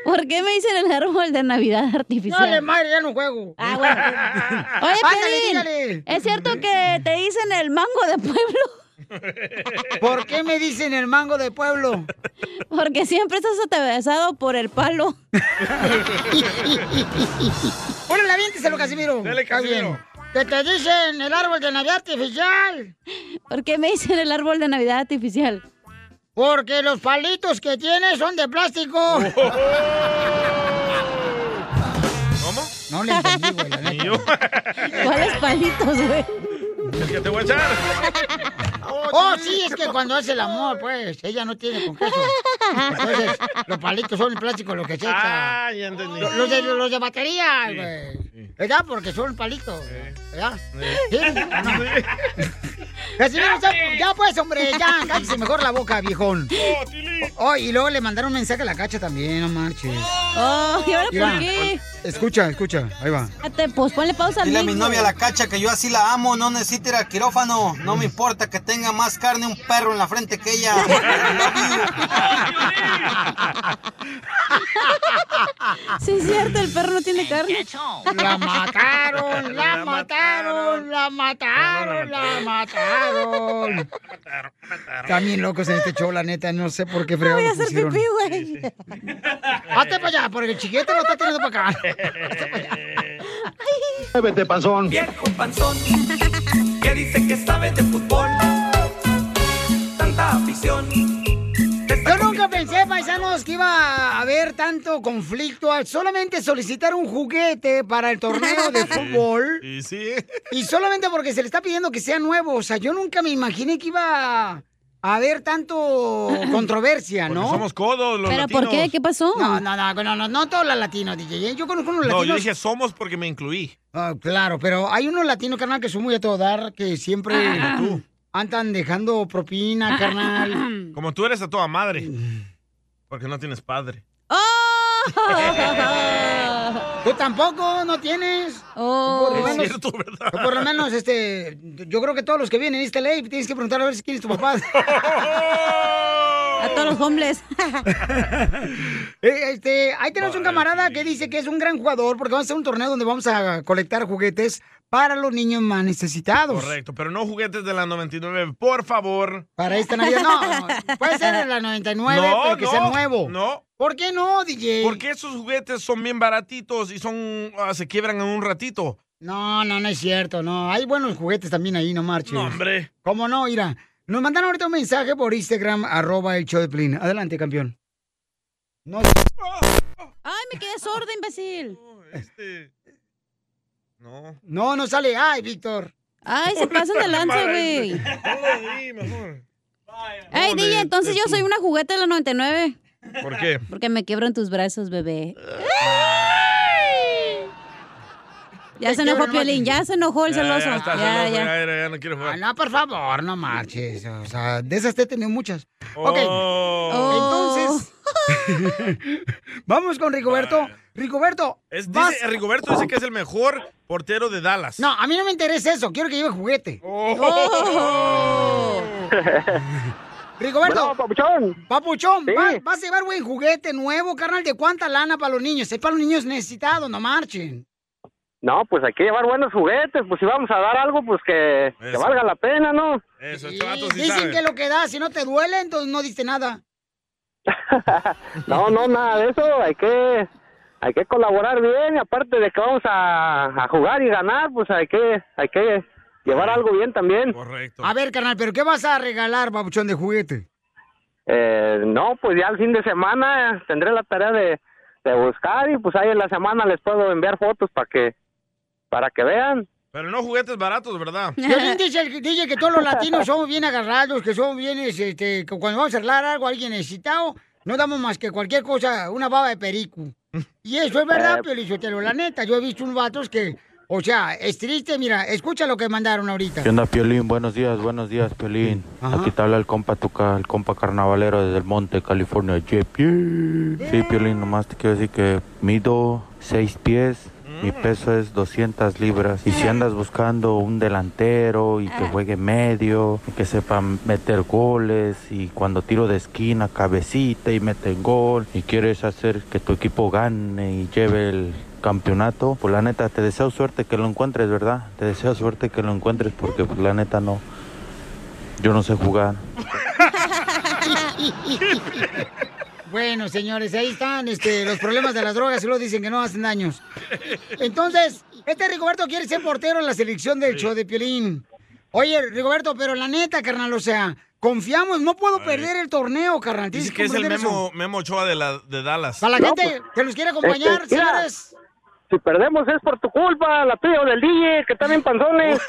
[SPEAKER 4] ¿Por qué me dicen el árbol de Navidad
[SPEAKER 2] No, le
[SPEAKER 4] artificial?
[SPEAKER 2] madre, ya no juego.
[SPEAKER 4] Ah, bueno. Oye, Pelín, ¿es cierto que te dicen el mango de pueblo?
[SPEAKER 2] ¿Por qué me dicen el mango de pueblo?
[SPEAKER 4] Porque siempre estás atravesado por el palo.
[SPEAKER 2] Órale, aviénteselo, Casimiro.
[SPEAKER 4] Dale,
[SPEAKER 2] Está
[SPEAKER 4] Casimiro.
[SPEAKER 2] bien. Que te dicen el árbol de Navidad artificial.
[SPEAKER 4] ¿Por qué me dicen el árbol de Navidad artificial?
[SPEAKER 2] Porque los palitos que tienes son de plástico.
[SPEAKER 3] ¿Cómo?
[SPEAKER 2] No le entendí, güey, la
[SPEAKER 3] neta. yo?
[SPEAKER 4] ¿Cuáles palitos, güey?
[SPEAKER 3] El que te voy a echar.
[SPEAKER 2] Oh, sí, es que cuando hace el amor, pues, ella no tiene con queso. Entonces, los palitos son el plástico lo que se echa.
[SPEAKER 3] Ah, ya entendí.
[SPEAKER 2] Lo- Los de, los de batería,
[SPEAKER 3] Sí,
[SPEAKER 2] güey. ¿Verdad? Porque son palitos. ¿Verdad?
[SPEAKER 3] Sí.
[SPEAKER 2] ¿Sí? ¿O no? Casimiro, ya, ya, pues, hombre, ya, cállese mejor la boca, viejón. Oh, y luego le mandaron un mensaje a la cacha también, no marches.
[SPEAKER 4] Oh, ¿y ahora
[SPEAKER 2] Mira,
[SPEAKER 4] por qué?
[SPEAKER 2] Escucha, escucha, ahí va.
[SPEAKER 4] Espérate, pues ponle pausa al
[SPEAKER 14] Dile a mi
[SPEAKER 4] mismo.
[SPEAKER 14] novia la cacha que yo así la amo, no necesita ir al quirófano, no me importa que tenga más carne un perro en la frente que ella.
[SPEAKER 4] Sí, es cierto, el perro no tiene carne.
[SPEAKER 2] La mataron, la mataron, la mataron, la mataron. Están bien locos en este show, la neta, no sé por qué fregados
[SPEAKER 4] voy a
[SPEAKER 2] lo
[SPEAKER 4] hacer
[SPEAKER 2] pusieron.
[SPEAKER 4] pipí, güey.
[SPEAKER 2] Hazte para allá, porque el chiquete lo está tirando para acá.
[SPEAKER 16] Muévete, panzón.
[SPEAKER 1] Viejo panzón, que dice que sabe de fútbol. Tanta afición.
[SPEAKER 2] Yo nunca pensé, paisanos, que iba a haber tanto conflicto al solamente solicitar un juguete para el torneo de fútbol.
[SPEAKER 3] Y sí.
[SPEAKER 2] Y solamente porque se le está pidiendo que sea nuevo. O sea, yo nunca me imaginé que iba a haber tanto controversia, ¿no?
[SPEAKER 3] Porque somos codos los latinos.
[SPEAKER 4] pasó?
[SPEAKER 2] No, no, no, no, no, no todos los latinos, DJ. Yo conozco unos
[SPEAKER 3] No,
[SPEAKER 2] latinos.
[SPEAKER 3] yo dije somos porque me incluí.
[SPEAKER 2] Ah, claro, pero hay unos latinos, carnal, que son muy a todo dar, que siempre
[SPEAKER 3] Como
[SPEAKER 2] andan dejando
[SPEAKER 3] Ah,
[SPEAKER 2] propina, Ah, carnal.
[SPEAKER 3] Como tú eres a toda madre. Porque no tienes padre.
[SPEAKER 2] Tú tampoco, no tienes. Por lo
[SPEAKER 3] ah. Oh. Es
[SPEAKER 2] menos-
[SPEAKER 3] cierto, ¿verdad?
[SPEAKER 2] Por lo menos, este, yo creo que todos los que vienen en esta ley tienes que preguntar a ver si quién es tu papá.
[SPEAKER 4] A todos los hombres.
[SPEAKER 2] Eh, este, ahí tenemos un camarada que dice que es un gran jugador porque vamos a hacer un torneo donde vamos a colectar juguetes para los niños más necesitados.
[SPEAKER 3] Correcto, pero no juguetes de la 99, por favor.
[SPEAKER 2] Para esta Navidad, no. Puede ser de la 99,
[SPEAKER 3] No,
[SPEAKER 2] pero que sea
[SPEAKER 3] no,
[SPEAKER 2] nuevo.
[SPEAKER 3] No.
[SPEAKER 2] ¿Por qué no, DJ?
[SPEAKER 3] Porque esos juguetes son bien baratitos y son ah, se quiebran en un ratito.
[SPEAKER 2] No, no, no es cierto, no. Hay buenos juguetes también ahí, no marches.
[SPEAKER 3] No, hombre.
[SPEAKER 2] ¿Cómo no? Mira, nos mandan ahorita un mensaje por Instagram, arroba el show de Piolín. Adelante, campeón. No,
[SPEAKER 4] Ay, me quedé sorda, imbécil.
[SPEAKER 3] No.
[SPEAKER 2] no, no sale. Ay, Víctor.
[SPEAKER 4] Ay, se pasan de lanza, güey. Ey, DJ, entonces yo soy una juguete de la 99.
[SPEAKER 3] ¿Por qué?
[SPEAKER 4] Porque me quebro en tus brazos, bebé. Ya
[SPEAKER 2] Te
[SPEAKER 4] se enojó
[SPEAKER 2] quiebro, no
[SPEAKER 4] Piolín, ya se enojó el
[SPEAKER 2] Ya, ya
[SPEAKER 4] celoso.
[SPEAKER 2] Eh, está
[SPEAKER 4] Ya,
[SPEAKER 2] celoso,
[SPEAKER 4] ya.
[SPEAKER 2] ya.
[SPEAKER 3] Ya no quiero jugar.
[SPEAKER 2] Ah, no, por favor, no marches. O sea, de esas te he tenido muchas. Ok.
[SPEAKER 3] Oh.
[SPEAKER 2] Entonces. Vamos con Rigoberto. Rigoberto.
[SPEAKER 3] Es,
[SPEAKER 2] vas-
[SPEAKER 3] dice, Rigoberto dice que es el mejor portero de Dallas.
[SPEAKER 2] No, a mí no me interesa eso. Quiero que lleve juguete. Oh. Rigoberto.
[SPEAKER 3] Bueno,
[SPEAKER 2] papuchón. Papuchón, va- vas a llevar buen juguete nuevo, carnal. ¿De cuánta lana para los niños? Es para los niños necesitados, no marchen.
[SPEAKER 5] No, pues hay que llevar buenos juguetes, pues si vamos a dar algo, pues que, que
[SPEAKER 2] Eso.
[SPEAKER 5] valga la pena, ¿no?
[SPEAKER 3] Eso,
[SPEAKER 2] este vato sí Dicen que lo que da, si no te duele, entonces no diste nada.
[SPEAKER 5] No, no, nada de eso, hay que, hay que colaborar bien, y aparte de que vamos a, a jugar y ganar, pues hay que, hay que llevar algo bien también.
[SPEAKER 3] Correcto.
[SPEAKER 2] A ver, carnal, ¿pero qué vas a regalar, papuchón, de juguete?
[SPEAKER 5] Eh, no, pues ya el fin de semana eh, tendré la tarea de, de buscar y pues ahí en la semana les puedo enviar fotos para que, para que vean.
[SPEAKER 3] Pero no juguetes baratos, ¿verdad?
[SPEAKER 2] Piolín dice, el- dice que todos los latinos somos bien agarrados, que somos bien, este, que cuando vamos a arreglar algo a alguien necesitado, no damos más que cualquier cosa, una baba de perico. Y eso es verdad,
[SPEAKER 5] Eh.
[SPEAKER 2] Piolichotelo, la neta. Yo he visto unos vatos que, o sea, es triste, mira, escucha lo que mandaron ahorita.
[SPEAKER 24] ¿Qué onda, Piolín? Buenos días, buenos días, Piolín. Aquí te habla el compa Tuca, el compa carnavalero desde el monte, California. Yep, yeah. Sí, Piolín, nomás te quiero decir que mido seis pies, mi peso es 200 libras. Y si andas buscando un delantero y que juegue medio, y que sepa meter goles, y cuando tiro de esquina, cabecita y meten gol, y quieres hacer que tu equipo gane y lleve el campeonato, pues la neta, te deseo suerte que lo encuentres, ¿verdad? Te deseo suerte que lo encuentres porque pues, la neta no, yo no sé jugar.
[SPEAKER 2] bueno, señores, ahí están este, los problemas de las drogas y luego dicen que no hacen daños. Entonces, este Rigoberto quiere ser portero en la selección del show de Piolín. Oye, Rigoberto, pero la neta, carnal, o sea, confiamos, no puedo perder el torneo, carnal. tienes
[SPEAKER 3] Dice que es el
[SPEAKER 2] comprender eso.
[SPEAKER 3] Memo, pues, Memo Ochoa de, la, de Dallas.
[SPEAKER 2] Para la gente que nos quiere acompañar,
[SPEAKER 5] Este, mira.
[SPEAKER 2] señores.
[SPEAKER 5] pues, Si perdemos es por tu culpa, la tuya o del DJ, que también panzones.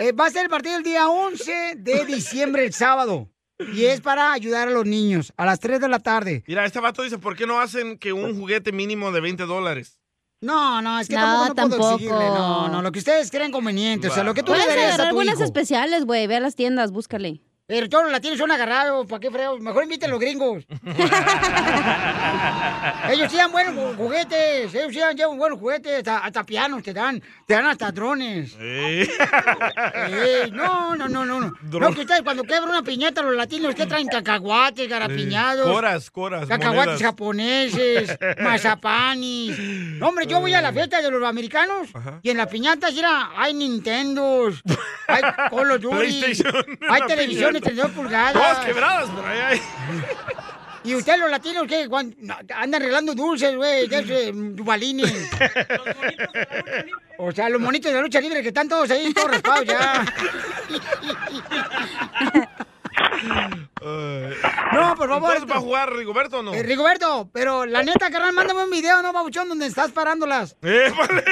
[SPEAKER 2] Eh, va a ser el partido el día 11 de diciembre, el sábado. Y es para ayudar a los niños, a las 3 de la tarde.
[SPEAKER 3] Mira, este vato dice, ¿por qué no hacen que un juguete mínimo de 20 dólares?
[SPEAKER 2] No, no, es que
[SPEAKER 4] No,
[SPEAKER 2] tampoco no
[SPEAKER 4] tampoco.
[SPEAKER 2] puedo exigirle. No, no, lo que ustedes creen conveniente. O sea, lo que tú le
[SPEAKER 4] Puedes
[SPEAKER 2] darías a
[SPEAKER 4] agarrar
[SPEAKER 2] tu
[SPEAKER 4] buenas
[SPEAKER 2] hijo.
[SPEAKER 4] especiales, güey. Ve a las tiendas, búscale.
[SPEAKER 2] Pero todos los latinos son agarrados, ¿para qué freos? Mejor inviten a los gringos. Ellos sí dan buenos ju- juguetes, ellos sí dan llevan buenos juguetes, hasta, hasta pianos te dan, te dan hasta drones. Ey, no, no, no, no, no. No, que ustedes cuando quebran una piñata los latinos que traen cacahuates, garapiñados.
[SPEAKER 3] Eh, coras, coras,
[SPEAKER 2] Cacahuates
[SPEAKER 3] monedas.
[SPEAKER 2] japoneses, mazapanis. No, hombre, yo voy a la fiesta de los americanos y en las piñatas era, hay Nintendos, hay Call of Duty,
[SPEAKER 3] PlayStation,
[SPEAKER 2] hay
[SPEAKER 3] una
[SPEAKER 2] televisión de
[SPEAKER 3] piñata.
[SPEAKER 2] 32 pulgadas.
[SPEAKER 3] Todas quebradas, pero ahí hay.
[SPEAKER 2] Y ustedes los latinos que cuan- no, andan arreglando dulces, güey, ya se- dubalines. O sea, los monitos de la lucha libre que están todos ahí, todos raspados ya. No, por favor.
[SPEAKER 3] ¿Entonces va a jugar Rigoberto o no?
[SPEAKER 2] Eh, Rigoberto, pero la neta, carnal, mándame un video, ¿no, babuchón? Donde estás parándolas.
[SPEAKER 3] Eh, vale.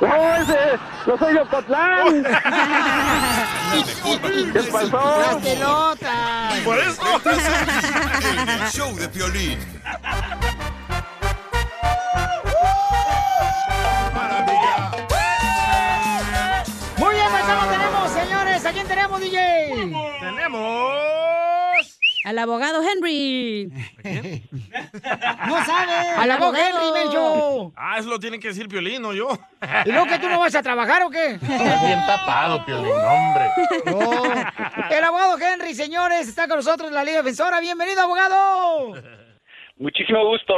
[SPEAKER 5] no, ese, no soy de Ocotlán. ¿Qué
[SPEAKER 2] Las
[SPEAKER 5] pasó?
[SPEAKER 2] pelotas.
[SPEAKER 5] Por eso.
[SPEAKER 10] En el show de Piolín.
[SPEAKER 2] pues, Muy bien, paisanos, tenemos, señores. ¿A quién tenemos, DJ?
[SPEAKER 3] Tenemos...
[SPEAKER 4] Al abogado Henry.
[SPEAKER 2] ¡No sabes! ¡Al abogado Henry, ven yo!
[SPEAKER 3] Ah, eso lo tiene que decir Piolín, no yo.
[SPEAKER 2] ¿Y luego que tú no vas a trabajar o qué?
[SPEAKER 3] Estás bien tapado, Piolín, hombre.
[SPEAKER 2] El abogado Henry, señores, está con nosotros en la Liga Defensora. ¡Bienvenido, abogado!
[SPEAKER 18] Muchísimo gusto.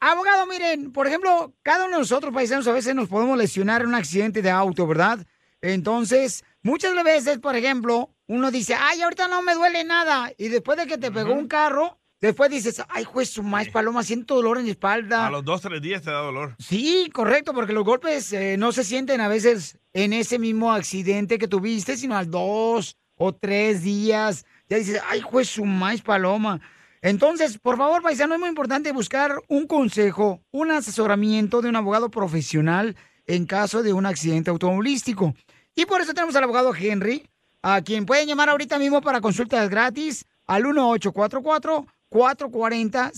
[SPEAKER 2] Abogado, miren, por ejemplo, cada uno de nosotros, paisanos, a veces nos podemos lesionar en un accidente de auto, ¿verdad? Entonces, muchas veces, por ejemplo, uno dice, ay, ahorita no me duele nada. Y después de que te pegó un carro, después dices, ay, juez, su más paloma, siento dolor en la espalda.
[SPEAKER 3] A los dos, tres días te da dolor.
[SPEAKER 2] Sí, correcto, porque los golpes eh, no se sienten a veces en ese mismo accidente que tuviste, sino al dos o tres días. Ya dices, ay, juez, su maíz paloma. Entonces, por favor, paisano, es muy importante buscar un consejo, un asesoramiento de un abogado profesional en caso de un accidente automovilístico. Y por eso tenemos al abogado Henry, a quien pueden llamar ahorita mismo para consultas gratis al 1844 440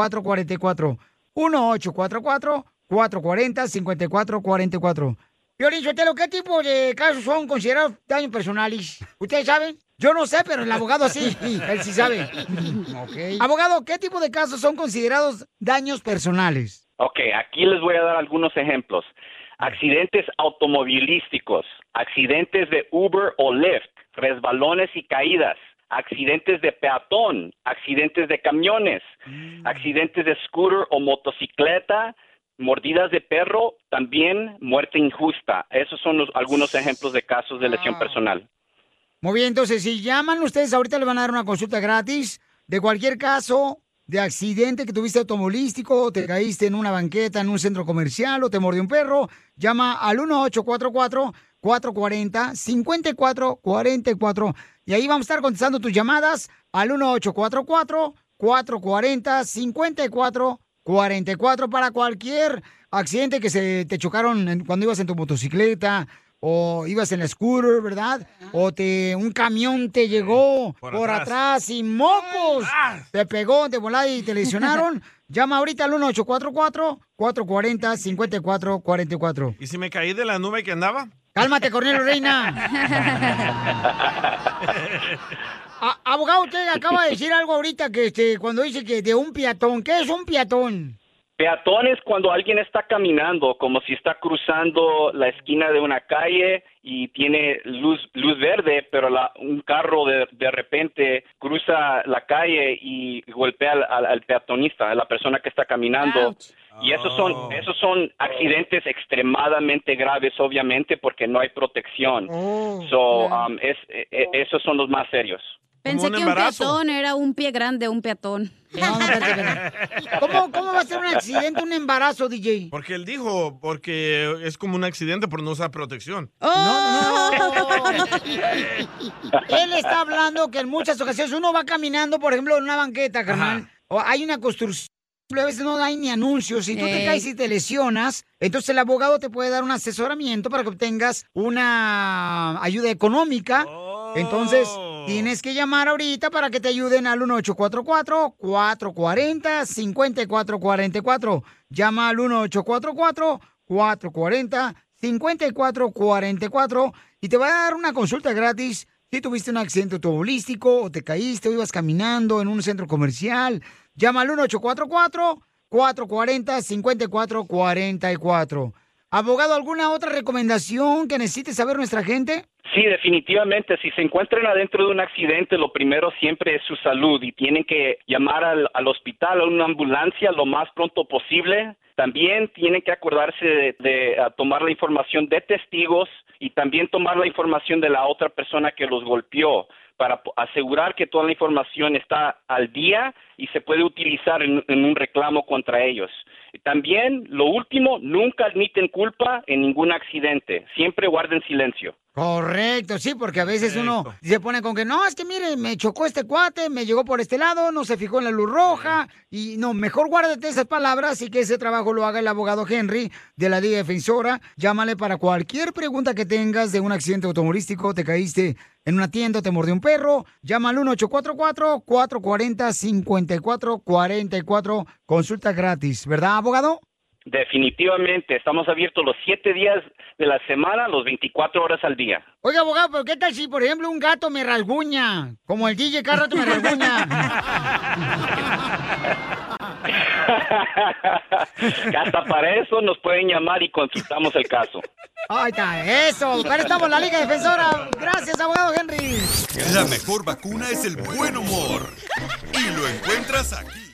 [SPEAKER 2] 5444 1844 440 5444 Piolín Sotelo, ¿qué tipo de casos son considerados daños personales? ¿Ustedes saben? Yo no sé, pero el abogado sí, él sí sabe. Abogado, ¿qué tipo de casos son considerados daños personales?
[SPEAKER 18] Ok, aquí les voy a dar algunos ejemplos. Accidentes automovilísticos, accidentes de Uber o Lyft, resbalones y caídas, accidentes de peatón, accidentes de camiones,
[SPEAKER 1] Mm.
[SPEAKER 18] accidentes de scooter o motocicleta, mordidas de perro, también muerte injusta. Esos son los- algunos ejemplos de casos de lesión personal.
[SPEAKER 2] Muy bien, entonces si llaman ustedes ahorita le van a dar una consulta gratis de cualquier caso de accidente que tuviste automovilístico, o te caíste en una banqueta, en un centro comercial o te mordió un perro, llama al 1844 440 5444 y ahí vamos a estar contestando tus llamadas al 1844 440 5444 para cualquier accidente que se te chocaron en- cuando ibas en tu motocicleta o ibas en el scooter, ¿verdad? O te un camión te llegó por, atrás. y mocos te pegó de volada y te lesionaron. Llama ahorita al 1844 440 5444.
[SPEAKER 3] ¿Y si me caí de la nube que andaba?
[SPEAKER 2] Cálmate, Cornelio Reina. A- abogado, usted acaba de decir algo ahorita que este, cuando dice que de un peatón, ¿qué es un peatón?
[SPEAKER 18] Peatón es cuando alguien está caminando, como si está cruzando la esquina de una calle y tiene luz, luz verde, pero la- un carro de, de repente cruza la calle y golpea al, al- al peatonista, a la persona que está caminando. Y esos
[SPEAKER 5] Oh.
[SPEAKER 18] son, esos son accidentes extremadamente graves, obviamente, porque no hay protección. so, um, es, e- e- esos son los más serios.
[SPEAKER 4] Pensé
[SPEAKER 18] un
[SPEAKER 4] que
[SPEAKER 18] embarazo.
[SPEAKER 4] un peatón era un pie grande, un peatón.
[SPEAKER 2] ¿Cómo, ¿Cómo va a ser un accidente, un embarazo, DJ?
[SPEAKER 3] Porque él dijo, porque es como un accidente por no usar protección.
[SPEAKER 2] Oh. Él está hablando que en muchas ocasiones uno va caminando, por ejemplo, en una banqueta, carnal, o hay una construcción. A veces no hay ni anuncios. Si tú te
[SPEAKER 4] Ey.
[SPEAKER 2] caes y te lesionas, entonces el abogado te puede dar un asesoramiento para que obtengas una ayuda económica. Entonces, tienes que llamar ahorita para que te ayuden al 1844-440-5444. Llama al 1844-440-5444 y te va a dar una consulta gratis si tuviste un accidente automovilístico o te caíste o ibas caminando en un centro comercial. Llama al 1844-440-5444. Abogado, ¿alguna otra recomendación que necesite saber nuestra gente?
[SPEAKER 18] Sí, definitivamente. Si se encuentran adentro de un accidente, lo primero siempre es su salud y tienen que llamar al, al hospital, a una ambulancia lo más pronto posible. También tienen que acordarse de, de, ah, tomar la información de testigos y también tomar la información de la otra persona que los golpeó para po- asegurar que toda la información está al día y se puede utilizar en, en un reclamo contra ellos. Y También, lo último, nunca admiten culpa en ningún accidente. Siempre guarden silencio.
[SPEAKER 2] Correcto, sí, porque a veces uno se pone con que no, es que mire, me chocó este cuate, me llegó por este lado, no se fijó en la luz roja, y no, mejor guárdate esas palabras y que ese trabajo lo haga el abogado Henry de la Liga Defensora. Llámale para cualquier pregunta que tengas de un accidente automovilístico, te caíste en una tienda, te mordió un perro, llama al 1-844-440-5444, consulta gratis, ¿verdad, abogado?
[SPEAKER 18] Definitivamente, estamos abiertos los siete días de la semana, los 24 horas al día.
[SPEAKER 2] Oiga, abogado, pero ¿qué tal si, por ejemplo, un gato me rasguña? Como el DJ cada rato me rasguña.
[SPEAKER 18] Hasta para eso nos pueden llamar y consultamos el caso.
[SPEAKER 2] Ahí está, eso. Para estamos en la Liga Defensora. Gracias, abogado Henry.
[SPEAKER 10] La mejor vacuna es el buen humor. Y lo encuentras aquí,